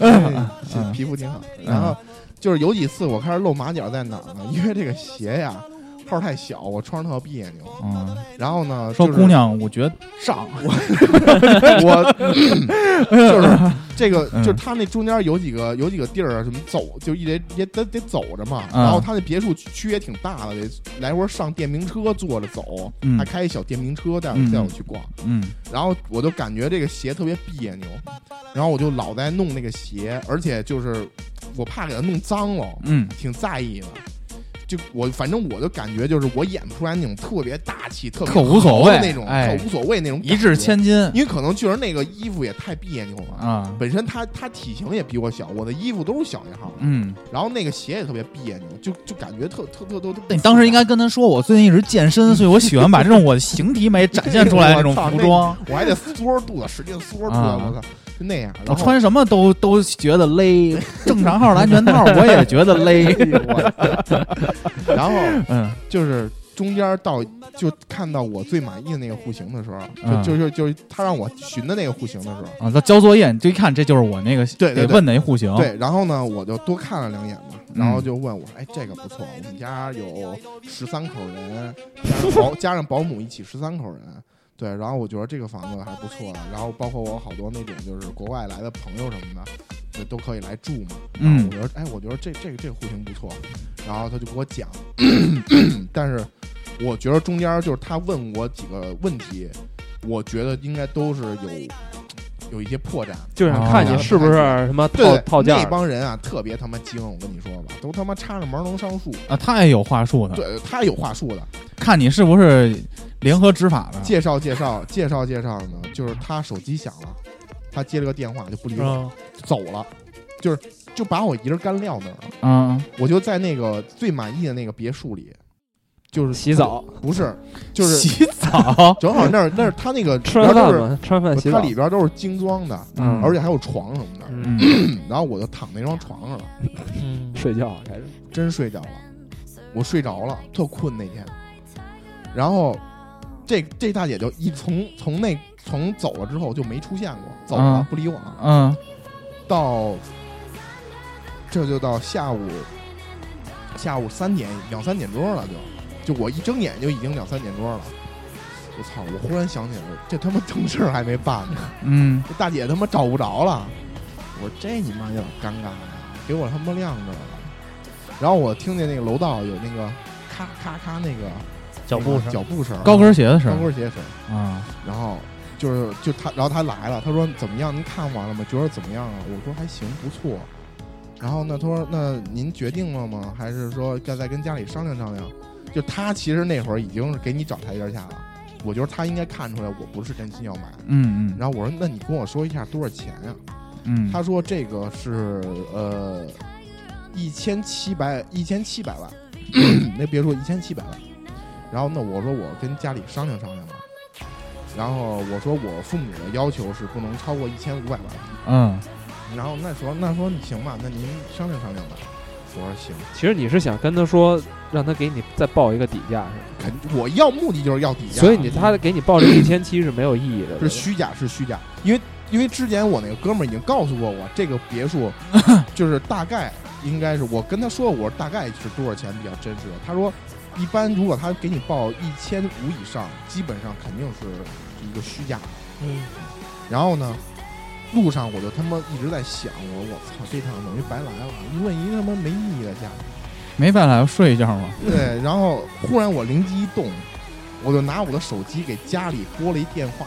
Speaker 4: 嗯哎皮肤挺好。然后就是有几次我开始露马脚在哪儿呢？因为这个鞋呀号太小，我穿着特别别扭。
Speaker 3: 嗯，
Speaker 4: 然后呢，
Speaker 3: 说
Speaker 4: 就是
Speaker 3: 姑娘，我觉得
Speaker 4: 上 我，我就是这个，
Speaker 3: 嗯
Speaker 4: 就是他那中间有几个有几个地儿啊，什么走就一得也得得走着嘛。
Speaker 3: 嗯
Speaker 4: 然后他那别墅区也挺大的，得来回上电瓶车坐着走，
Speaker 3: 嗯
Speaker 4: 还开一小电瓶车带我
Speaker 3: 嗯
Speaker 4: 带我去逛。
Speaker 3: 嗯
Speaker 4: 然后我就感觉这个鞋特别别扭，然后我就老在弄那个鞋，而且就是我怕给它弄脏了，
Speaker 3: 嗯
Speaker 4: 挺在意的。就我反正我就感觉就是我演不出来那种特别大气、特别
Speaker 3: 特无所谓
Speaker 4: 豪的那种，
Speaker 3: 哎
Speaker 4: 特无所谓那种感觉
Speaker 3: 一掷千金
Speaker 4: 因为可能确实那个衣服也太别扭了。
Speaker 3: 啊
Speaker 4: 本身他他体型也比我小，我的衣服都是小一号，
Speaker 3: 嗯。
Speaker 4: 然后那个鞋也特别别扭，就就感觉特特特特特。
Speaker 3: 那你当时应该跟他说，我最近一直健身，所以我喜欢把这种我的形体美展现出来的这种
Speaker 4: 我操
Speaker 3: 服装。
Speaker 4: 我还得缩着肚子，使劲缩着肚子，
Speaker 3: 啊
Speaker 4: 我操，就那样。
Speaker 3: 我
Speaker 4: 然后
Speaker 3: 穿什么都都觉得勒，正常号的安全套我也觉得 勒。
Speaker 4: 然后
Speaker 3: 哎嗯
Speaker 4: 就是中间到就看到我最满意的那个户型的时候，
Speaker 3: 嗯
Speaker 4: 就就就就是他让我寻的那个户型的时候，
Speaker 3: 啊，他交作业，你就一看这就是我那个
Speaker 4: 对对
Speaker 3: 给
Speaker 4: 对
Speaker 3: 问的一户型。
Speaker 4: 对，然后呢，我就多看了两眼嘛，然后
Speaker 3: 嗯
Speaker 4: 就问我说：“哎，这个不错，我们家有十三口人，加上保加上保姆一起十三口人，对，然后我觉得这个房子还不错的，然后包括我有好多那种就是国外来的朋友什么的，就都可以来住嘛。然后
Speaker 3: 嗯
Speaker 4: 我觉得哎，我觉得这这个这个户型不错，然后他就给我讲， 但是我觉得中间就是他问我几个问题，我觉得应该都是有有一些破绽。
Speaker 5: 就
Speaker 3: 哦
Speaker 5: 想看你是不是什么
Speaker 4: 对
Speaker 5: 套
Speaker 4: 对
Speaker 5: 套价
Speaker 4: 那。帮人啊，特别他妈精，我跟你说吧，都他妈插着毛能上树。
Speaker 3: 啊，他也有话术的，
Speaker 4: 对他有话术的，
Speaker 5: 啊
Speaker 3: 看你是不是联合执法的。
Speaker 4: 介绍介绍介绍介绍呢，就是他手机响了，他接了个电话就不理
Speaker 5: 啊
Speaker 4: 我，
Speaker 6: 嗯
Speaker 4: 走了，就是就把我一人干撂那儿了。
Speaker 3: 嗯，
Speaker 4: 我就在那个最满意的那个别墅里，就是
Speaker 5: 洗澡，
Speaker 4: 不是，就是
Speaker 3: 洗澡
Speaker 4: ，正好那儿那儿他那个
Speaker 5: 吃完
Speaker 4: 里边
Speaker 5: 饭
Speaker 4: 都是
Speaker 5: 嘛，吃完饭洗
Speaker 4: 它
Speaker 5: 澡。
Speaker 4: 里边都是精装的，
Speaker 3: 嗯
Speaker 4: 而且还有床什么的。
Speaker 5: 嗯，
Speaker 3: 嗯，
Speaker 4: 然后我就躺那张床上了，
Speaker 6: 嗯，
Speaker 5: 睡觉开始。
Speaker 4: 真睡着了，我睡着了，特困那天。然后这这大姐就一从从那从走了之后就没出现过，走了、
Speaker 3: 嗯
Speaker 4: 不理我了。
Speaker 3: 嗯，
Speaker 4: 到这就到下午下午三点两三点钟了就，就我一睁眼就已经两三点钟了。我操！我忽然想起来，这他妈正事儿还没办呢，
Speaker 3: 嗯，
Speaker 4: 这大姐他妈找不着了。我说这你妈有点尴尬啊呀，给我他妈晾着了。然后我听见那个楼道有那个咔咔咔那个
Speaker 6: 脚步
Speaker 4: 那个
Speaker 6: 声，
Speaker 4: 脚步声，
Speaker 3: 高跟鞋的事
Speaker 4: 高
Speaker 3: 儿
Speaker 4: 跟鞋声。
Speaker 3: 啊，
Speaker 4: 然后就是就他，然后他来了，他说怎么样？您看完了吗？觉得怎么样啊？我说还行，不错。然后呢，他说那您决定了吗？还是说要再跟家里商量商量？就他其实那会儿已经是给你找台阶下了，我觉得他应该看出来我不是真心要买。
Speaker 3: 嗯嗯
Speaker 4: 然后我说那你跟我说一下多少钱呀、
Speaker 3: 嗯，
Speaker 4: 他说这个是呃一千七百一千七百万， 那别墅一千七百万。然后呢，我说我跟家里商量商量吧。然后我说我父母的要求是不能超过一千五百万。
Speaker 3: 嗯
Speaker 4: 然后那说那说你行吧，那您商量商量吧。我说行，
Speaker 5: 其实你是想跟他说，让他给你再报一个底价，
Speaker 4: 肯我要目的就是要底
Speaker 5: 是吧
Speaker 4: 价，啊
Speaker 5: 所以你他给你报这一千七是没有意义的，
Speaker 4: 是
Speaker 5: 对吧
Speaker 4: 虚假是虚假，因为因为之前我那个哥们儿已经告诉过我，这个别 墅就是大概应该是我跟他说，我说大概是多少钱比较真实。他说，一般如果他给你报一千五以上，基本上肯定是一个虚假。
Speaker 6: 嗯，
Speaker 4: 然后呢，路上我就他妈一直在想，我说我操，这趟等于白来了，一问一他妈没意义的价。
Speaker 3: 没办法，睡一觉嘛。
Speaker 4: 对，然后忽然我灵机一动，我就拿我的手机给家里拨了一电话，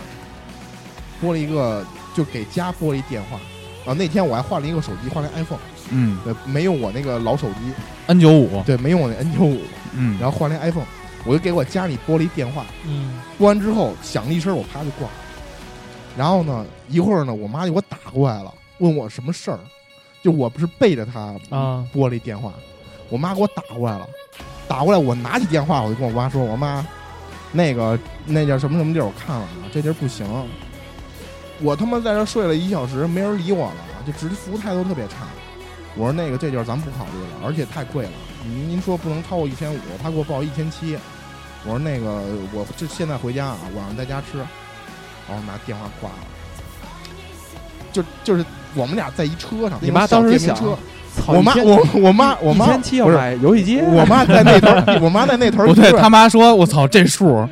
Speaker 4: 拨了一个就给家拨了一电话。啊，那天我还换了一个手机，换了 iPhone，
Speaker 3: 嗯
Speaker 4: 呃，没用我那个老手机，
Speaker 3: ，N 九五，
Speaker 4: 对，没用我那 N 九五，
Speaker 3: 嗯，
Speaker 4: 然后换了 iPhone，我就给我家里拨了一电话，
Speaker 6: 嗯，
Speaker 4: 拨完之后响了一声，我啪就挂了。然后呢，一会儿呢，我妈就给我打过来了，问我什么事儿，就我不是背着她
Speaker 6: 啊
Speaker 4: 拨了一电话，我妈给我打过来了，打过来我拿起电话，我就跟我妈说，我妈，那个那叫什么什么地儿我看了啊，这地儿不行，我他妈在这儿睡了一小时，没人理我了，就直服务态度特别差。我说那个这地儿咱们不考虑了，而且太贵了，您您说不能超过一千五，他给我报一千七。我说那个我这现在回家啊，晚上在家吃，然后拿电话挂了。就就是我们俩在一车上，
Speaker 5: 你妈当时想
Speaker 4: 那种小电瓶车我
Speaker 5: 操
Speaker 4: 妈，
Speaker 5: 一千
Speaker 4: 我我妈，我
Speaker 5: 一
Speaker 4: 妈
Speaker 5: 千七要
Speaker 4: 不是
Speaker 5: 买游戏机，
Speaker 4: 我妈在那头 儿，我妈在那头儿
Speaker 3: 不对，
Speaker 4: 一转
Speaker 3: 他妈说，我操，这数儿，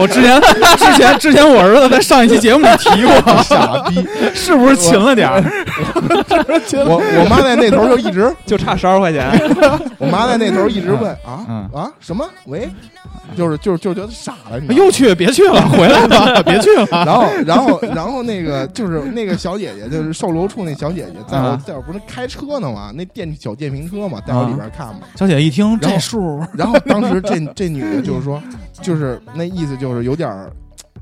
Speaker 3: 我之前之前之前我儿子在上一期节目里提过，
Speaker 4: 傻逼，
Speaker 3: 是不是勤 了点儿？
Speaker 4: 我我妈在那头儿就一 直，
Speaker 5: 就差十二块钱。
Speaker 4: 我妈在那头儿一直问
Speaker 3: 嗯
Speaker 4: 啊啊什么喂，就是就是就觉得傻了，你知道吗
Speaker 3: 又去别去了，回来吧，别去了。
Speaker 4: 然后，然后，然后那个就是那个小姐姐，就是售楼处那小姐姐，在我
Speaker 3: 啊
Speaker 4: 在我不是开车呢嘛，那电小电瓶车嘛，带我里边看嘛。
Speaker 3: 小姐一听
Speaker 4: 然后
Speaker 3: 这数儿，
Speaker 4: 然后当时这 这女的就是说，就是那意思就是有点儿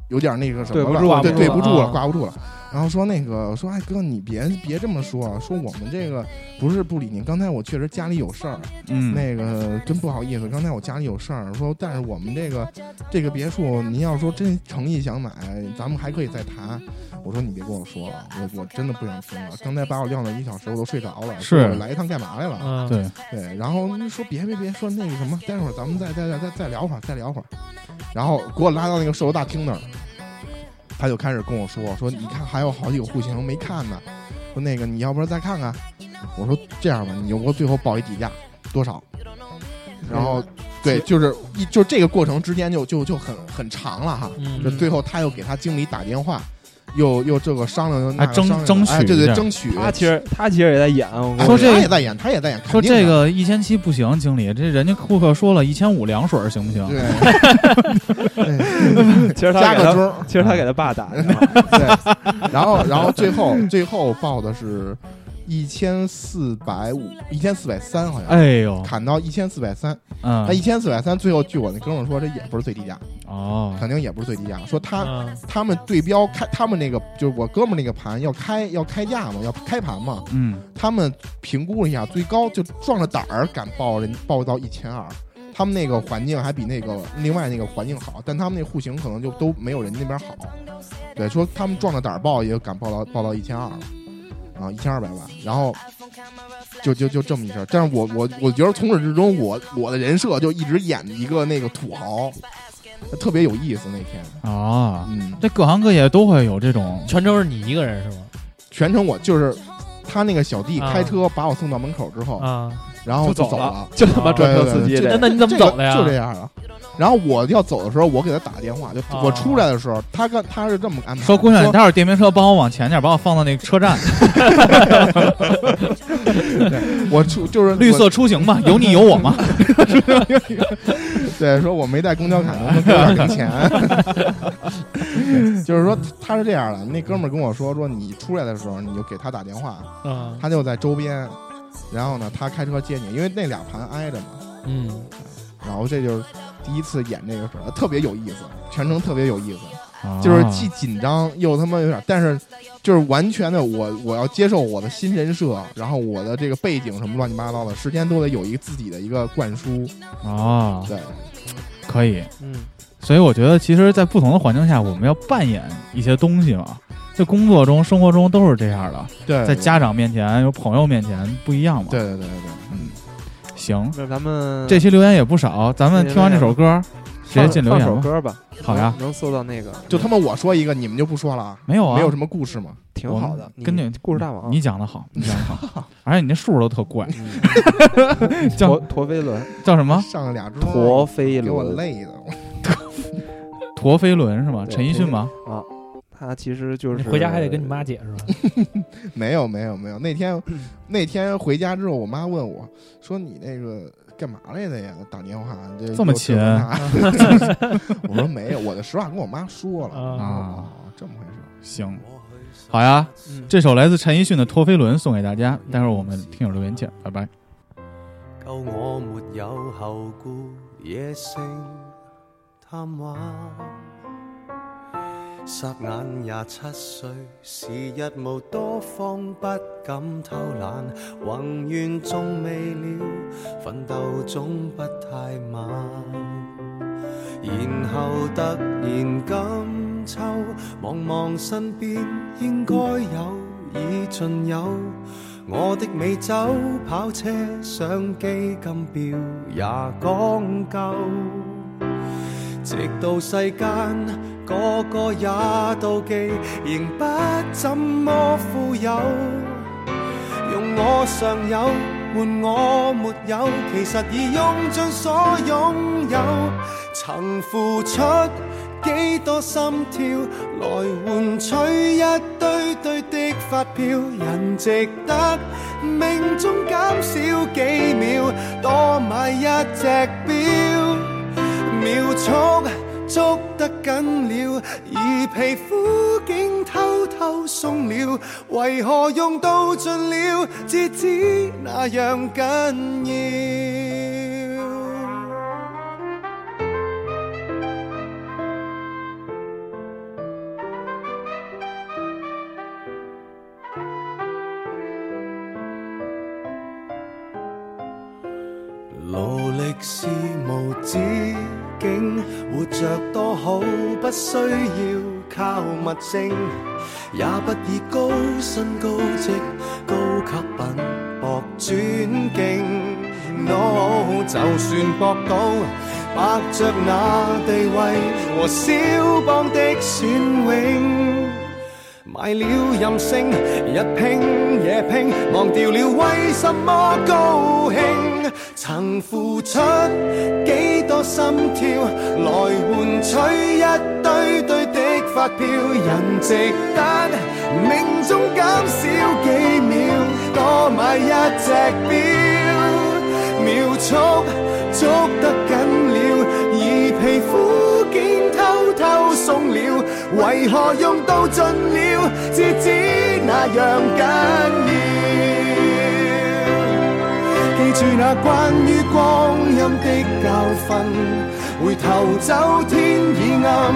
Speaker 4: 有点儿那个什么
Speaker 5: 对不住
Speaker 4: 了，
Speaker 5: 了
Speaker 4: 对对
Speaker 6: 挂不住了
Speaker 4: 不住了，
Speaker 6: 啊
Speaker 4: 挂不住了。然后说那个说哎哥你别别这么说，说我们这个不是不理您，刚才我确实家里有事儿，
Speaker 3: 嗯
Speaker 4: 那个真不好意思，刚才我家里有事儿，说但是我们这个这个别墅，您要说真诚意想买，咱们还可以再谈。我说你别跟我说了，我我真的不想听了。刚才把我晾了一小时，我都睡着了。
Speaker 3: 是
Speaker 4: 说我来一趟干嘛来了？
Speaker 6: 嗯，
Speaker 3: 对，
Speaker 4: 对，然后说别别别，说那个什么，待会儿咱们再再再再再聊会儿，再聊会儿。然后给我拉到那个售楼大厅那儿，他就开始跟我说说，你看还有好几个户型没看呢，说那个你要不然再看看。我说这样吧，你就给我最后报一底价多少？然后对，就是一就这个过程之间就就就很很长了哈。
Speaker 6: 嗯
Speaker 4: 就最后他又给他经理打电话，又又这个商量又那个
Speaker 3: 还啊争
Speaker 4: 商量
Speaker 3: 争取
Speaker 4: 哎对
Speaker 3: 一下
Speaker 4: 对，争取。
Speaker 5: 他其实他其实也在演，我跟你
Speaker 4: 哎
Speaker 3: 说这
Speaker 4: 他也在演，他也在演，
Speaker 3: 说
Speaker 4: 肯定的
Speaker 3: 这个一千七不行，经理，这人家顾客说了一千五凉水儿行不行？
Speaker 4: 对，
Speaker 5: 其实他
Speaker 4: 加
Speaker 5: 给
Speaker 4: 个嗯
Speaker 5: 他
Speaker 4: 钟，
Speaker 5: 其实他给他爸打的，
Speaker 4: 对，然后然后最后最后报的是一千四百五，一千四百三好像。
Speaker 3: 哎呦，
Speaker 4: 砍到一千四百三，
Speaker 3: 嗯
Speaker 4: 那，一千四百三，最后据我那哥们儿说，这也不是最低价，
Speaker 3: 哦，
Speaker 4: 肯定也不是最低价。说他
Speaker 6: 嗯
Speaker 4: 他们对标开，他们那个就是我哥们儿那个盘要开要开价嘛，要开盘嘛，
Speaker 3: 嗯，
Speaker 4: 他们评估了一下，最高就壮着胆儿敢报人报到一千二。他们那个环境还比那个另外那个环境好，但他们那户型可能就都没有人家那边好。对，说他们壮着胆儿报也敢报到报到一千二了，啊，一千二百万。然后就就就这么一事儿。但是我我我觉得从始至终我我的人设就一直演一个那个土豪，特别有意思那天。
Speaker 3: 哦，
Speaker 4: 嗯，
Speaker 3: 这各行各业都会有这种，
Speaker 6: 全程是你一个人是吗？
Speaker 4: 全程我就是他那个小弟开车把我送到门口之后，
Speaker 6: 啊，
Speaker 4: 然后
Speaker 5: 啊就走
Speaker 4: 走
Speaker 5: 了，就他妈专车司机
Speaker 4: 对
Speaker 5: 这
Speaker 6: 那那
Speaker 5: 个。
Speaker 6: 你怎么走的呀？
Speaker 4: 这个就这样了。然后我要走的时候，我给他打电话，就
Speaker 6: 哦
Speaker 4: 我出来的时候，他跟他是这么安排的，
Speaker 3: 说姑娘，你
Speaker 4: 说
Speaker 3: 待会儿电瓶车帮我往前点儿，把我放到那个车站，
Speaker 4: 我出就是
Speaker 3: 绿色出行嘛，有你有我嘛。
Speaker 4: 我，对，说我没带公交卡，能不能给我点零钱？ 就是说他是这样的，那哥们儿跟我说，说你出来的时候你就给他打电话，
Speaker 6: 嗯
Speaker 4: 他就在周边，然后呢，他开车接你，因为那俩盘挨着嘛，
Speaker 6: 嗯，
Speaker 4: 然后这就是第一次演这个事儿，特别有意思，全程特别有意思。 就是
Speaker 3: 哦
Speaker 4: 既紧张又他妈有点，但是就是完全的我我要接受我的新人设，然后我的这个背景什么乱七八糟的，时间都得有一个自己的一个灌输。
Speaker 3: 哦，
Speaker 4: 对，
Speaker 3: 可以。
Speaker 5: 嗯，
Speaker 3: 所以我觉得，其实，在不同的环境下，我们要扮演一些东西嘛。在工作中、生活中都是这样的，
Speaker 4: 对，
Speaker 3: 在家长面前、有朋友面前不一样嘛。
Speaker 4: 对，，对对对对，嗯，
Speaker 3: 行，
Speaker 5: 那嗯咱们
Speaker 3: 这期留言也不少，咱们听完这首歌，直接进留
Speaker 5: 放
Speaker 3: 言
Speaker 5: 首
Speaker 3: 吧。
Speaker 5: 歌吧，
Speaker 3: 好呀
Speaker 5: 能能搜到那个，
Speaker 4: 就他妈我说一个，你们就不说了啊？
Speaker 3: 没有啊，
Speaker 4: 没有什么故事吗？
Speaker 5: 挺
Speaker 3: 我们
Speaker 5: 好的。你
Speaker 3: 跟你
Speaker 5: 故事大王，
Speaker 3: 你讲的 好，你讲的好，而且你那数都特怪， 叫
Speaker 5: 陀陀飞轮，
Speaker 3: 叫什么？
Speaker 4: 上了俩桌，
Speaker 5: 陀飞
Speaker 4: 给我
Speaker 5: 轮，
Speaker 4: 累的，
Speaker 3: 陀飞轮是吗？
Speaker 5: 对
Speaker 3: 陈奕迅吗？
Speaker 5: 他其实就是
Speaker 6: 你回家还得跟你妈解释吧？
Speaker 4: 没有没有没有。那天
Speaker 3: 嗯
Speaker 4: 那天回家之后，我妈问我说：“你那个干嘛来的呀？打电话这
Speaker 3: 这么
Speaker 4: 又
Speaker 3: 勤
Speaker 4: 那 我说：“没有，我的实话跟我妈说了。”
Speaker 6: 啊
Speaker 4: 哦，这么回事。
Speaker 3: 行，好呀，
Speaker 5: 嗯
Speaker 3: 这首来自陈奕迅的《陀飞轮》送给大家，待会儿我们听友留言见，拜拜。
Speaker 8: 救我没有后顾，野性贪玩。霎眼廿七歲，時日無多方，不敢偷懶。宏願仲未了，奮鬥總不太晚。然後突然感秋，望望身邊應該有，已盡有。我的美酒、跑車、相機、金錶也講究，直到世間個個也妒忌，仍不怎麼富有。用我尚有換我沒有，其實已用盡所擁有。曾付出幾多心跳，來換取一堆堆的發票。人值得命中減少幾秒，多買一隻錶。秒速捉得緊了，而皮膚竟偷偷鬆了。為何用到盡了，至知那樣緊要？努力是無止境，活着多好，不需要靠物證，也不以高薪高職、高級品博尊敬。No，就算博到，伯着那地位和肖邦的雋永。買了任性，日拼夜拼，忘掉了為什麼高興。曾付出幾多心跳，來換取一堆堆的發票。人值得命中減少幾秒，多買一隻錶，秒速捉得緊了，而皮膚竟偷偷鬆了，為何用到盡了，至知那樣緊要？記住那關於光陰的教訓，回頭走天已暗，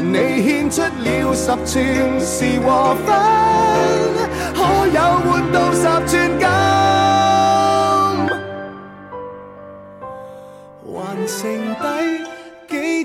Speaker 8: 你獻出了十寸是和分，可有換到十寸金？還剩低幾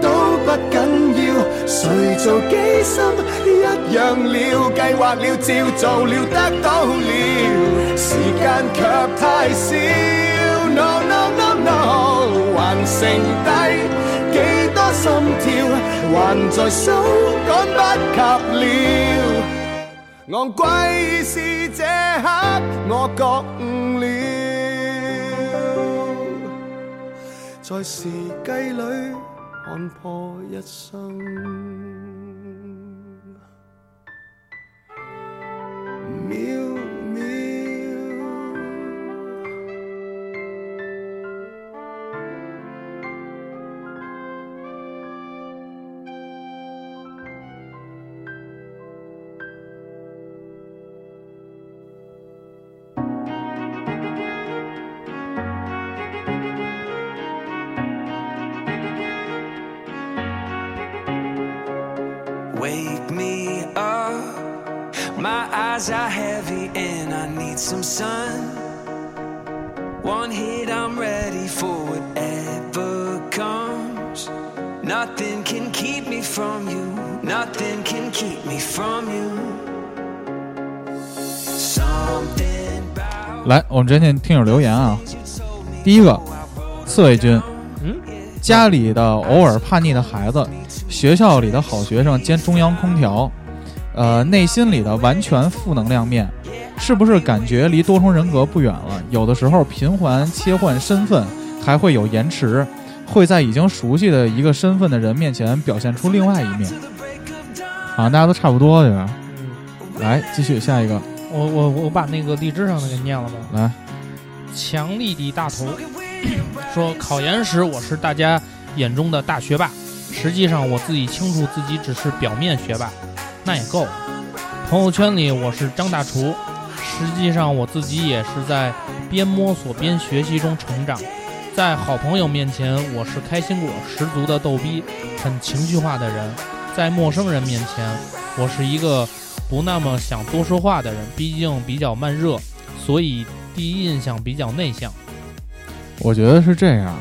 Speaker 8: 都不緊要，誰做機心一樣了，計劃了照做了得到了，時間卻太少，no no no no，還剩低幾多心跳，還在數趕不及了，昂貴是這刻我覺悟了。在時雞裏看破一生。渺渺。
Speaker 9: Wake me up. My eyes are heavy and I need some sun. One hit, I'm ready for whatever comes. Nothing can keep me from you. Nothing can keep me from you. Something about
Speaker 3: 来，我们之前听友留言啊，
Speaker 9: you told me
Speaker 3: 第一个刺猬君，
Speaker 5: 嗯，
Speaker 3: 家里的偶尔叛逆的孩子，学校里的好学生兼中央空调，呃，内心里的完全负能量面，是不是感觉离多重人格不远了？有的时候频繁切换身份还会有延迟，会在已经熟悉的一个身份的人面前表现出另外一面。好像大家都差不多对吧？来，继续下一个，
Speaker 6: 我我我把那个荔枝上的给念了吧。
Speaker 3: 来，
Speaker 6: 强力的大头说，考研时我是大家眼中的大学霸，实际上我自己清楚自己只是表面学霸，那也够了。朋友圈里我是张大厨，实际上我自己也是在边摸索边学习中成长。在好朋友面前，我是开心果十足的逗逼，很情绪化的人；在陌生人面前，我是一个不那么想多说话的人，毕竟比较慢热，所以第一印象比较内向。
Speaker 3: 我觉得是这样，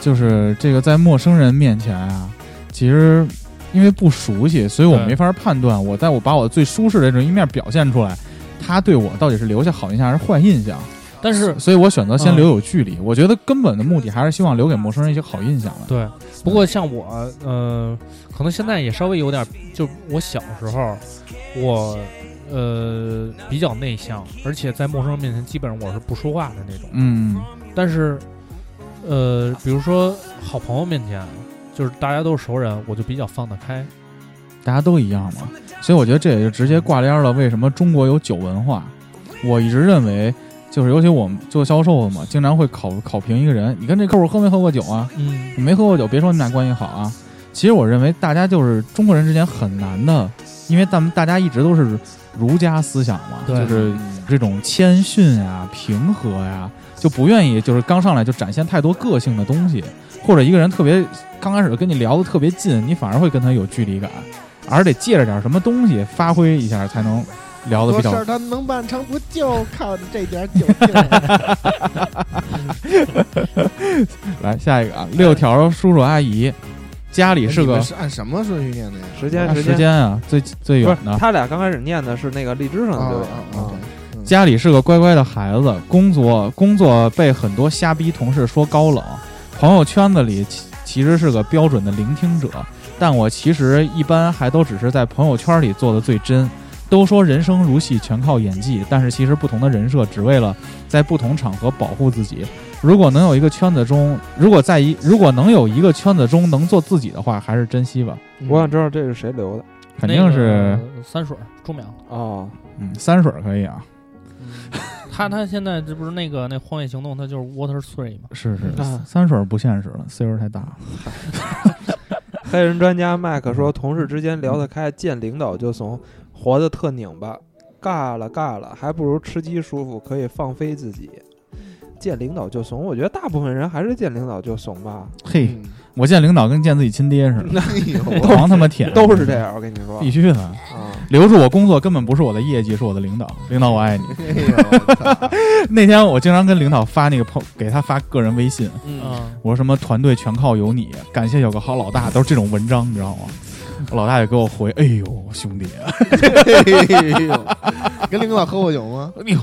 Speaker 3: 就是这个在陌生人面前啊，其实因为不熟悉，所以我
Speaker 6: 对
Speaker 3: 没法判断。我在我把我最舒适的这种一面表现出来，他对我到底是留下好印象还是坏印象？
Speaker 6: 但是
Speaker 3: 所以我选择先
Speaker 6: 嗯
Speaker 3: 留有距离。我觉得根本的目的还是希望留给陌生人一些好印象的。
Speaker 6: 对，不过像我，嗯、可能现在也稍微有点，就我小时候，我呃比较内向，而且在陌生人面前基本上我是不说话的那种。
Speaker 3: 嗯，
Speaker 6: 但是，呃，比如说好朋友面前，就是大家都是熟人，我就比较放得开。
Speaker 3: 大家都一样嘛。所以我觉得这也就直接挂链了。为什么中国有酒文化？我一直认为，就是尤其我们做销售的嘛，经常会考考评一个人，你跟这客户喝没喝过酒啊？
Speaker 6: 嗯，
Speaker 3: 你没喝过酒，别说你们俩关系好啊。其实我认为大家就是中国人之间很难的，因为咱们大家一直都是儒家思想嘛，
Speaker 6: 对
Speaker 3: 就是这种谦逊啊、平和呀、就不愿意就是刚上来就展现太多个性的东西，或者一个人特别刚开始跟你聊的特别近，你反而会跟他有距离感，而得借着点什么东西发挥一下才能聊的
Speaker 10: 多
Speaker 3: 比
Speaker 10: 事
Speaker 3: 较
Speaker 10: 儿他能办成，不就靠这点儿酒劲儿吗？
Speaker 3: 来下一个啊，六条叔叔阿姨，家里是
Speaker 4: 你
Speaker 3: 个
Speaker 4: 们是按什么顺序念的呀？
Speaker 5: 时间
Speaker 3: 啊
Speaker 5: 时
Speaker 3: 时间啊，最最
Speaker 5: 不是
Speaker 3: 远的，
Speaker 5: 他俩刚开始念的是那个荔枝上
Speaker 4: 啊
Speaker 5: 的对
Speaker 4: 啊
Speaker 5: 吧？
Speaker 4: 啊！啊
Speaker 3: 家里是个乖乖的孩子，工作工作被很多瞎逼同事说高冷，朋友圈子里其其实是个标准的聆听者，但我其实一般还都只是在朋友圈里做的最真。都说人生如戏，全靠演技，但是其实不同的人设只为了在不同场合保护自己。如果能有一个圈子中，如果在一如果能有一个圈子中能做自己的话，还是珍惜吧。
Speaker 5: 我想知道这是谁留的
Speaker 3: 肯定是、
Speaker 6: 那个三水儿钟淼，
Speaker 5: 哦，
Speaker 3: 嗯，三水儿可以啊，
Speaker 6: 他
Speaker 3: 嗯
Speaker 6: 他现在这不是那个那《荒野行动》，他就是 Water Three 嘛。
Speaker 3: 是是，
Speaker 5: 啊
Speaker 3: 三水儿不现实了，岁数太大了。
Speaker 5: 黑人专家麦克说，同事之间聊得开，见领导就怂，活得特拧巴，尬了尬了，还不如吃鸡舒服，可以放飞自己。见领导就怂，我觉得大部分人还是见领导就怂吧，
Speaker 3: 嘿，我见领导跟见自己亲爹似的，
Speaker 4: 哎呦，
Speaker 3: 狂他妈舔，
Speaker 5: 都是这，样。我跟你说
Speaker 3: 必须的。
Speaker 5: 啊，
Speaker 3: 留住我工作根本不是我的业绩，是我的领导。领导，我 爱你。
Speaker 4: 哎呦我操，
Speaker 3: 那天我经常跟领导发那个朋，给他发个人微信，
Speaker 5: 嗯，
Speaker 6: 嗯，
Speaker 3: 我说什么团队全靠有你，感谢有个好老大，都是这种文章，你知道吗？我老大也给我回，哎呦，兄弟，
Speaker 4: 哎呦跟领导喝过酒吗？
Speaker 3: 哎呦，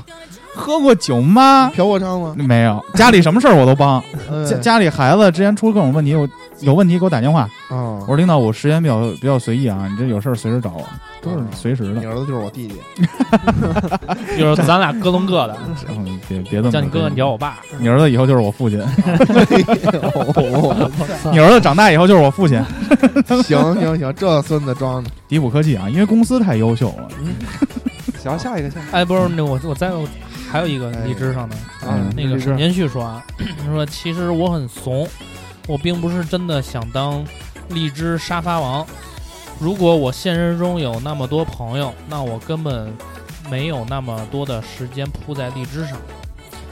Speaker 3: 喝过酒吗？
Speaker 4: 嫖过娼吗？
Speaker 3: 没有，家里什么事儿我都帮。
Speaker 4: 嗯
Speaker 3: 家家里孩子之前出各种问题，我有问题给我打电话。
Speaker 4: 啊
Speaker 3: 我，说领导，我时间比较比较随意啊，你这有事儿随时找我，都是随时的
Speaker 4: 你。儿子就是我弟弟，
Speaker 6: 就是咱俩 各弄各的，
Speaker 3: 嗯，别别这么
Speaker 6: 叫你哥哥，你叫我爸。
Speaker 3: 你儿子以后就是我父亲，
Speaker 4: 我
Speaker 3: 你儿子长大以后就是我父亲。
Speaker 4: 行行行，这孙子装的，
Speaker 3: 迪普科技啊，因为公司太优秀了，
Speaker 5: 行，下一个，下一
Speaker 6: 哎，不是，那我我再有还有一个
Speaker 4: 哎
Speaker 6: 荔枝上的，
Speaker 5: 个啊
Speaker 3: 嗯，
Speaker 6: 那个
Speaker 5: 是
Speaker 6: 沈建旭说啊，他说其实我很怂，我并不是真的想当荔枝沙发王。如果我现实中有那么多朋友，那我根本没有那么多的时间扑在荔枝上。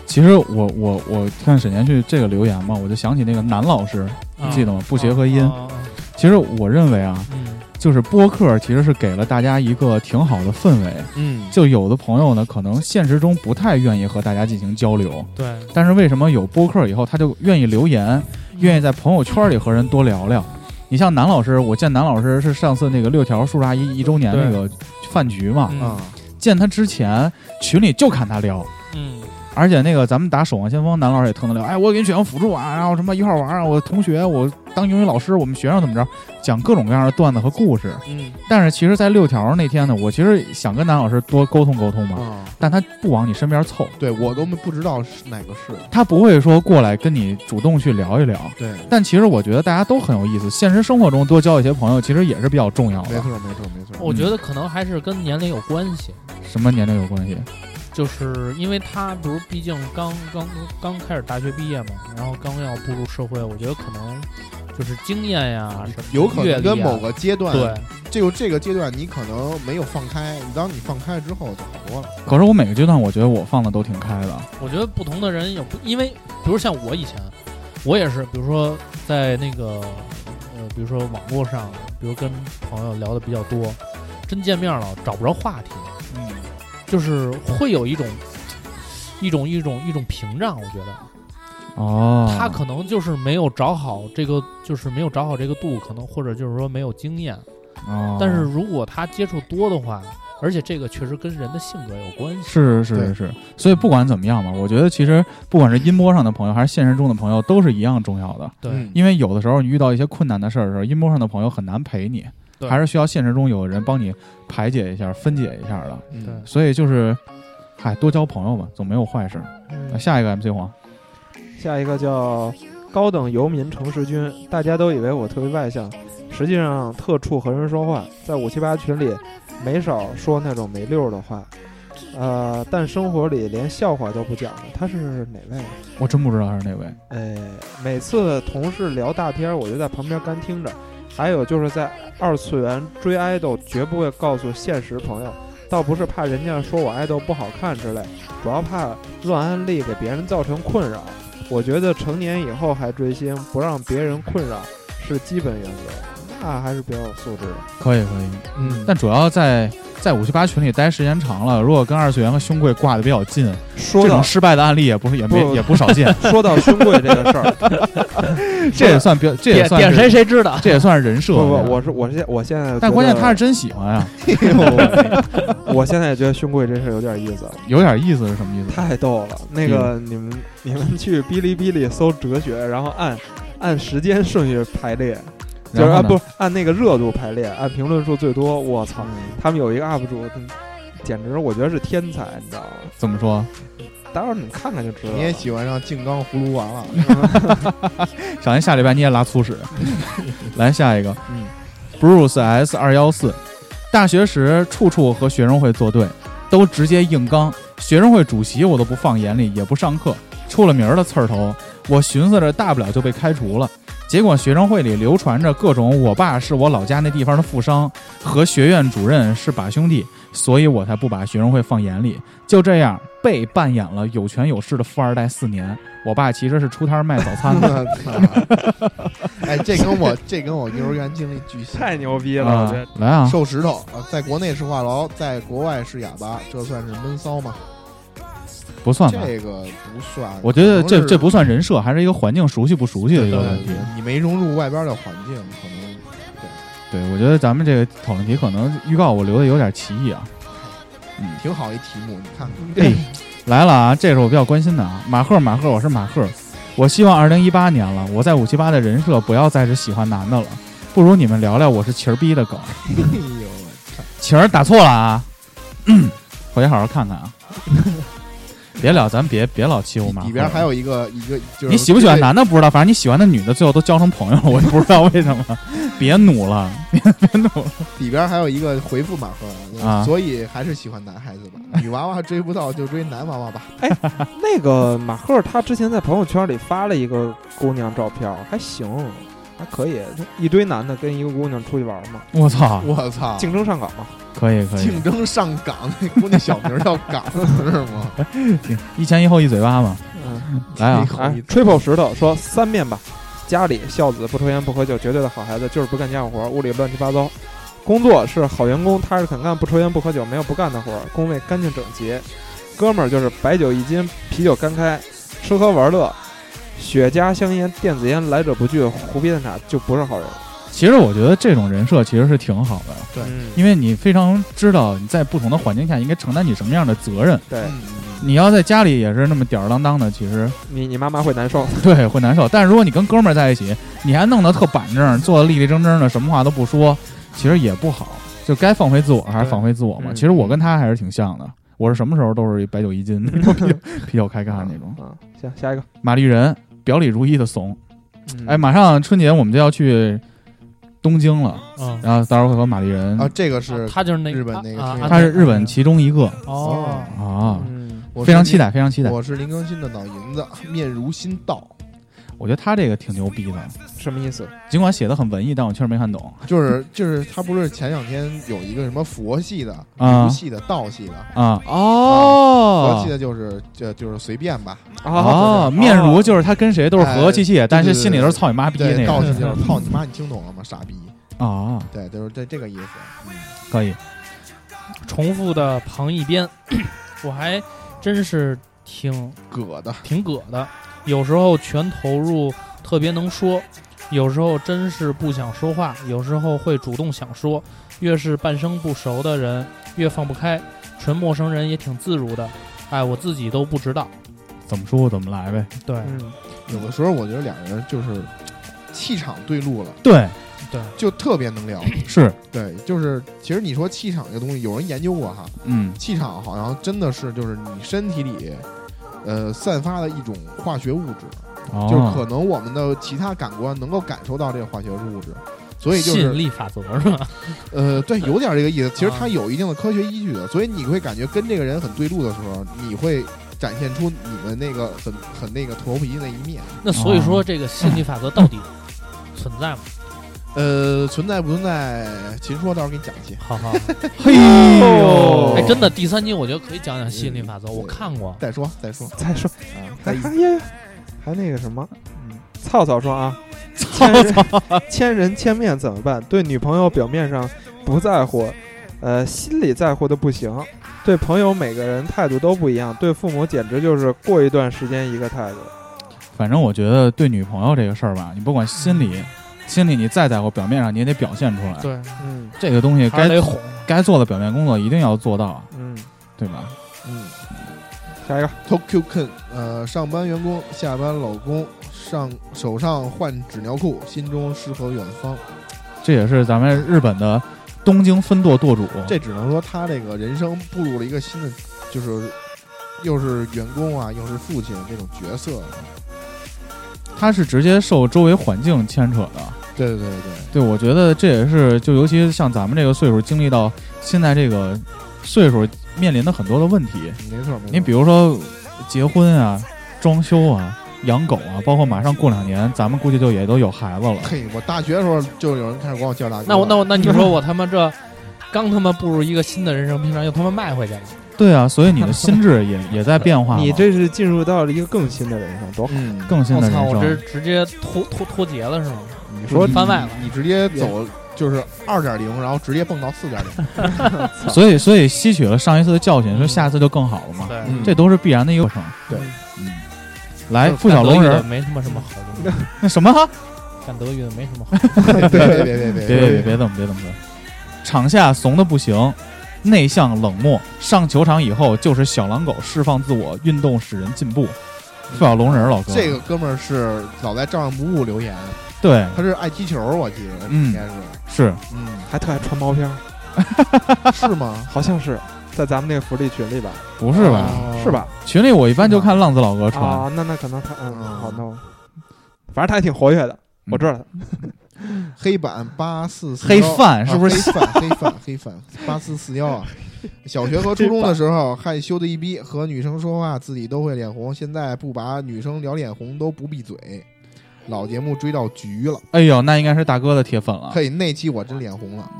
Speaker 3: 其实我我我看沈延旭这个留言嘛，我就想起那个男老师，
Speaker 6: 啊
Speaker 3: 你记得吗？嗯不协和音。
Speaker 6: 啊啊
Speaker 3: 其实我认为啊，
Speaker 6: 嗯
Speaker 3: 就是播客其实是给了大家一个挺好的氛围。
Speaker 5: 嗯，
Speaker 3: 就有的朋友呢，可能现实中不太愿意和大家进行交流，
Speaker 6: 对，
Speaker 3: 但是为什么有播客以后，他就愿意留言，愿意在朋友圈里和人多聊聊？你像南老师，我见南老师是上次那个六条树阿姨一周年那个饭局嘛，
Speaker 4: 啊
Speaker 6: 嗯
Speaker 3: 见他之前群里就看他聊，
Speaker 6: 嗯
Speaker 3: 而且那个咱们打《守望先锋》，南老师也特能聊，哎，我给你选个辅助啊，然后什么一块玩啊，我同学，我当英语老师，我们学生怎么着，讲各种各样的段子和故事。
Speaker 5: 嗯
Speaker 3: 但是其实，在六条那天呢，我其实想跟南老师多沟通沟通嘛，
Speaker 4: 啊，
Speaker 3: 但他不往你身边凑，
Speaker 4: 对我都不知道是哪个是，
Speaker 3: 他不会说过来跟你主动去聊一聊。
Speaker 4: 对，
Speaker 3: 但其实我觉得大家都很有意思，现实生活中多交一些朋友，其实也是比较重要
Speaker 4: 没
Speaker 3: 的。
Speaker 4: 错没错没错，
Speaker 6: 我觉得可能还是跟年龄有关系，
Speaker 3: 什么年龄有关系？
Speaker 6: 就是因为他不是毕竟刚刚刚开始大学毕业嘛，然后刚要步入社会，我觉得可能就是经验呀什么的
Speaker 4: 有可
Speaker 6: 阅
Speaker 4: 能
Speaker 6: 历啊
Speaker 4: 跟某个阶段，
Speaker 6: 对，
Speaker 4: 这个这个阶段你可能没有放开，你当你放开之后就好多了，
Speaker 3: 可是我每个阶段，我觉得我放的都挺开的。
Speaker 6: 我觉得不同的人有不，因为比如像我以前，我也是，比如说在那个呃，比如说网络上，比如跟朋友聊的比较多，真见面了找不着话题，
Speaker 3: 嗯，
Speaker 6: 就是会有一种一种一种一种屏障，我觉得。
Speaker 3: 哦，
Speaker 6: 他可能就是没有找好这个，就是没有找好这个度，可能或者就是说没有经验。
Speaker 3: 哦，
Speaker 6: 但是如果他接触多的话，而且这个确实跟人的性格有关系。
Speaker 3: 是是是，所以不管怎么样吧，我觉得其实不管是音波上的朋友还是现实中的朋友，都是一样重要的。
Speaker 6: 对，
Speaker 4: 嗯
Speaker 3: 因为有的时候你遇到一些困难的事儿的时候，音波上的朋友很难陪你，
Speaker 6: 对
Speaker 3: 还是需要现实中有人帮你排解一下、分解一下的。
Speaker 6: 对
Speaker 4: 嗯，
Speaker 3: 所以就是，嗨，多交朋友吧，总没有坏事。
Speaker 5: 嗯
Speaker 3: 啊下一个 MC 黄，
Speaker 5: 下一个叫高等游民程世军，大家都以为我特别外向，实际上特怵和人说话，在五七八群里没少说那种没溜儿的话，呃，但生活里连笑话都不讲了。他是哪位啊？
Speaker 3: 我真不知道他是哪位。
Speaker 5: 哎，每次同事聊大天儿，我就在旁边干听着。还有就是在二次元追爱豆，绝不会告诉现实朋友，倒不是怕人家说我爱豆不好看之类，主要怕乱安利给别人造成困扰。我觉得成年以后还追星，不让别人困扰 是基本原则，那还是比较有素质的。
Speaker 3: 可以可以，
Speaker 5: 嗯
Speaker 3: 但主要在在五七八群里待时间长了，如果跟二次元和兄贵挂的比较近，
Speaker 5: 说
Speaker 3: 这
Speaker 5: 到
Speaker 3: 种失败的案例也不是也没
Speaker 5: 不
Speaker 3: 也不少 见。
Speaker 5: 说到兄贵这个事儿，
Speaker 3: 这也算标，这也
Speaker 6: 点
Speaker 3: 算
Speaker 6: 点谁
Speaker 3: 是
Speaker 6: 谁知道。
Speaker 3: 这也算是人设。
Speaker 5: 不不，
Speaker 3: 这个
Speaker 5: 我是我现我现在，
Speaker 3: 但关键他是，真喜欢啊，
Speaker 5: 我现在也觉得兄贵这事儿有点意思，
Speaker 3: 有点意思是什么意思？
Speaker 5: 太逗了。那个你们你们去哔哩哔哩搜哲学，然后按按时间顺序排列，就是
Speaker 3: 然后
Speaker 5: 按
Speaker 3: 呢
Speaker 5: 不是按那个热度排列，按评论数最多。我操，他们有一个 UP 主，嗯简直我觉得是天才，你知道吗？
Speaker 3: 怎么说？
Speaker 5: 待会儿你们看看就知道了。
Speaker 4: 你也喜欢上静冈葫芦娃了？
Speaker 3: 小林下礼拜你也拉粗屎。来下一个，
Speaker 5: 嗯
Speaker 3: ，Bruce S 二幺四，大学时处处和学生会作对，都直接硬刚，学生会主席我都不放眼里，也不上课，出了名儿的刺儿头。我寻思着大不了就被开除了，结果学生会里流传着各种我爸是我老家那地方的富商，和学院主任是把兄弟，所以我才不把学生会放眼里。就这样被扮演了有权有势的富二代四年。我爸其实是出摊儿卖早餐的。
Speaker 4: 哎，这跟我这跟我幼儿园经历巨像。
Speaker 5: 太牛逼了，我
Speaker 3: 啊
Speaker 5: 觉得。，
Speaker 3: 来啊！
Speaker 4: 瘦石头啊，在国内是话痨，在国外是哑巴，这算是闷骚吗？
Speaker 3: 不算吧？
Speaker 4: 这个不算，
Speaker 3: 啊我觉得
Speaker 4: 可能
Speaker 3: 这
Speaker 4: 是
Speaker 3: 这不算人设，还是一个环境熟悉不熟悉的一
Speaker 4: 对
Speaker 3: 个问题。
Speaker 4: 你没融入外边的环境，可能
Speaker 3: 对，我觉得咱们这个讨论题可能预告我留的有点歧义啊。
Speaker 4: 挺好一题目。你看，
Speaker 3: 哎，来了啊，这是我比较关心的啊。马赫，马赫，我是马赫。我希望二零一八年了，我在五七八的人设不要再是喜欢男的了，不如你们聊聊我是旗儿逼的梗。
Speaker 4: 哎呦我操，
Speaker 3: 旗儿打错了啊， 回去好好看看啊。 别聊，咱别别老欺负马赫。
Speaker 4: 里边还有一个一个就是
Speaker 3: 你喜不喜欢？男的不知道，反正你喜欢的女的最后都交成朋友了，我也不知道为什么。别努了，别别努了。
Speaker 4: 里边还有一个回复马
Speaker 3: 啊
Speaker 4: 赫，所以还是喜欢男孩子吧。女娃娃追不到就追男娃娃吧。
Speaker 5: 那个马赫他之前在朋友圈里发了一个姑娘照片，还行，还可以。一堆男的跟一个姑娘出去玩嘛，
Speaker 3: 我操，
Speaker 4: 我操，
Speaker 5: 竞争上岗嘛。
Speaker 3: 可以可以
Speaker 4: 竞，争上岗， 那姑娘小名叫 岗是吗？
Speaker 3: 一前一后一嘴巴嘛。
Speaker 5: 嗯，
Speaker 3: 来 啊，
Speaker 5: 哎，triple 石头说三面吧，家里孝子，不抽烟不喝酒，绝对的好孩子，就是不干家务活，屋里乱七八糟。工作是好员工，踏实肯干，不抽烟不喝酒，没有不干的活，工位干净整洁。哥们儿就是白酒一斤，啤酒干开，吃喝玩乐，雪茄、香烟、电子烟来者不拒，胡逼蛋挞就不是好人。
Speaker 3: 其实我觉得这种人设其实是挺好的，
Speaker 4: 对
Speaker 5: 嗯
Speaker 3: 因为你非常知道你在不同的环境下应该承担你什么样的责任。
Speaker 5: 对
Speaker 3: 你要在家里也是那么吊儿郎当的，其实
Speaker 5: 你你妈妈会难受。
Speaker 3: 对会难受。但是如果你跟哥们儿在一起，你还弄得特板正，做的立立正正的，什么话都不说，其实也不好。就该放飞自我还是放飞自我嘛。
Speaker 5: 嗯
Speaker 3: 其实我跟他还是挺像的，我是什么时候都是一白酒一斤，啤酒啤酒开干那种。
Speaker 5: 啊，行，下一个。
Speaker 3: 马丽人表里如一的怂，
Speaker 5: 嗯
Speaker 3: 哎，马上春节我们就要去东京了，
Speaker 6: 嗯，
Speaker 3: 然后到时候会和马丽人，
Speaker 4: 啊，这个是
Speaker 6: 他就是那
Speaker 4: 日本那个
Speaker 6: 啊
Speaker 4: 是
Speaker 6: 啊
Speaker 3: 他是日本其中一个
Speaker 6: 哦，
Speaker 3: 啊，
Speaker 5: 嗯，
Speaker 4: 我是
Speaker 3: 非常
Speaker 4: 林
Speaker 3: 期待，非常期待。
Speaker 4: 我是林更新的脑银子， 面如新道，
Speaker 3: 我觉得他这个挺牛逼的，
Speaker 5: 什么意思？
Speaker 3: 尽管写的很文艺，但我确实没看懂
Speaker 4: 就是就是他不是前两天有一个什么佛系的、
Speaker 3: 啊
Speaker 4: 儒系的、道系的，
Speaker 3: 啊。
Speaker 4: 佛
Speaker 3: 哦
Speaker 4: 系的就是就就是随便吧，
Speaker 5: 啊
Speaker 3: 哦，面如就是他跟谁都是和和气气，但
Speaker 4: 啊
Speaker 3: 是
Speaker 4: 哎对对
Speaker 3: 心里都是操你妈逼
Speaker 4: 对，
Speaker 3: 那
Speaker 4: 道系
Speaker 3: 个
Speaker 4: 就是操你妈，你听懂了吗？傻逼，
Speaker 3: 啊，
Speaker 4: 对，就是这这个意思。嗯
Speaker 3: 可以。
Speaker 6: 重复的旁一边， 我还真是挺
Speaker 4: 葛的，
Speaker 6: 挺葛的，有时候全投入，特别能说；有时候真是不想说话，有时候会主动想说。越是半生不熟的人，越放不开。纯陌生人也挺自如的，哎，我自己都不知道。
Speaker 3: 怎么说怎么来呗。
Speaker 6: 对
Speaker 5: 嗯，
Speaker 4: 有的时候我觉得俩人就是气场对路了，
Speaker 3: 对，
Speaker 6: 对，
Speaker 4: 就特别 能聊。
Speaker 3: 是，
Speaker 4: 对，就是其实你说气场这个东西，有人研究过哈，
Speaker 3: 嗯，
Speaker 4: 气场好像真的是就是你身体里。呃，散发的一种化学物质，
Speaker 3: 哦
Speaker 4: 就是可能我们的其他感官能够感受到这个化学物质，所以就
Speaker 6: 吸
Speaker 4: 是
Speaker 6: 引力法则是吧？
Speaker 4: 呃，对，有点这个意思。其实它
Speaker 6: 啊
Speaker 4: 有一定的科学依据的，所以你会感觉跟这个人很对路的时候，你会展现出你们那个很很那个头皮那一面。
Speaker 6: 那所以
Speaker 4: 哦
Speaker 6: 说，这个吸引力法则到底存在 吗？
Speaker 4: 呃，存在不存在？秦说到时候给你讲一期。
Speaker 6: 好 好，
Speaker 3: 嘿
Speaker 5: 哦
Speaker 3: 呦，
Speaker 6: 哎，真的第三集我觉得可以讲讲吸引力法则，
Speaker 4: 嗯
Speaker 6: 我看过。
Speaker 4: 再说再说
Speaker 5: 再说，
Speaker 4: 啊，
Speaker 5: 还
Speaker 4: 再一
Speaker 5: 还哎还那个什么，嗯，操操说啊，
Speaker 3: 操操，
Speaker 5: 千人千面怎么办？对女朋友表面上不在乎，呃，心里在乎的不行。对朋友每个人态度都不一样，对父母简直就是过一段时间一个态度。
Speaker 3: 反正我觉得对女朋友这个事儿吧，你不管心
Speaker 4: 嗯
Speaker 3: 里，心里你再在乎，表面上你也得表现出来。
Speaker 6: 对，
Speaker 5: 嗯
Speaker 3: 这个东西
Speaker 6: 还
Speaker 3: 该
Speaker 6: 是得哄。
Speaker 3: 该做的表面工作一定要做到，
Speaker 5: 嗯
Speaker 3: 对吧？
Speaker 5: 嗯，下一个
Speaker 4: Tokyo Ken，呃，上班员工，下班老公，上手上换纸尿裤，心中诗和远方。
Speaker 3: 这也是咱们日本的东京分舵舵主，
Speaker 4: 这只能说他这个人生步入了一个新的，就是又是员工啊，又是父亲这种角色。啊
Speaker 3: 他是直接受周围环境牵扯的。
Speaker 4: 对对对对对，
Speaker 3: 对，我觉得这也是，就尤其像咱们这个岁数，经历到现在这个岁数，面临的很多的问题。
Speaker 4: 没错没错。
Speaker 3: 你比如说结婚啊、装修啊、养狗啊，包括马上过两年，咱们估计就也都有孩子了。
Speaker 4: 嘿，我大学的时候就有人开始管我叫大哥。
Speaker 6: 那我那我那你说我他妈这刚他妈步入一个新的人生屏障，又他妈迈回去了。
Speaker 3: 对啊，所以你的心 智也也在变化嘛。
Speaker 5: 你这是进入到了一个更新的人生，多好！
Speaker 4: 嗯，
Speaker 3: 更新
Speaker 6: 我
Speaker 3: 的
Speaker 6: 操！我
Speaker 3: 人
Speaker 6: 这
Speaker 3: 生，
Speaker 6: 直接脱脱脱节了是吗？
Speaker 4: 你
Speaker 6: 说
Speaker 4: 说
Speaker 6: 番外了
Speaker 4: 你直接走就是二点零，然后直接蹦到四点零。
Speaker 3: 所以所以吸取了上一次的教训，说下次就更好了嘛。
Speaker 6: 对，
Speaker 4: 嗯
Speaker 3: 这都是必然的一个过程。
Speaker 4: 对，
Speaker 3: 嗯。
Speaker 6: 就
Speaker 3: 来，
Speaker 6: 是
Speaker 3: 付
Speaker 6: 干
Speaker 3: 小
Speaker 6: 德
Speaker 3: 龙
Speaker 6: 语的
Speaker 3: 人，
Speaker 6: 没他妈什么好东西，
Speaker 3: 那什么？
Speaker 6: 干德语的没什么好。
Speaker 4: 别别别别
Speaker 3: 别别别别这么别这么说，场下怂的不行，内向冷漠，上球场以后就是小狼狗，释放自我，运动使人进步。付小龙人儿老 哥，
Speaker 4: 这个哥们儿是早在照样不误留言，
Speaker 3: 对
Speaker 4: 他是爱踢球，我记得
Speaker 3: 嗯
Speaker 4: 应该是，
Speaker 3: 是
Speaker 4: 嗯，
Speaker 5: 还特爱穿毛片儿，
Speaker 4: 是 吗？
Speaker 5: 好像是在咱们那个福利群里吧？
Speaker 3: 不是吧？
Speaker 4: 哦
Speaker 5: 是？吧？
Speaker 3: 群里我一般就看浪子老哥
Speaker 5: 啊
Speaker 3: 传，，
Speaker 5: 那那可能他嗯，
Speaker 4: 嗯
Speaker 5: 好，那我嗯反正他还挺活跃的，我知道他。
Speaker 4: 黑板八四四
Speaker 3: 黑范
Speaker 4: 啊
Speaker 3: 是不是？
Speaker 4: 黑饭黑饭黑饭八四四 幺啊！小学和初中的时候，害羞的一逼，和女生说话自己都会脸红，现在不把女生聊脸红都不闭嘴。老节目追到局了，
Speaker 3: 哎呦，那应该是大哥的铁粉了，
Speaker 4: 嘿，那期我真脸 红了。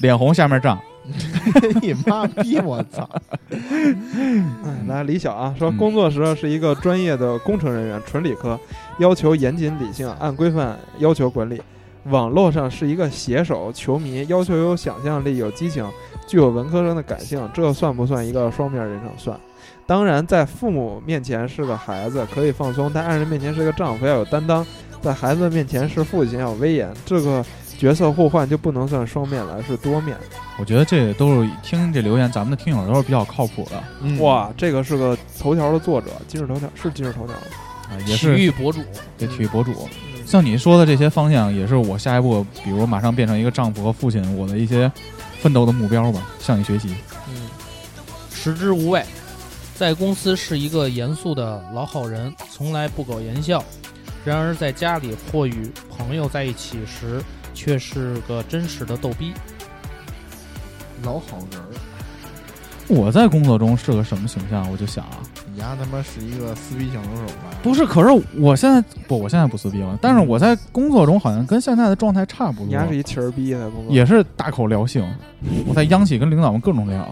Speaker 3: 脸红下面胀。
Speaker 4: 你妈逼，我操！
Speaker 5: 哎来，李晓啊，说工作时是一个专业的工程人员，纯理科，要求严谨理性，按规范要求管理。网络上是一个写手球迷，要求有想象力、有激情，具有文科生的感性，这算不算一个双面人生？算。当然，在父母面前是个孩子，可以放松；在爱人面前是个丈夫，要有担当；在孩子面前是父亲，要有威严。这个角色互换就不能算双面了，而是多面。
Speaker 3: 我觉得这都是听这留言，咱们的听友都是比较靠谱的，
Speaker 4: 嗯
Speaker 5: 哇，这个是个头条的作者，今日头条是今日头条吗。
Speaker 3: 啊 也
Speaker 6: 体
Speaker 3: 是
Speaker 6: 育博主，
Speaker 3: 这体育博主。
Speaker 4: 嗯
Speaker 3: 像你说的这些方向，也是我下一步，比如马上变成一个丈夫和父亲，我的一些奋斗的目标吧，向你学习。
Speaker 6: 嗯，食之无味，在公司是一个严肃的老好人，从来不苟言笑。然而在家里或与朋友在一起时，却是个真实的逗 逼。
Speaker 4: 老好人儿，
Speaker 3: 我在工作中是个什么形象？我就想啊，
Speaker 4: 你丫他妈是一个撕逼小能手吧？
Speaker 3: 不是，可是我现在不，我现在不撕逼了，但是我在工作中好像跟现在的状态差不
Speaker 5: 你还是
Speaker 3: 多，
Speaker 5: 一气儿逼在工作，
Speaker 3: 也是大口聊性，我在央企跟领导们各种聊，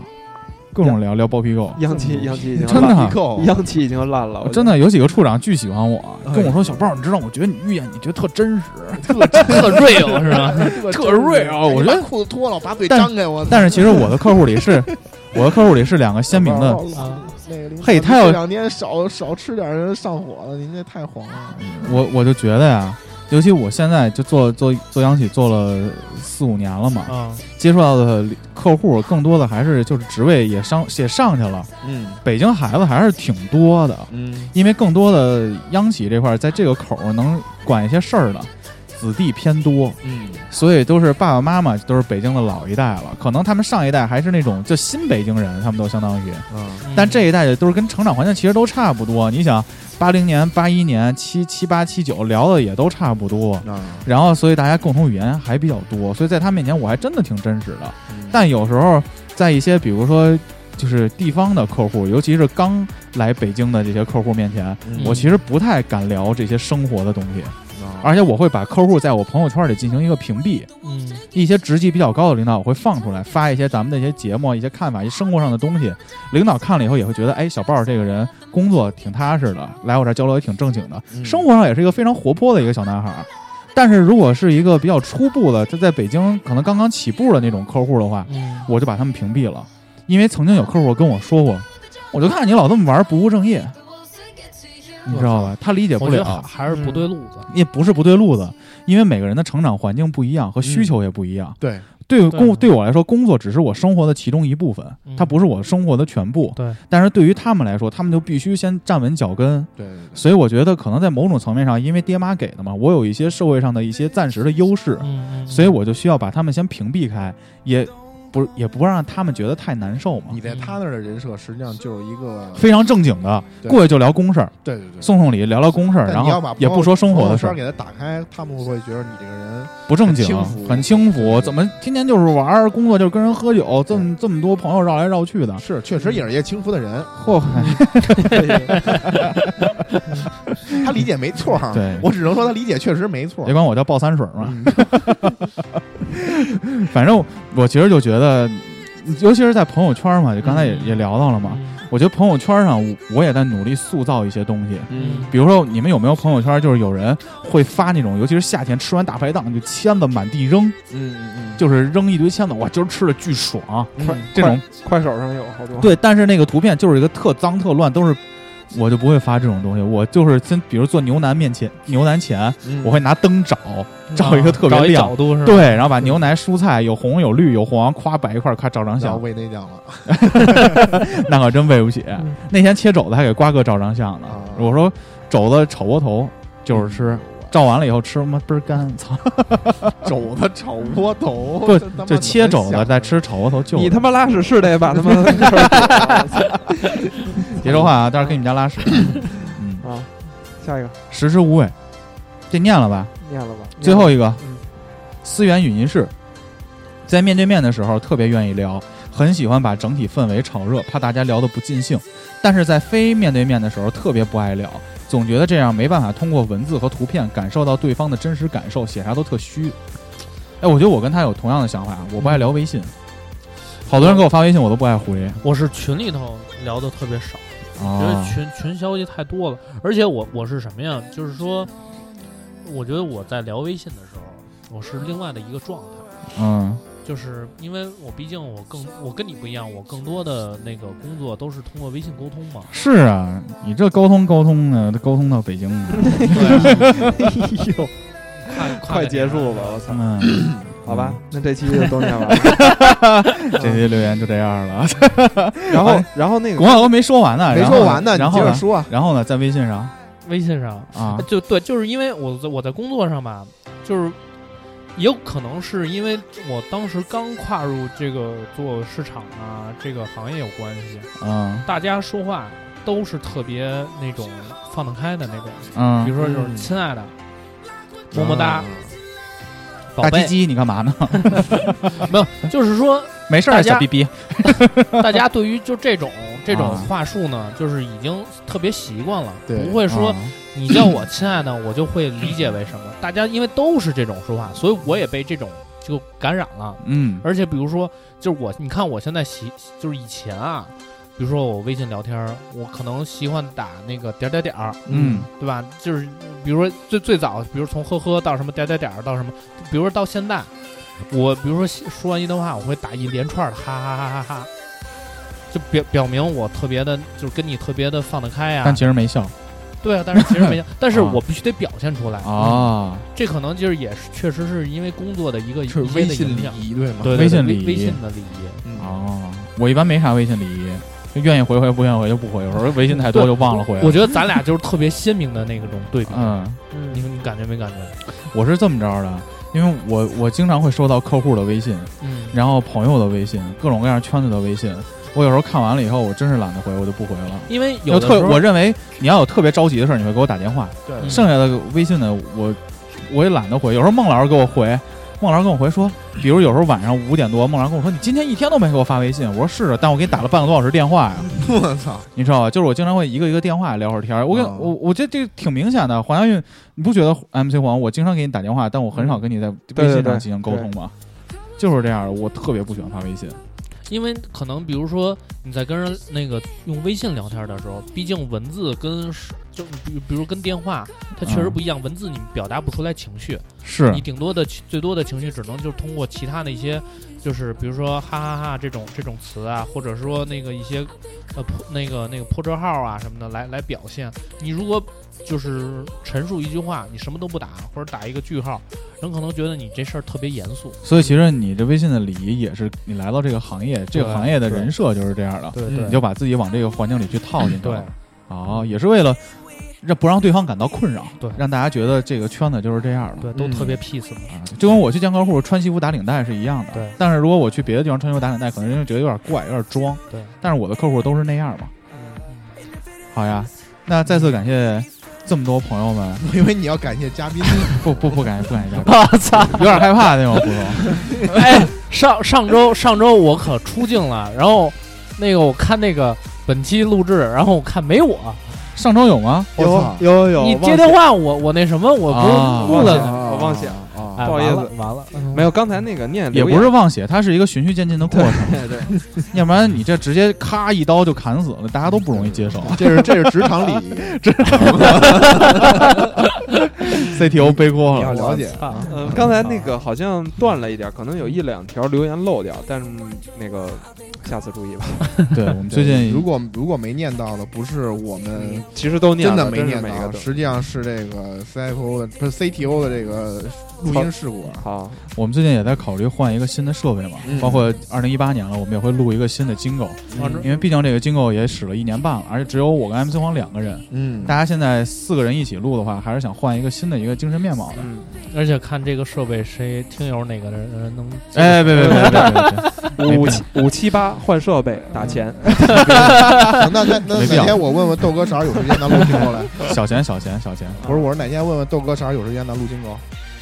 Speaker 3: 各种聊聊包皮狗，
Speaker 5: 央企央企已经
Speaker 3: 真
Speaker 5: 烂
Speaker 3: 的
Speaker 5: 了，
Speaker 3: 啊。
Speaker 4: 够
Speaker 5: 央企已经烂了，我
Speaker 3: 真的有几个处长巨喜欢我，
Speaker 4: 哎
Speaker 3: 跟我说小豹，你知道，我觉得你预言，你觉得特 真实，
Speaker 6: 特 real 是吧？
Speaker 3: 特 real。我觉啊得，
Speaker 4: 裤子脱了，把嘴
Speaker 3: 但
Speaker 4: 张开，我操。
Speaker 3: 但是其实我的客户里是，我的客户里是两个鲜明的，
Speaker 6: 啊
Speaker 4: 那个领导
Speaker 3: 嘿他要
Speaker 4: 这两天少少吃点人上火了，您这太黄了。
Speaker 3: 我我就觉得呀，尤其我现在就做做做央企做了四五年了嘛，
Speaker 4: 啊
Speaker 6: 嗯，
Speaker 3: 接触到的客户更多的还是就是职位也上也上去了，
Speaker 4: 嗯
Speaker 3: 北京孩子还是挺多的，
Speaker 4: 嗯，
Speaker 3: 因为更多的央企这块儿在这个口儿能管一些事儿的子弟偏多，
Speaker 4: 嗯，
Speaker 3: 所以都是爸爸妈妈都是北京的老一代了，可能他们上一代还是那种就新北京人，他们都相当于，
Speaker 4: 啊，
Speaker 3: 但这一代的都是跟成长环境其实都差不多。你想，八零年、八一年、七七八、七九聊的也都差不多，
Speaker 4: 啊，
Speaker 3: 然后所以大家共同语言还比较多，所以在他面前我还真的挺真实的。
Speaker 4: 嗯
Speaker 3: 但有时候在一些比如说就是地方的客户，尤其是刚来北京的这些客户面前，
Speaker 4: 嗯
Speaker 3: 我其实不太敢聊这些生活的东西，
Speaker 4: 啊
Speaker 3: 而且我会把客户在我朋友圈里进行一个屏蔽。
Speaker 6: 嗯，
Speaker 3: 一些职级比较高的领导，我会放出来发一些咱们的一些节目、一些看法、一些生活上的东西。领导看了以后也会觉得，哎，小豹这个人工作挺踏实的，来我这儿交流也挺正经的，
Speaker 4: 嗯
Speaker 3: 生活上也是一个非常活泼的一个小男孩儿。但是如果是一个比较初步的，他在北京可能刚刚起步的那种客户的话，
Speaker 6: 嗯，
Speaker 3: 我就把他们屏蔽了，因为曾经有客户跟我说过，我就看你老这么玩不务正业，你知道吧？他理解不
Speaker 6: 我觉得还
Speaker 3: 了，
Speaker 6: 还是不对路子。
Speaker 3: 也不是不对路子，因为每个人的成长环境不一样和需求也不一样。
Speaker 4: 对，
Speaker 3: 对
Speaker 6: 对
Speaker 3: 工对我来说，工作只是我生活的其中一部分，
Speaker 6: 嗯
Speaker 3: 它不是我生活的全部。
Speaker 6: 对，嗯
Speaker 3: 但是对于他们来说，他们就必须先站稳脚跟。
Speaker 4: 对对
Speaker 3: 所以我觉得，可能在某种层面上，因为爹妈给的嘛，我有一些社会上的一些暂时的优势，
Speaker 6: 嗯，嗯
Speaker 3: 所以我就需要把他们先屏蔽开，也不也不让他们觉得太难受嘛
Speaker 4: 你。在他那儿的人设实际上就是一个，
Speaker 3: 非常正经的，
Speaker 4: 对
Speaker 3: 过去就聊公事儿，
Speaker 4: 对对对。
Speaker 3: 送送礼，聊聊公事儿，
Speaker 4: 但
Speaker 3: 然
Speaker 4: 你要把
Speaker 3: 后
Speaker 4: 朋
Speaker 3: 也
Speaker 4: 友
Speaker 3: 不说生活的事
Speaker 4: 朋
Speaker 3: 儿
Speaker 4: 友圈，给他打开，他们会觉得你这个人
Speaker 3: 不正经，
Speaker 4: 很轻浮
Speaker 3: 很轻浮，怎么天天就是玩儿，工作就是跟人喝酒，这么这么多朋友绕来绕去的，
Speaker 4: 是确实也是一个轻浮的人，
Speaker 3: 嚯，
Speaker 4: 他理解没错儿。
Speaker 3: 对
Speaker 4: 我只能说他理解确实没错
Speaker 3: 别
Speaker 4: 儿。
Speaker 3: 管我叫鲍三水儿嘛。 反正我其实就觉得，尤其是在朋友圈嘛，就刚才也、
Speaker 5: 嗯
Speaker 3: 也聊到了嘛，我觉得朋友圈上我我也在努力塑造一些东西。
Speaker 5: 嗯，
Speaker 3: 比如说，你们有没有朋友圈，就是有人会发那种，尤其是夏天吃完大排档就签子满地扔，
Speaker 5: 嗯嗯
Speaker 3: 就是扔一堆签子，哇，今儿吃的巨爽，
Speaker 5: 嗯，快
Speaker 3: 这种
Speaker 5: 快手上有好多，
Speaker 3: 对，但是那个图片就是一个特脏特乱，都是我就不会发这种东西。我就是先，比如做牛腩面前牛腩前，
Speaker 5: 嗯哦
Speaker 3: 我会拿灯找照
Speaker 6: 啊找
Speaker 3: 一个特别
Speaker 6: 一
Speaker 3: 亮
Speaker 6: 角，度是吧？
Speaker 3: 对，然后把牛腩、蔬菜有红有绿有黄，夸摆一块儿，咔照
Speaker 4: 然
Speaker 3: 张
Speaker 4: 后
Speaker 3: 相，
Speaker 4: 喂内酱了，
Speaker 3: 那可真喂不起
Speaker 5: 嗯。
Speaker 3: 那天切肘子还给瓜哥照张相呢
Speaker 4: 啊，
Speaker 3: 我说肘子炒窝头就是吃。照完了以后吃他妈倍儿干，操！
Speaker 4: 肘子炒窝头，这
Speaker 3: 不
Speaker 4: 他妈
Speaker 3: 就切肘
Speaker 4: 怎么
Speaker 3: 子
Speaker 4: 想
Speaker 3: 再
Speaker 4: 的
Speaker 3: 吃炒窝头就
Speaker 5: 你他妈拉屎是得把他妈
Speaker 3: 别说话啊！待会儿给你们家拉 屎。嗯，
Speaker 5: 啊，下一个
Speaker 3: 食之无味，这念了吧？
Speaker 5: 念了吧，
Speaker 3: 最后一个
Speaker 5: 嗯，
Speaker 3: 思源语音室，在面对面的时候特别愿意聊，很喜欢把整体氛围炒热，怕大家聊得不尽兴；但是在非面对面的时候特别不爱聊，总觉得这样没办法通过文字和图片感受到对方的真实感受，写啥都特虚。哎，我觉得我跟他有同样的想法，我不爱聊微信，好多人给我发微信我都不爱回
Speaker 6: 我是群里头聊的特别少，觉得
Speaker 3: 啊。
Speaker 6: 群群消息太多了，而且我我是什么呀？就是说，我觉得我在聊微信的时候，我是另外的一个状态。
Speaker 3: 嗯
Speaker 6: 就是因为我毕竟我更我跟你不一样，我更多的那个工作都是通过微信沟通嘛。
Speaker 3: 是啊，你这沟通沟通呢，都沟通到北京了。
Speaker 6: 快
Speaker 5: 快结束吧，我操，
Speaker 3: 嗯，
Speaker 5: 好吧，那这期就都念 完了，嗯
Speaker 3: 这哎些留言就这样了。
Speaker 5: 然后然后那 个
Speaker 3: 广告都没说完呢，
Speaker 4: 没
Speaker 3: 然后
Speaker 4: 说完呢，你
Speaker 3: 然
Speaker 4: 接
Speaker 3: 后
Speaker 4: 着
Speaker 3: 呢？
Speaker 4: 说啊。
Speaker 3: 然后呢，在微信上
Speaker 6: 微信上，
Speaker 3: 啊，
Speaker 6: 就对，就是因为我在我在工作上吧，就是也有可能是因为我当时刚跨入这个做市场啊这个行业有关系，
Speaker 3: 嗯
Speaker 6: 大家说话都是特别那种放得开的那种，比
Speaker 3: 嗯，
Speaker 6: 如说 就是
Speaker 5: 嗯
Speaker 6: 亲爱的，么么哒
Speaker 4: 啊，
Speaker 6: 宝
Speaker 3: 大鸡
Speaker 6: 贝，
Speaker 3: 哎鸡，你干嘛呢？
Speaker 6: 就是说
Speaker 3: 没事
Speaker 6: 大
Speaker 3: 儿，
Speaker 6: 家
Speaker 3: 小逼逼。
Speaker 6: 大家对于就这 种这种
Speaker 3: 啊
Speaker 6: 话术呢，就是已经特别习惯了，
Speaker 4: 对
Speaker 6: 不会说
Speaker 3: 啊
Speaker 6: 你叫我亲爱的，我就会理解为什么。 大家因为都是这种说话，所以我也被这种就感染了。
Speaker 3: 嗯
Speaker 6: 而且比如说，就是我，你看我现在习，就是以前啊，比如说我微信聊天儿，我可能习惯打那个点儿点儿点儿，
Speaker 3: 嗯，
Speaker 6: 对吧？就是比如说最最早，比如从呵呵到什么点儿点儿点儿到什么，比如说到现在，我比如说说完一段话，我会打一连串的哈哈哈哈哈哈，就表表明我特别的，就是跟你特别的放得开呀、
Speaker 3: 但其实没笑
Speaker 6: 对啊，但是其 实没，但是
Speaker 3: 啊
Speaker 6: 我必须得表现出来。
Speaker 3: 啊。
Speaker 6: 这可能就是也是确实是因为工作的一个一
Speaker 4: 是
Speaker 6: 些的
Speaker 4: 微信
Speaker 6: 影
Speaker 4: 礼
Speaker 6: 响，
Speaker 4: 仪对吗？
Speaker 6: 对对对
Speaker 3: 微信礼仪
Speaker 6: 微信的礼仪，嗯
Speaker 3: 哦，我一般没啥微信礼仪，就愿意回回，不愿意回就不回。有时候微信太多
Speaker 6: 对
Speaker 3: 就忘了回。
Speaker 6: 我觉得咱俩就是特别鲜明的那个种对比，
Speaker 3: 嗯，
Speaker 6: 你你感觉没感觉？
Speaker 3: 我是这么着的，因为我我经常会收到客户的微信，
Speaker 6: 嗯，
Speaker 3: 然后朋友的微信，各种各样圈子的微信。我有时候看完了以后，我真是懒得回，我就不回了。
Speaker 6: 因为有的时
Speaker 3: 特
Speaker 6: 候
Speaker 3: 我认为你要有特别着急的事儿，你会给我打电话。
Speaker 6: 嗯
Speaker 3: 剩下的微信呢，我我也懒得回。有时候孟老师给我回，孟老师跟我回说，比如有时候晚上五点多，孟老师跟我说你今天一天都没给我发微信。我说是啊，但我给你打了半个多小时电话呀，
Speaker 4: 我操，
Speaker 3: 你知道吧？就是我经常会一个一个电话聊会儿天儿。我跟、
Speaker 5: 嗯
Speaker 4: 哦
Speaker 3: 我我觉得这个挺明显的。黄家韵，你不觉得 MC 黄我经常给你打电话，但我很少跟你在
Speaker 5: 嗯对
Speaker 3: 微
Speaker 5: 对
Speaker 3: 信
Speaker 5: 对
Speaker 3: 上进行沟通吗？就是这样的，我特别不喜欢发微信。
Speaker 6: 因为可能比如说你在跟人那个用微信聊天的时候，毕竟文字跟是就比比如跟电话，它确实
Speaker 3: 嗯
Speaker 6: 不一样，文字你表达不出来情绪，
Speaker 3: 是
Speaker 6: 你顶多的情最多的情绪只能就是通过其他的一些，就是比如说哈哈哈这种这种词啊，或者说那个一些呃破那个那个破折号啊什么的来来表现。你如果就是陈述一句话，你什么都不打，或者打一个句号，人可能觉得你这事儿特别严肃。
Speaker 3: 所以其实你这微信的礼仪也是你来到这个行业，这个
Speaker 5: 对
Speaker 3: 行业的
Speaker 5: 对
Speaker 3: 人设就是这样的，
Speaker 5: 对
Speaker 6: 嗯
Speaker 3: 你就把自己往这个环境里去套进去
Speaker 6: 对
Speaker 3: 了。哦，也是为了让不让对方感到困扰，
Speaker 6: 对
Speaker 3: 让大家觉得这个圈子就是这样的。
Speaker 6: 对，都
Speaker 5: 嗯
Speaker 6: 特别 peace 嘛。
Speaker 3: 啊，就跟我去见客户穿西服打领带是一样的。
Speaker 6: 对
Speaker 3: 但是如果我去别的地方穿西服打领带，可能人家觉得有点怪，有点装。
Speaker 6: 对，
Speaker 3: 但是我的客户都是那样嘛。
Speaker 6: 嗯
Speaker 3: 好呀，那再次感谢这么多朋友们，
Speaker 4: 我以为你要感谢 嘉宾呢，
Speaker 3: 不不不感谢不感谢嘉宾，
Speaker 6: 我操！
Speaker 3: 有点害怕那种胡总。
Speaker 6: 哎，上上周上周我可出镜了，然后那个我看那个本期录制，然后我看没我，
Speaker 3: 上周有吗？
Speaker 10: 有
Speaker 3: 我操，
Speaker 10: 有有，
Speaker 6: 你
Speaker 10: 忘
Speaker 6: 接
Speaker 10: 记
Speaker 6: 电话我我那什么我不
Speaker 3: 啊
Speaker 6: 是
Speaker 5: 忘
Speaker 6: 录了。
Speaker 5: 写了，嗯我忘写了，
Speaker 3: 啊，
Speaker 6: 哎
Speaker 5: 不好意
Speaker 6: 完
Speaker 5: 思
Speaker 6: 了完了，
Speaker 5: 没有刚才那个念
Speaker 3: 也
Speaker 5: 留言
Speaker 3: 不是忘写，它是一个循序渐进的过程，
Speaker 5: 对对，
Speaker 3: 要不然你这直接咔一刀就砍死了，大家都不容易接受。啊
Speaker 4: 这是这是职场 礼仪，
Speaker 3: CTO 背锅
Speaker 4: 你要
Speaker 3: 了，啊
Speaker 4: 了解。
Speaker 5: 嗯，刚才那个好像断了一点，可能有一两条留言漏掉，但是那个下次注意吧。
Speaker 3: 对我们最近
Speaker 4: 如果如果没念到的，不是我们
Speaker 5: 其实都念
Speaker 4: 真
Speaker 5: 了
Speaker 4: 的没
Speaker 5: 是
Speaker 4: 念
Speaker 5: 每一个
Speaker 4: 到，啊
Speaker 5: 都
Speaker 4: 实际上是这个 CFO 的不是 CTO 的这个录音事故啊。
Speaker 5: 好，
Speaker 3: 我们最近也在考虑换一个新的设备嘛，
Speaker 5: 嗯
Speaker 3: 包括二零一八年了，我们也会录一个新的金狗，
Speaker 6: 完了
Speaker 3: 因为毕竟这个金狗也使了一年半了，而且只有我跟 MC 黄两个人，
Speaker 4: 嗯
Speaker 3: 大家现在四个人一起录的话，还是想换一个新的一个精神面貌的。
Speaker 5: 嗯，
Speaker 6: 而且看这个设备谁听友哪个人能
Speaker 3: 哎，别别别别别 没
Speaker 5: 五七五七八换设备打钱，
Speaker 4: 行那那那
Speaker 3: 没
Speaker 4: 哪
Speaker 3: 必要
Speaker 4: 天我问问豆哥啥时候有时间咱录金狗 来？
Speaker 3: 别，小钱小钱小钱，
Speaker 4: 不是，我说哪天问问豆哥啥时候有时间咱录金狗？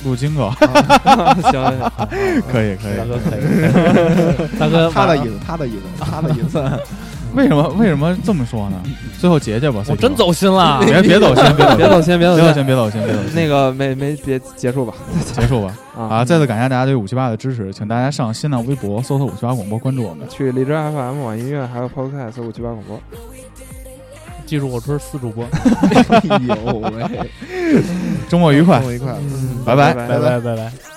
Speaker 3: 录金狗
Speaker 5: 行行行，
Speaker 3: 可以可以
Speaker 6: 大。哥可以， 大哥
Speaker 4: 他的
Speaker 6: 晚
Speaker 4: 意
Speaker 6: 了
Speaker 4: 思，他的意思，他的意 思。
Speaker 3: 为什么为什么这么说呢？最后结结吧，
Speaker 6: 我
Speaker 3: CTO
Speaker 6: 真，走心了，
Speaker 3: 别别走心，别走
Speaker 5: 别
Speaker 3: 心
Speaker 5: 走心，别
Speaker 3: 啊别
Speaker 5: 走
Speaker 3: 走
Speaker 5: 心，
Speaker 3: 心，别走心，别走心。
Speaker 5: 那个没没别结束吧
Speaker 3: 结束吧啊！
Speaker 5: 啊，
Speaker 3: 再次感谢大家对五七八的支持，请大家上新浪微博搜索五七八广播，关注我们。
Speaker 5: 去荔枝 FM、网易音乐还有 Podcast 五七八广播，
Speaker 6: 记住我是四主播，
Speaker 4: 哎呦喂，
Speaker 3: 周末愉快
Speaker 4: 跟。我一块。
Speaker 5: 嗯
Speaker 3: 拜拜
Speaker 5: 拜
Speaker 6: 拜拜拜拜。